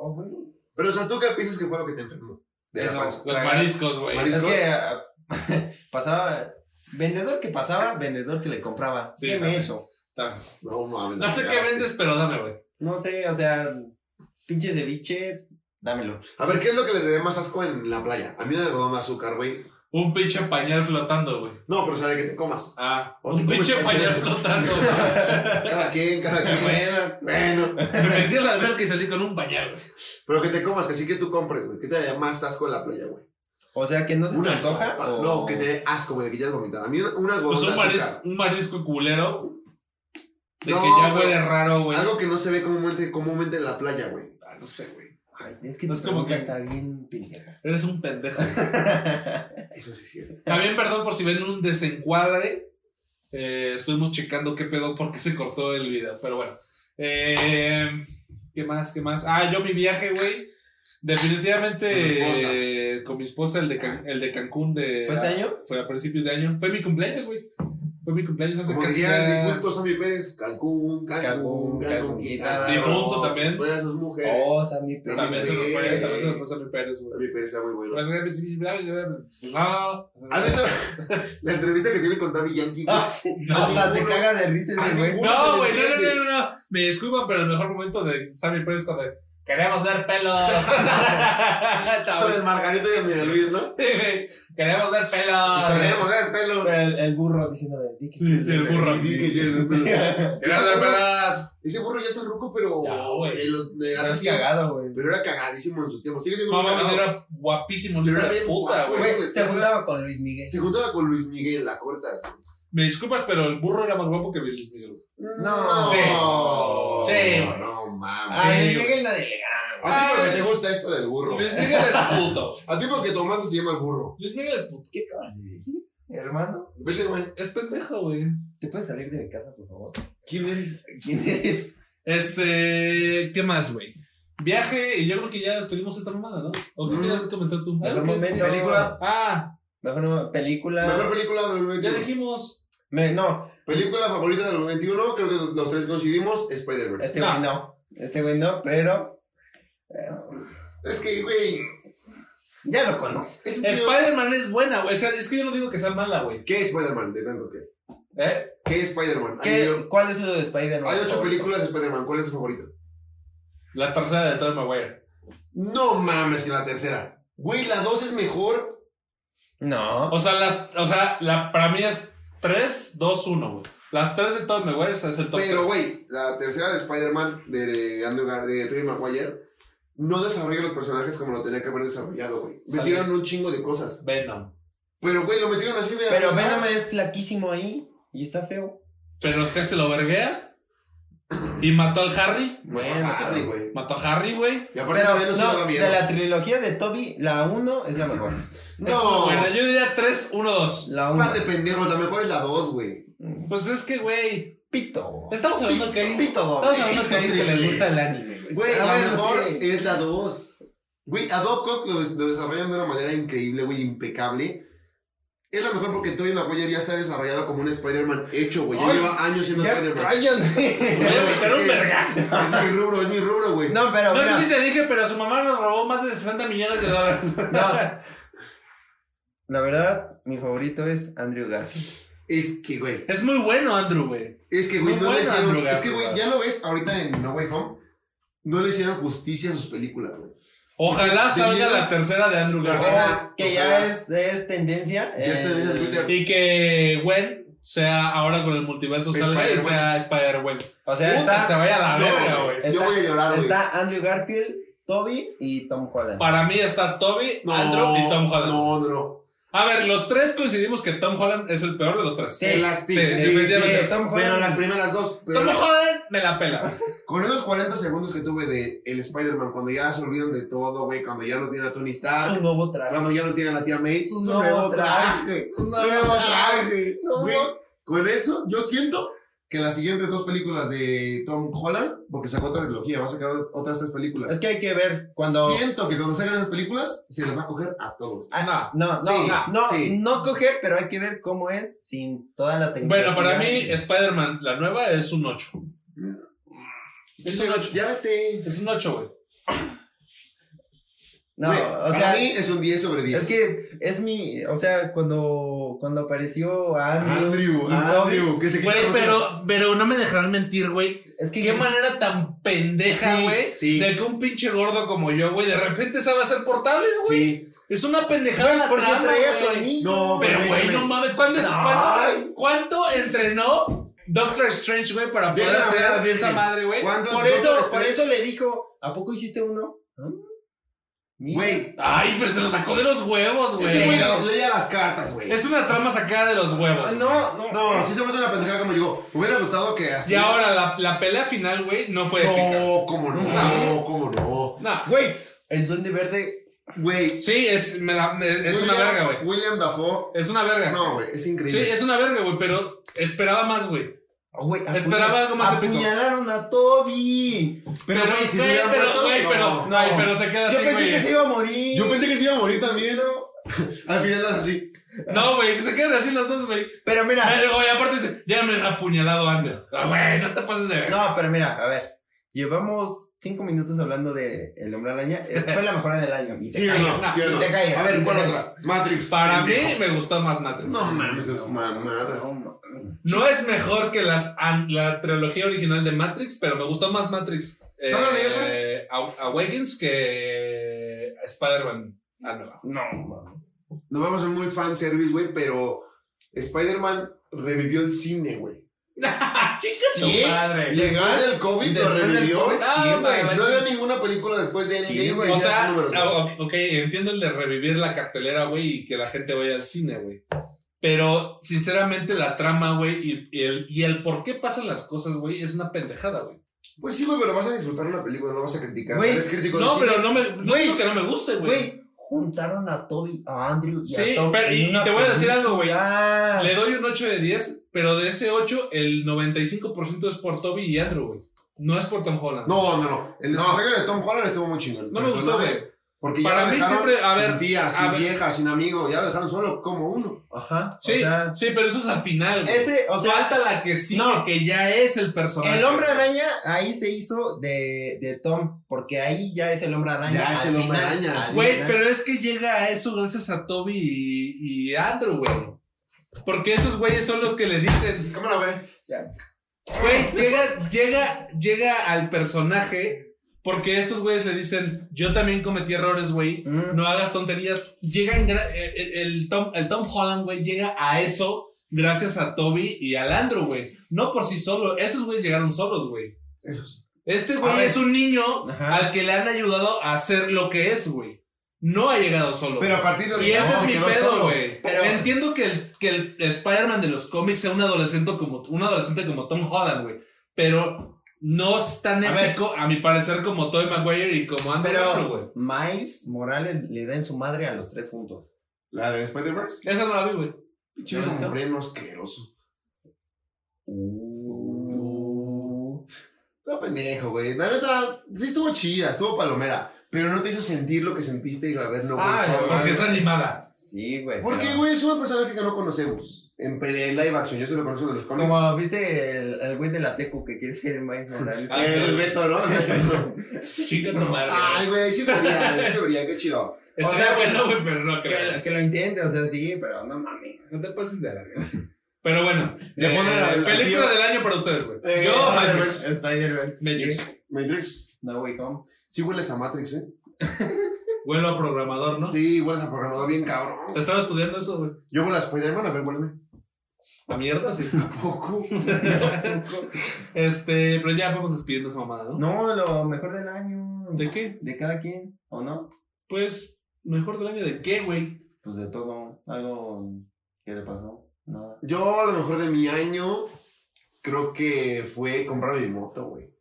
[SPEAKER 4] oh, bueno,
[SPEAKER 2] Pero, o sea, ¿tú qué piensas que fue lo que te enfermó? De la
[SPEAKER 4] Eso.
[SPEAKER 2] panza.
[SPEAKER 3] Los mariscos, güey.
[SPEAKER 2] Mariscos.
[SPEAKER 4] es que ah, pasaba. Vendedor que pasaba, vendedor que le compraba.
[SPEAKER 3] Sí,
[SPEAKER 4] Deme
[SPEAKER 3] también.
[SPEAKER 4] eso.
[SPEAKER 2] No mames.
[SPEAKER 3] No sé
[SPEAKER 2] la
[SPEAKER 3] qué
[SPEAKER 2] cagaste.
[SPEAKER 3] vendes, pero dame, güey.
[SPEAKER 4] No sé, o sea, pinche ceviche, dámelo.
[SPEAKER 2] A ver, ¿qué es lo que les dé más asco en la playa? A mí un algodón de azúcar, güey.
[SPEAKER 3] Un pinche pañal flotando, güey.
[SPEAKER 2] No, pero o sea, de que te comas.
[SPEAKER 3] Ah,
[SPEAKER 2] O
[SPEAKER 3] un
[SPEAKER 2] te comes
[SPEAKER 3] pinche
[SPEAKER 2] el
[SPEAKER 3] pañal
[SPEAKER 2] pañal.
[SPEAKER 3] flotando.
[SPEAKER 2] Cada quien, cada quien.
[SPEAKER 4] Bueno,
[SPEAKER 2] bueno.
[SPEAKER 3] Me metí a la alberca y salí con un pañal, güey.
[SPEAKER 2] Pero que te comas, que sí que tú compres, güey. ¿Qué te da más asco en la playa, güey?
[SPEAKER 4] O sea, que no se te
[SPEAKER 2] Una
[SPEAKER 4] antoja.
[SPEAKER 2] sopa.
[SPEAKER 4] o-
[SPEAKER 2] No, que te dé asco, güey, de que ya has vomitado. A mí un, un algodón
[SPEAKER 3] Pues
[SPEAKER 2] de
[SPEAKER 3] un
[SPEAKER 2] azúcar.
[SPEAKER 3] marisco, un marisco culero. De
[SPEAKER 2] No,
[SPEAKER 3] que ya
[SPEAKER 2] pero-
[SPEAKER 3] huele raro, güey.
[SPEAKER 2] Algo que no se ve comúnmente, comúnmente en la playa, güey.
[SPEAKER 3] Ah, no sé, güey.
[SPEAKER 4] Ay, es que
[SPEAKER 3] No
[SPEAKER 4] tu
[SPEAKER 3] es como
[SPEAKER 4] pregunta
[SPEAKER 3] que-
[SPEAKER 4] está bien pendeja.
[SPEAKER 3] Eres un pendejo.
[SPEAKER 2] Eso sí es cierto.
[SPEAKER 3] También, perdón por si ven un desencuadre. Eh, estuvimos checando qué pedo, por qué se cortó el video. Pero bueno. Eh, ¿Qué más? ¿Qué más? Ah, yo mi viaje, güey. Definitivamente
[SPEAKER 2] Con tu esposa.
[SPEAKER 3] eh, con mi esposa, el de, Can- el de Cancún. De,
[SPEAKER 4] ¿Fue este año?
[SPEAKER 3] Fue a principios de año. Fue mi cumpleaños, güey. Fue mi cumpleaños hace
[SPEAKER 2] Como
[SPEAKER 3] casi
[SPEAKER 2] diría
[SPEAKER 3] ya-
[SPEAKER 2] el difunto Sammy Pérez, Cancún, Cancún, Cancún,
[SPEAKER 4] Cancún, Cancún,
[SPEAKER 2] Quintana.
[SPEAKER 3] Difunto también.
[SPEAKER 2] Fuera sus mujeres.
[SPEAKER 4] Oh, Sammy Pérez.
[SPEAKER 3] eh, También se nos fue,
[SPEAKER 2] Pérez.
[SPEAKER 3] también se nos fue Sammy Pérez, güey.
[SPEAKER 2] Sammy Pérez era muy bueno.
[SPEAKER 3] No.
[SPEAKER 2] ¿Has visto la entrevista que tiene con Daddy Yankee? güey?
[SPEAKER 4] Ah, sí.
[SPEAKER 3] No, Ah,
[SPEAKER 4] Hasta se
[SPEAKER 2] ninguno.
[SPEAKER 4] caga de risa
[SPEAKER 2] A
[SPEAKER 4] ese güey.
[SPEAKER 2] ninguno se
[SPEAKER 3] No,
[SPEAKER 2] le
[SPEAKER 3] güey, no, no,
[SPEAKER 2] entiende.
[SPEAKER 3] no, no, no. Me disculpan, pero el mejor momento de Sammy Pérez cuando queremos ver pelos.
[SPEAKER 2] Con el Margarita y el Miguel Luis, ¿no?
[SPEAKER 3] queremos ver
[SPEAKER 2] Queremos
[SPEAKER 3] pelos.
[SPEAKER 2] ver el pelo.
[SPEAKER 4] Pero el, el burro diciéndole. Vicky.
[SPEAKER 3] Sí, sí, el burro.
[SPEAKER 2] Y vi que yo- el pelo.
[SPEAKER 3] Queremos ver pelos.
[SPEAKER 2] Ese burro ya está ruco, pero.
[SPEAKER 3] Ya, güey.
[SPEAKER 2] eh, lo- de hace
[SPEAKER 4] Estás
[SPEAKER 2] tiempo.
[SPEAKER 4] cagado, güey.
[SPEAKER 2] Pero era cagadísimo en sus tiempos. Sigue siendo
[SPEAKER 3] No,
[SPEAKER 2] un
[SPEAKER 3] mames,
[SPEAKER 2] cagado.
[SPEAKER 3] era guapísimo,
[SPEAKER 2] Pero
[SPEAKER 3] hijo
[SPEAKER 2] era
[SPEAKER 3] de
[SPEAKER 2] bien
[SPEAKER 3] puta,
[SPEAKER 2] guapo,
[SPEAKER 3] güey.
[SPEAKER 4] Güey, se juntaba con Luis Miguel.
[SPEAKER 2] Se juntaba con Luis Miguel, la cortas.
[SPEAKER 3] Me disculpas, pero el burro era más guapo que Luis Miguel.
[SPEAKER 2] No.
[SPEAKER 3] Sí. Sí.
[SPEAKER 2] No, no mames.
[SPEAKER 4] Ah,
[SPEAKER 3] Sí,
[SPEAKER 4] Luis
[SPEAKER 3] güey.
[SPEAKER 4] Miguel nadie le gana. güey.
[SPEAKER 2] A ti porque te gusta esto del burro.
[SPEAKER 3] Luis Miguel es puto.
[SPEAKER 2] A ti porque tu amante se llama el burro.
[SPEAKER 3] Luis Miguel es puto.
[SPEAKER 4] ¿Qué acabas de decir? Hermano,
[SPEAKER 2] Vete, güey.
[SPEAKER 3] Es pendejo, güey.
[SPEAKER 4] ¿te puedes salir de mi casa, por favor?
[SPEAKER 2] ¿Quién eres?
[SPEAKER 4] ¿Quién eres?
[SPEAKER 3] Este, ¿qué más, güey? Viaje, y yo creo que ya despedimos esta mamada, ¿no? ¿O qué
[SPEAKER 2] Mm.
[SPEAKER 3] quieres comentar tú?
[SPEAKER 4] Mejor
[SPEAKER 3] Algo que-
[SPEAKER 4] momento.
[SPEAKER 2] Película.
[SPEAKER 3] Ah,
[SPEAKER 4] Mejor no, película.
[SPEAKER 2] Mejor película del
[SPEAKER 3] ya
[SPEAKER 2] 91.
[SPEAKER 3] dijimos.
[SPEAKER 4] Me- no,
[SPEAKER 2] Película favorita del 91, creo que los tres coincidimos, Spider-Verse.
[SPEAKER 4] este güey no. Este güey no, pero. eh,
[SPEAKER 2] Es que, güey,
[SPEAKER 4] ya lo conoce.
[SPEAKER 2] es un tío-
[SPEAKER 3] Spider-Man es buena, güey. O sea, es que yo no digo que sea mala, güey.
[SPEAKER 2] ¿Qué es Spider-Man? De tanto que.
[SPEAKER 3] ¿Eh?
[SPEAKER 2] ¿Qué es Spider-Man? Hay,
[SPEAKER 4] ¿Qué, ¿Cuál es su de Spider-Man?
[SPEAKER 2] hay ocho
[SPEAKER 4] favorito?
[SPEAKER 2] películas de Spider-Man, ¿cuál es tu favorita?
[SPEAKER 3] La tercera de Tobey Maguire.
[SPEAKER 2] No mames, que la tercera. Güey, la dos es mejor.
[SPEAKER 4] No.
[SPEAKER 3] O sea, las, o sea la, para mí es 3, 2, 1, güey. Las tres de Tobey Maguire o sea, es el top
[SPEAKER 2] Pero,
[SPEAKER 3] tres.
[SPEAKER 2] güey, la tercera de Spider-Man de Andrew Gar- de Tobey Maguire no desarrolla los personajes como lo tenía que haber desarrollado, güey.
[SPEAKER 3] Sale.
[SPEAKER 2] Metieron un chingo de cosas.
[SPEAKER 3] Venom.
[SPEAKER 2] Pero, güey, lo metieron así de.
[SPEAKER 4] Pero Venom es flaquísimo ahí y está feo.
[SPEAKER 3] Pero es que se lo verguea. Y mató al Harry.
[SPEAKER 2] Bueno,
[SPEAKER 4] Bueno,
[SPEAKER 2] Harry,
[SPEAKER 4] pero-
[SPEAKER 2] güey.
[SPEAKER 3] Mató a Harry, güey.
[SPEAKER 2] Y aparte,
[SPEAKER 4] Pero
[SPEAKER 2] Venom sí me
[SPEAKER 4] no,
[SPEAKER 2] da miedo.
[SPEAKER 4] de la trilogía de Toby, la 1 es la mejor.
[SPEAKER 3] Es muy
[SPEAKER 2] No,
[SPEAKER 3] buena. Yo diría 3, 1, 2.
[SPEAKER 4] La
[SPEAKER 2] pan de
[SPEAKER 4] 1.
[SPEAKER 2] pendejos, la mejor es la dos, güey.
[SPEAKER 3] Pues es que, güey.
[SPEAKER 4] Pito.
[SPEAKER 3] Estamos hablando que hay-
[SPEAKER 4] Pito.
[SPEAKER 3] Estamos hablando que a alguien que le gusta el anime, güey.
[SPEAKER 2] Güey,
[SPEAKER 4] Ah,
[SPEAKER 2] la
[SPEAKER 4] bueno,
[SPEAKER 2] mejor
[SPEAKER 4] sí.
[SPEAKER 2] es la dos. Güey, a Doc Ock lo, des- lo desarrollan de una manera increíble, güey, impecable. Es la mejor porque Tobey Maguire ya está desarrollado como un Spider-Man hecho, güey. Ya
[SPEAKER 4] Ay,
[SPEAKER 2] lleva años siendo
[SPEAKER 4] Ya,
[SPEAKER 2] Spider-Man.
[SPEAKER 4] cállate.
[SPEAKER 3] Voy a
[SPEAKER 2] güey,
[SPEAKER 3] meter
[SPEAKER 2] es
[SPEAKER 3] un
[SPEAKER 2] que-
[SPEAKER 3] vergazo.
[SPEAKER 2] Es mi rubro, es mi rubro, güey.
[SPEAKER 4] No, pero
[SPEAKER 3] No
[SPEAKER 4] mira,
[SPEAKER 3] sé si te dije, pero su mamá nos robó más de 60 millones de dólares.
[SPEAKER 4] No. la verdad, mi favorito es Andrew Garfield.
[SPEAKER 2] Es que, güey.
[SPEAKER 3] Es muy bueno, Andrew, güey.
[SPEAKER 2] Es que, güey,
[SPEAKER 3] Muy
[SPEAKER 2] no le
[SPEAKER 3] buena,
[SPEAKER 2] hicieron.
[SPEAKER 3] Andrew
[SPEAKER 2] Es que, güey,
[SPEAKER 3] Garfield.
[SPEAKER 2] ya lo ves ahorita en No Way Home. No le hicieron justicia a sus películas, güey.
[SPEAKER 3] Ojalá
[SPEAKER 2] Sí,
[SPEAKER 3] salga
[SPEAKER 2] ya.
[SPEAKER 3] la tercera de Andrew Garfield.
[SPEAKER 2] Ojalá,
[SPEAKER 4] que
[SPEAKER 2] ojalá.
[SPEAKER 4] ya es, es tendencia.
[SPEAKER 2] Ya está en
[SPEAKER 4] el-
[SPEAKER 2] Twitter.
[SPEAKER 3] Y que Gwen sea ahora con el multiverso salga y
[SPEAKER 2] Spider-Gwen.
[SPEAKER 3] sea Spider-Gwen.
[SPEAKER 4] O sea,
[SPEAKER 3] Puta, se
[SPEAKER 4] está,
[SPEAKER 3] vaya a la
[SPEAKER 2] No,
[SPEAKER 3] verga,
[SPEAKER 2] güey.
[SPEAKER 3] güey.
[SPEAKER 2] Yo voy a llorar, Ah, güey. Ah.
[SPEAKER 4] está Andrew Garfield, Toby y Tom Holland.
[SPEAKER 3] Para mí está Toby,
[SPEAKER 2] No,
[SPEAKER 3] Andrew y Tom Holland.
[SPEAKER 2] No, no, no.
[SPEAKER 3] A ver, los tres coincidimos que Tom Holland es el peor de los tres.
[SPEAKER 4] Sí.
[SPEAKER 2] En las- sí,
[SPEAKER 3] Sí,
[SPEAKER 2] sí,
[SPEAKER 3] sí,
[SPEAKER 2] sí,
[SPEAKER 3] sí,
[SPEAKER 2] sí.
[SPEAKER 4] Tom
[SPEAKER 2] Pero
[SPEAKER 4] Holland.
[SPEAKER 2] las primeras dos. pero
[SPEAKER 3] Tom
[SPEAKER 2] la-
[SPEAKER 3] Holland me la pela.
[SPEAKER 2] con esos 40 segundos que tuve de el Spider-Man, cuando ya se olvidan de todo, güey, cuando ya no tiene a Tony Stark,
[SPEAKER 4] Su nuevo traje.
[SPEAKER 2] cuando ya no tiene a la tía May,
[SPEAKER 4] Su
[SPEAKER 2] su
[SPEAKER 4] nuevo
[SPEAKER 2] nuevo traje. Su nuevo traje.
[SPEAKER 4] No.
[SPEAKER 2] Güey, con eso yo siento que las siguientes dos películas de Tom Holland, porque sacó otra trilogía, va a sacar otras tres películas.
[SPEAKER 4] Es que hay que ver cuando.
[SPEAKER 2] Siento que cuando salgan esas películas, se les va a coger a todos.
[SPEAKER 4] Ah, no, no,
[SPEAKER 2] Sí,
[SPEAKER 4] no,
[SPEAKER 2] sí.
[SPEAKER 4] no coger, pero hay que ver cómo es sin toda la tecnología.
[SPEAKER 3] Bueno, para mí, Spider-Man, la nueva, es un 8. Es un 8.
[SPEAKER 2] Ya vete.
[SPEAKER 3] Es un 8, güey.
[SPEAKER 4] No,
[SPEAKER 2] Güey,
[SPEAKER 4] o
[SPEAKER 2] para
[SPEAKER 4] sea,
[SPEAKER 2] mí es un 10 sobre 10.
[SPEAKER 4] es que es mi. O sea, cuando, cuando apareció Andrew.
[SPEAKER 2] Andrew,
[SPEAKER 4] y Toby,
[SPEAKER 2] Andrew, que se quita
[SPEAKER 3] Güey,
[SPEAKER 2] los-
[SPEAKER 3] pero, pero no me dejarán mentir, güey.
[SPEAKER 4] Es que
[SPEAKER 3] Qué manera tan pendeja,
[SPEAKER 2] Sí,
[SPEAKER 3] güey.
[SPEAKER 2] sí.
[SPEAKER 3] De que un pinche gordo como yo, güey, de repente sabe hacer portales, güey.
[SPEAKER 2] Sí.
[SPEAKER 3] Es una pendejada la
[SPEAKER 4] porque
[SPEAKER 3] trama,
[SPEAKER 4] traía su
[SPEAKER 3] güey.
[SPEAKER 4] anillo.
[SPEAKER 2] No,
[SPEAKER 3] Pero, güey,
[SPEAKER 2] permíteme.
[SPEAKER 3] no mames, ¿cuánto, es-
[SPEAKER 4] Ay.
[SPEAKER 3] cuánto, cuánto entrenó Doctor Strange, güey, para poder
[SPEAKER 2] Déjame
[SPEAKER 3] hacer
[SPEAKER 2] hablar,
[SPEAKER 3] esa
[SPEAKER 2] Virgen.
[SPEAKER 3] madre, güey?
[SPEAKER 2] ¿Cuándo-
[SPEAKER 4] Por
[SPEAKER 2] Doctor
[SPEAKER 4] eso, por
[SPEAKER 2] Strange?
[SPEAKER 4] eso le dijo, ¿a poco hiciste uno? ¿Ah? Mira.
[SPEAKER 2] Güey,
[SPEAKER 3] Ay, pero se lo sacó de los huevos,
[SPEAKER 2] ese
[SPEAKER 3] güey.
[SPEAKER 2] güey leía las cartas, güey.
[SPEAKER 3] Es una trama sacada de los huevos.
[SPEAKER 4] Ay, Ah, No, no.
[SPEAKER 2] No, sí se me hace una pendejada como llegó. Me hubiera gustado que hasta.
[SPEAKER 3] Y ahora, la, la pelea final, güey, no fue épica.
[SPEAKER 2] No, cómo no, cómo no.
[SPEAKER 3] No.
[SPEAKER 4] Güey, el duende verde.
[SPEAKER 2] Güey.
[SPEAKER 3] Sí, es, me la- me- es una
[SPEAKER 2] William-
[SPEAKER 3] verga, güey.
[SPEAKER 2] William Dafoe.
[SPEAKER 3] Es una verga.
[SPEAKER 2] No, güey, es
[SPEAKER 3] sí,
[SPEAKER 2] increíble.
[SPEAKER 3] es una verga, güey, pero esperaba más, güey.
[SPEAKER 4] oh, Güey, apuñal-
[SPEAKER 3] Esperaba algo más épico.
[SPEAKER 4] Apuñalaron a Toby.
[SPEAKER 2] Pero, güey, si se
[SPEAKER 3] güey,
[SPEAKER 2] hubiera
[SPEAKER 3] pero,
[SPEAKER 2] muerto,
[SPEAKER 3] güey,
[SPEAKER 2] no.
[SPEAKER 3] pero,
[SPEAKER 4] no.
[SPEAKER 3] ay, pero se queda
[SPEAKER 4] Yo
[SPEAKER 3] así,
[SPEAKER 4] pensé que se
[SPEAKER 3] güey.
[SPEAKER 4] iba a morir.
[SPEAKER 2] Yo pensé que se iba a morir también, ¿no? Al final es así.
[SPEAKER 3] No, güey, se quedan así los dos, güey.
[SPEAKER 4] Pero mira.
[SPEAKER 3] Pero, güey, aparte dice, ya me han apuñalado antes. Ah, güey, no te pases de ver.
[SPEAKER 4] No, pero mira, a ver. Llevamos cinco minutos hablando de El Hombre Araña. Eh, Fue la mejor del año. Y te
[SPEAKER 2] Sí o no,
[SPEAKER 4] callas.
[SPEAKER 2] sí o
[SPEAKER 4] Y
[SPEAKER 2] no.
[SPEAKER 4] te callas,
[SPEAKER 2] A ver,
[SPEAKER 4] y
[SPEAKER 2] ¿cuál
[SPEAKER 4] te
[SPEAKER 2] otra? Matrix.
[SPEAKER 3] Para mí
[SPEAKER 2] pendejo.
[SPEAKER 3] me gustó más Matrix.
[SPEAKER 2] No mames, esas mamadas.
[SPEAKER 4] No, mames.
[SPEAKER 3] No es mejor que las, an- la trilogía original de Matrix, pero me gustó más Matrix eh,
[SPEAKER 2] ¿Tú lo leíste?
[SPEAKER 3] eh, Aw- Awakens que Spider-Man. Ah, no.
[SPEAKER 4] No, mames.
[SPEAKER 2] Nos vamos a muy fan service, güey, pero Spider-Man revivió el cine, güey.
[SPEAKER 3] Chicas,
[SPEAKER 4] ¿Sí?
[SPEAKER 3] padre.
[SPEAKER 2] Después del COVID lo
[SPEAKER 4] Después del
[SPEAKER 2] revivió.
[SPEAKER 4] COVID,
[SPEAKER 3] Ah,
[SPEAKER 2] Sí, güey.
[SPEAKER 3] güey.
[SPEAKER 2] No había ninguna película después de
[SPEAKER 4] Sí,
[SPEAKER 2] Endgame,
[SPEAKER 4] güey,
[SPEAKER 2] güey.
[SPEAKER 3] O
[SPEAKER 2] ya
[SPEAKER 3] sea,
[SPEAKER 2] son números, güey.
[SPEAKER 3] ah, ok, entiendo el de revivir la cartelera, güey, y que la gente vaya al cine, güey. Pero, sinceramente, la trama, güey, y, y el, y el por qué pasan las cosas, güey, es una pendejada, güey.
[SPEAKER 2] Pues sí, güey, pero vas a disfrutar una película, no vas a criticar.
[SPEAKER 4] Güey,
[SPEAKER 2] eres crítico de
[SPEAKER 3] No,
[SPEAKER 2] cine.
[SPEAKER 3] pero no me, no
[SPEAKER 4] Güey.
[SPEAKER 3] digo que no me guste, güey.
[SPEAKER 4] Güey, juntaron a Toby, a Andrew y
[SPEAKER 3] Sí,
[SPEAKER 4] a Tom.
[SPEAKER 3] pero- y-
[SPEAKER 4] en
[SPEAKER 3] y
[SPEAKER 4] una
[SPEAKER 3] te voy a decir algo, güey.
[SPEAKER 4] película.
[SPEAKER 3] Le doy un 8 de 10, pero de ese 8, el 95% es por Toby y Andrew, güey. No es por Tom Holland.
[SPEAKER 2] No, no, no. El desarrollo de Tom Holland estuvo muy chingón.
[SPEAKER 3] No me gustó,
[SPEAKER 2] Perdóname,
[SPEAKER 3] güey.
[SPEAKER 2] Porque
[SPEAKER 3] Para
[SPEAKER 2] ya lo
[SPEAKER 3] mí
[SPEAKER 2] dejaron
[SPEAKER 3] siempre- a ver,
[SPEAKER 2] sin tía, sin
[SPEAKER 3] a ver.
[SPEAKER 2] vieja, sin amigo. Ya lo dejaron solo como uno.
[SPEAKER 4] Ajá.
[SPEAKER 3] Sí,
[SPEAKER 4] O sea,
[SPEAKER 3] sí, pero eso es al final, güey.
[SPEAKER 4] ese, o sea,
[SPEAKER 3] Falta la que sigue,
[SPEAKER 4] no.
[SPEAKER 3] que ya es el personaje.
[SPEAKER 4] El hombre araña ahí se hizo de, de Tom, porque ahí ya es el hombre araña.
[SPEAKER 2] Ya es
[SPEAKER 4] al
[SPEAKER 2] el hombre
[SPEAKER 4] final,
[SPEAKER 2] araña,
[SPEAKER 4] al
[SPEAKER 2] sí.
[SPEAKER 3] Güey,
[SPEAKER 4] final.
[SPEAKER 3] pero es que llega a eso gracias a Toby y, y Andrew, güey. Porque esos güeyes son los que le dicen,
[SPEAKER 2] Cámara, güey.
[SPEAKER 3] güey, llega, llega, llega al personaje. Porque estos güeyes le dicen, yo también cometí errores, güey.
[SPEAKER 4] Mm.
[SPEAKER 3] no hagas tonterías. Llegan gra- el, el- el Tom, el Tom Holland, güey, llega a eso gracias a Toby y al Andrew, güey. No por sí solo. Esos güeyes llegaron solos, güey.
[SPEAKER 2] Eso sí.
[SPEAKER 3] Este
[SPEAKER 4] A
[SPEAKER 3] güey
[SPEAKER 4] ver.
[SPEAKER 3] es un niño
[SPEAKER 4] Ajá.
[SPEAKER 3] al que le han ayudado a hacer lo que es, güey. No ha llegado solo.
[SPEAKER 2] Pero a partir de
[SPEAKER 3] y
[SPEAKER 2] ahorita
[SPEAKER 3] ese
[SPEAKER 2] no,
[SPEAKER 3] es
[SPEAKER 2] se
[SPEAKER 3] mi
[SPEAKER 2] quedó
[SPEAKER 3] pedo,
[SPEAKER 2] solo.
[SPEAKER 3] güey.
[SPEAKER 4] Pero-
[SPEAKER 3] Entiendo que el, que el Spider-Man de los cómics sea un adolescente como, un adolescente como Tom Holland, güey. Pero no es tan
[SPEAKER 4] A ver.
[SPEAKER 3] épico, a mi parecer, como Tobey Maguire y como Andrew,
[SPEAKER 4] Pero-
[SPEAKER 3] Garfield, güey.
[SPEAKER 4] Miles Morales le da en su madre a los tres juntos.
[SPEAKER 2] La de Spider-Verse.
[SPEAKER 3] Esa no la vi, güey.
[SPEAKER 2] Pinche
[SPEAKER 4] ¿No has visto?
[SPEAKER 2] moreno asqueroso.
[SPEAKER 4] Uh,
[SPEAKER 2] No, pendejo, güey. La neta, sí estuvo chida, estuvo palomera. Pero no te hizo sentir lo que sentiste y a ver, no, güey.
[SPEAKER 4] Ah,
[SPEAKER 2] no,
[SPEAKER 3] Porque
[SPEAKER 2] güey.
[SPEAKER 3] es animada.
[SPEAKER 4] Sí, güey.
[SPEAKER 2] Porque,
[SPEAKER 4] pero-
[SPEAKER 2] güey, es un personaje que no conocemos. En pelea, en live action, yo solo conozco de los cómics.
[SPEAKER 4] Como viste el el güey de la seco que quiere ser Miles Morales.
[SPEAKER 3] Ah, sí.
[SPEAKER 2] el Beto, ¿no?
[SPEAKER 3] Chinga tu madre.
[SPEAKER 2] Ay, güey, sí debería, sí debería, qué chido.
[SPEAKER 3] Está
[SPEAKER 4] o sea,
[SPEAKER 3] bueno,
[SPEAKER 4] que-
[SPEAKER 3] güey, pero no creo.
[SPEAKER 4] que, que lo entiende, o sea, sí, pero no mames.
[SPEAKER 3] No te pases de verga. Pero bueno,
[SPEAKER 2] Le
[SPEAKER 3] eh,
[SPEAKER 2] ponen al- al
[SPEAKER 3] película
[SPEAKER 2] tío-
[SPEAKER 3] del año para ustedes, güey.
[SPEAKER 2] Eh,
[SPEAKER 3] Yo,
[SPEAKER 2] Spider-Man.
[SPEAKER 3] Matrix.
[SPEAKER 4] Spider-Verse.
[SPEAKER 3] Matrix.
[SPEAKER 2] Matrix,
[SPEAKER 4] No Way Home.
[SPEAKER 2] sí hueles a Matrix, ¿eh?
[SPEAKER 3] Huelo a programador, ¿no?
[SPEAKER 2] Sí, hueles a programador bien cabrón.
[SPEAKER 3] Estaba estudiando eso, güey.
[SPEAKER 2] Yo huelo a Spider-Man, a ver, huéleme.
[SPEAKER 3] La mierda, sí.
[SPEAKER 2] Poco.
[SPEAKER 3] este, pero ya vamos despidiendo esa mamada, ¿no?
[SPEAKER 4] No, lo mejor del año.
[SPEAKER 3] ¿De qué?
[SPEAKER 4] de cada quien, ¿o no?
[SPEAKER 3] Pues, mejor del año de qué, güey.
[SPEAKER 4] Pues de todo, algo que te pasó, nada.
[SPEAKER 2] Yo, a lo mejor de mi año, creo que fue comprar mi moto, güey.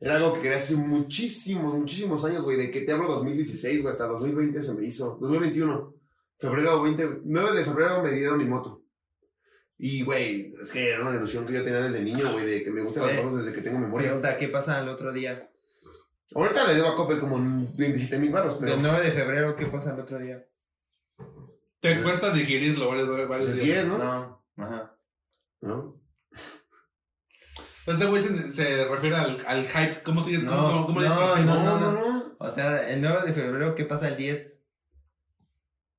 [SPEAKER 2] Era algo que quería hace muchísimos, muchísimos años, güey. De que te hablo 2016, güey, hasta 2020 se me hizo. 2021, febrero 20, 9 de febrero me dieron mi moto. Y, güey, es que era una ilusión que yo tenía desde niño, güey, de que me gustan las
[SPEAKER 4] Güey.
[SPEAKER 2] motos desde que tengo memoria.
[SPEAKER 4] Pregunta, ¿qué pasa el otro día?
[SPEAKER 2] Ahorita le debo a Coppel como 27 mil baros, pero.
[SPEAKER 4] Del 9 de febrero, ¿qué pasa el otro día?
[SPEAKER 3] Te
[SPEAKER 2] Eh.
[SPEAKER 3] cuesta digerirlo varios, varios
[SPEAKER 2] pues,
[SPEAKER 3] días.
[SPEAKER 2] 10, ¿no?
[SPEAKER 4] No, ajá.
[SPEAKER 2] ¿No?
[SPEAKER 3] Este güey se, se refiere al, al hype. ¿Cómo sigues?
[SPEAKER 4] No,
[SPEAKER 3] ¿Cómo, cómo, cómo le dices
[SPEAKER 4] no,
[SPEAKER 3] al hype?
[SPEAKER 2] No, no, no. no.
[SPEAKER 4] O sea, el 9 de febrero, ¿qué pasa el 10?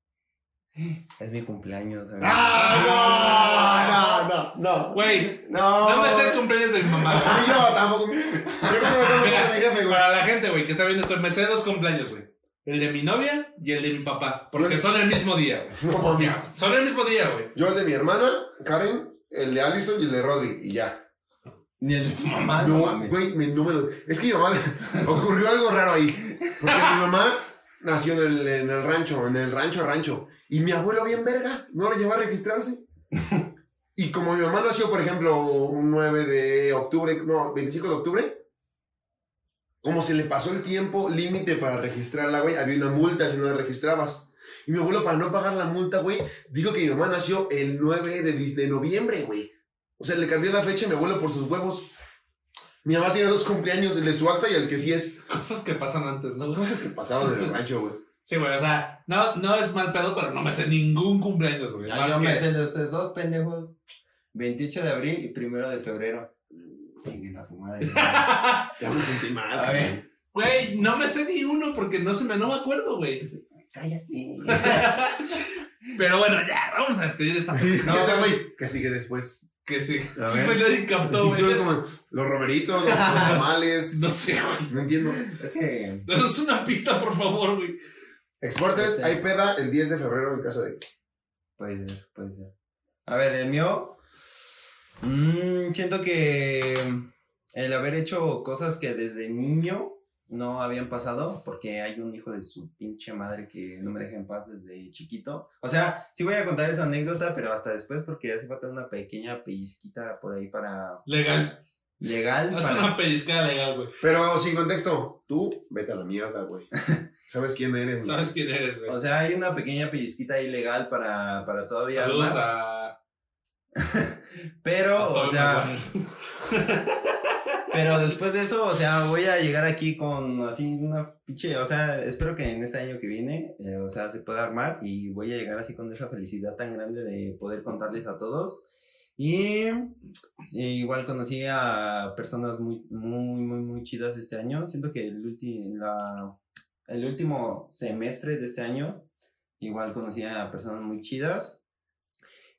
[SPEAKER 4] Es mi cumpleaños, amigo.
[SPEAKER 2] ¡Ah, no! No, no, no.
[SPEAKER 3] Güey,
[SPEAKER 4] No,
[SPEAKER 3] no me sé el cumpleaños de mi mamá, güey.
[SPEAKER 2] Ni yo tampoco. Yo creo que no me acuerdo
[SPEAKER 3] Mira,
[SPEAKER 2] con mi jefe, güey.
[SPEAKER 3] Para la gente, güey, que está viendo esto, me sé dos cumpleaños, güey. El de mi novia y el de mi papá. Porque
[SPEAKER 2] Yo-
[SPEAKER 3] son el mismo día, güey.
[SPEAKER 2] No mames.
[SPEAKER 3] Ya, Son el mismo día, güey.
[SPEAKER 2] Yo el de mi hermana, Karen, el de Allison y el de Rodri, y ya.
[SPEAKER 4] Ni el de tu mamá, no,
[SPEAKER 2] No,
[SPEAKER 4] mames.
[SPEAKER 2] güey, me- no me lo. Es que mi mamá le- ocurrió algo raro ahí. Porque mi mamá nació en el, en el rancho, en el rancho, rancho. Y mi abuelo bien verga, no lo llevó a registrarse. y como mi mamá nació, por ejemplo, un 9 de octubre, no, 25 de octubre, como se le pasó el tiempo límite para registrarla, güey, había una multa si no la registrabas. Y mi abuelo, para no pagar la multa, güey, dijo que mi mamá nació el 9 de, dis- de noviembre, güey. O sea, le cambió la fecha a mi abuelo por sus huevos. Mi mamá tiene dos cumpleaños, el de su acta y el que sí es.
[SPEAKER 3] Cosas que pasan antes, ¿no?
[SPEAKER 2] Cosas que pasaban en el rancho, güey.
[SPEAKER 3] Sí, güey, o sea, no, no es mal pedo, pero no me sé ningún cumpleaños, güey.
[SPEAKER 4] Ah,
[SPEAKER 3] Más
[SPEAKER 4] yo
[SPEAKER 3] que-
[SPEAKER 4] me sé de ustedes dos, pendejos. 28 de abril y 1 de febrero. Chinguen a su madre.
[SPEAKER 2] Ya me sentí mal.
[SPEAKER 4] A ver,
[SPEAKER 3] Güey, no me sé ni uno porque no se me, no me acuerdo, güey.
[SPEAKER 4] cállate.
[SPEAKER 3] Pero bueno, ya, vamos a despedir esta
[SPEAKER 2] Y es que
[SPEAKER 3] No,
[SPEAKER 2] ese güey que sigue después.
[SPEAKER 3] Que sí.
[SPEAKER 2] A
[SPEAKER 3] Sí,
[SPEAKER 2] ver.
[SPEAKER 3] güey, nadie captó,
[SPEAKER 2] Y
[SPEAKER 3] güey.
[SPEAKER 2] tú ves como los romeritos, los tamales.
[SPEAKER 3] No
[SPEAKER 2] No,
[SPEAKER 3] sé, güey.
[SPEAKER 2] entiendo.
[SPEAKER 4] Es que.
[SPEAKER 3] Danos una pista, por favor, güey.
[SPEAKER 2] Exporters,
[SPEAKER 4] Sí.
[SPEAKER 2] hay peda el 10 de febrero en casa de.
[SPEAKER 4] Puede ser, puede ser. A ver, el mío. mm, siento que el haber hecho cosas que desde niño no habían pasado, porque hay un hijo de su pinche madre que no me deja en paz desde chiquito. O sea, sí voy a contar esa anécdota, pero hasta después, porque hace falta una pequeña pellizquita por ahí para.
[SPEAKER 3] Legal.
[SPEAKER 4] legal.
[SPEAKER 3] Haz
[SPEAKER 4] para-
[SPEAKER 3] una pellizcada legal, güey.
[SPEAKER 2] Pero sin contexto, tú vete a la mierda, güey. ¿Sabes quién eres? güey?
[SPEAKER 3] Sabes quién eres, güey.
[SPEAKER 4] O sea, hay una pequeña pellizquita ilegal para, para todavía.
[SPEAKER 3] Saludos
[SPEAKER 4] armar,
[SPEAKER 3] a. a
[SPEAKER 4] Pero, o
[SPEAKER 3] Tobey
[SPEAKER 4] sea.
[SPEAKER 3] Maguire.
[SPEAKER 4] Pero después de eso, o sea, voy a llegar aquí con así una pinche, o sea, espero que en este año que viene, eh, o sea, se pueda armar y voy a llegar así con esa felicidad tan grande de poder contarles a todos. Y eh, igual conocí a personas muy, muy, muy, muy chidas este año. Siento que el, ulti- la, el último semestre de este año, igual conocí a personas muy chidas.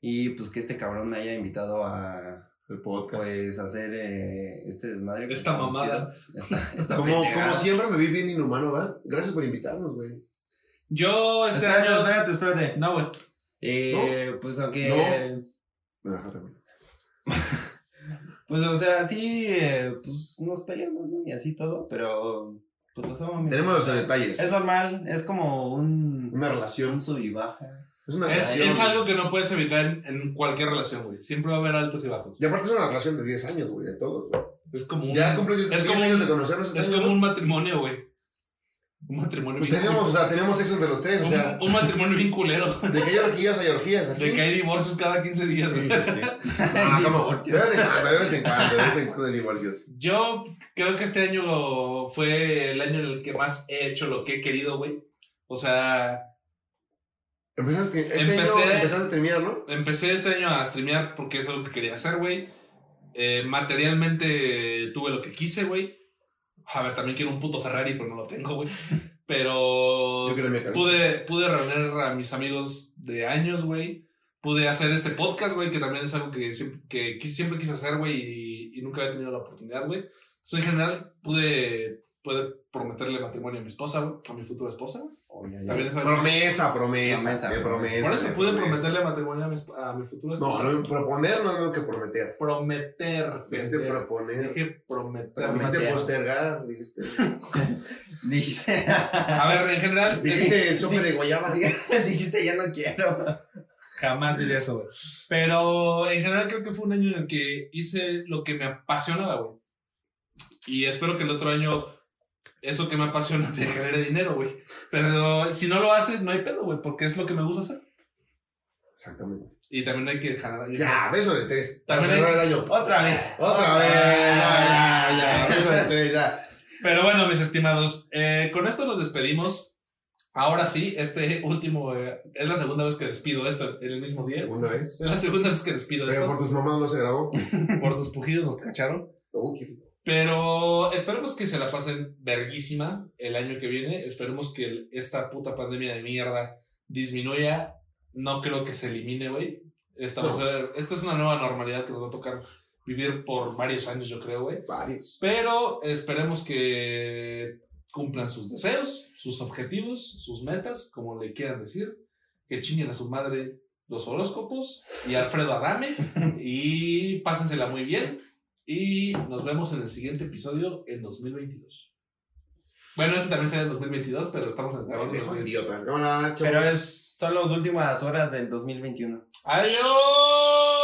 [SPEAKER 4] Y pues que este cabrón me haya invitado a,
[SPEAKER 2] El podcast.
[SPEAKER 4] pues hacer eh, este desmadre.
[SPEAKER 3] Esta
[SPEAKER 4] Está muy
[SPEAKER 3] mamada.
[SPEAKER 4] chida. Esta, esta
[SPEAKER 2] como,
[SPEAKER 4] pendejada.
[SPEAKER 2] como siempre me vi bien inhumano, ¿va? Gracias por invitarnos, güey.
[SPEAKER 3] Yo este
[SPEAKER 4] Espérate,
[SPEAKER 3] año.
[SPEAKER 4] espérate, espérate.
[SPEAKER 3] No, güey.
[SPEAKER 4] Eh, Pues aunque.
[SPEAKER 2] Me dejaste también.
[SPEAKER 4] Pues o sea, sí, eh, pues nos peleamos, ¿no? Y así todo, pero. Pues pasamos bien.
[SPEAKER 2] Tenemos los detalles.
[SPEAKER 4] Es normal, es como un.
[SPEAKER 2] Una relación.
[SPEAKER 4] Un sub y baja.
[SPEAKER 2] Es una
[SPEAKER 3] Es,
[SPEAKER 2] relación.
[SPEAKER 3] es algo que no puedes evitar en, en cualquier relación, güey. Siempre va a haber altos y bajos.
[SPEAKER 2] Y aparte es una relación de 10 años, güey, de todos, güey.
[SPEAKER 3] Es como un,
[SPEAKER 2] Ya cumples 10,
[SPEAKER 3] es como
[SPEAKER 2] años
[SPEAKER 3] un-
[SPEAKER 2] de conocernos.
[SPEAKER 3] es
[SPEAKER 2] este
[SPEAKER 3] como
[SPEAKER 2] año,
[SPEAKER 3] un matrimonio, güey. Un matrimonio
[SPEAKER 2] ¿no? Pues
[SPEAKER 3] bien
[SPEAKER 2] tenemos, o
[SPEAKER 3] cul-
[SPEAKER 2] sea, tenemos sexo entre los tres, o
[SPEAKER 3] un,
[SPEAKER 2] sea,
[SPEAKER 3] un matrimonio bien culero.
[SPEAKER 2] de que hay orgías, hay orgías. Aquí.
[SPEAKER 3] De que hay divorcios cada 15 días, güey.
[SPEAKER 2] Sí, sí. Ah, como- de vez en cuando, de vez en cuando, de vez en cuando divorcios.
[SPEAKER 3] Yo creo que este año fue el año en el que más he hecho lo que he querido, güey. O sea,
[SPEAKER 2] Empezaste, este
[SPEAKER 3] Empecé-
[SPEAKER 2] año empezaste a terminar, ¿no?
[SPEAKER 3] empecé este año a streamear porque es algo que quería hacer, güey. Eh, materialmente tuve lo que quise, güey. A ver, también quiero un puto Ferrari, pero no lo tengo, güey. Pero
[SPEAKER 2] Yo creo que me acabé.
[SPEAKER 3] pude, pude reunir a mis amigos de años, güey. Pude hacer este podcast, güey, que también es algo que siempre, que quis- siempre quise hacer, güey, y, y nunca había tenido la oportunidad, güey. Entonces, en general, pude, pude prometerle matrimonio a mi esposa, güey, a mi futura esposa. güey.
[SPEAKER 4] Oye, ya.
[SPEAKER 3] También es algo-
[SPEAKER 2] Promesa, promesa,
[SPEAKER 4] Promesa,
[SPEAKER 2] de promesa.
[SPEAKER 4] promesa.
[SPEAKER 3] Por
[SPEAKER 2] de
[SPEAKER 3] eso pude
[SPEAKER 2] promesa.
[SPEAKER 3] prometerle matrimonio a mi, esp- a mi futura esposa.
[SPEAKER 2] No, no, proponer no es lo que prometer.
[SPEAKER 3] prometer.
[SPEAKER 2] Dijiste
[SPEAKER 3] pendejo.
[SPEAKER 2] proponer,
[SPEAKER 3] Dije prometer.
[SPEAKER 2] dijiste
[SPEAKER 4] Matear.
[SPEAKER 2] postergar, dijiste,
[SPEAKER 4] Dijiste.
[SPEAKER 3] A ver, en general, es-
[SPEAKER 2] dijiste el sope de guayaba.
[SPEAKER 4] Dijiste, ya no quiero.
[SPEAKER 3] jamás diría eso, güey. Pero en general creo que fue un año en el que hice lo que me apasionaba, güey. Y espero que el otro año eso que me apasiona me genere dinero, güey. Pero si no lo haces, no hay pedo, güey, porque es lo que me gusta hacer.
[SPEAKER 2] Exactamente.
[SPEAKER 3] Y también hay que generar.
[SPEAKER 2] Ya, beso de tres. Para
[SPEAKER 3] También
[SPEAKER 2] cerrar el año.
[SPEAKER 4] Otra vez.
[SPEAKER 2] Otra vez, ya, ya, ya, beso de tres, ya.
[SPEAKER 3] Pero bueno, mis estimados, eh, con esto nos despedimos. Ahora sí, este último eh, es la segunda vez que despido esto en el mismo día.
[SPEAKER 2] Segunda vez.
[SPEAKER 3] Es la segunda vez que despido
[SPEAKER 2] Pero por
[SPEAKER 3] esto.
[SPEAKER 2] tus mamás no se grabó.
[SPEAKER 3] Por tus pujidos nos cacharon.
[SPEAKER 2] Oh, qué-
[SPEAKER 3] Pero esperemos que se la pasen verguísima el año que viene. Esperemos que el- esta puta pandemia de mierda disminuya. No creo que se elimine, güey. Esta, va a
[SPEAKER 2] No.
[SPEAKER 3] ser- esta es una nueva normalidad que nos va a tocar vivir por varios años, yo creo, güey.
[SPEAKER 2] Varios.
[SPEAKER 3] Pero esperemos que cumplan sus deseos, sus objetivos, sus metas, como le quieran decir. Que chinguen a su madre los horóscopos y Alfredo Adame. y pásensela muy bien. Y nos vemos en el siguiente episodio en 2022. Bueno, este también sale en 2022, pero estamos en
[SPEAKER 2] Pendejo idiota. Cámara,
[SPEAKER 4] Pero
[SPEAKER 2] chavos.
[SPEAKER 4] es, son las últimas horas del 2021.
[SPEAKER 3] ¡Adiós!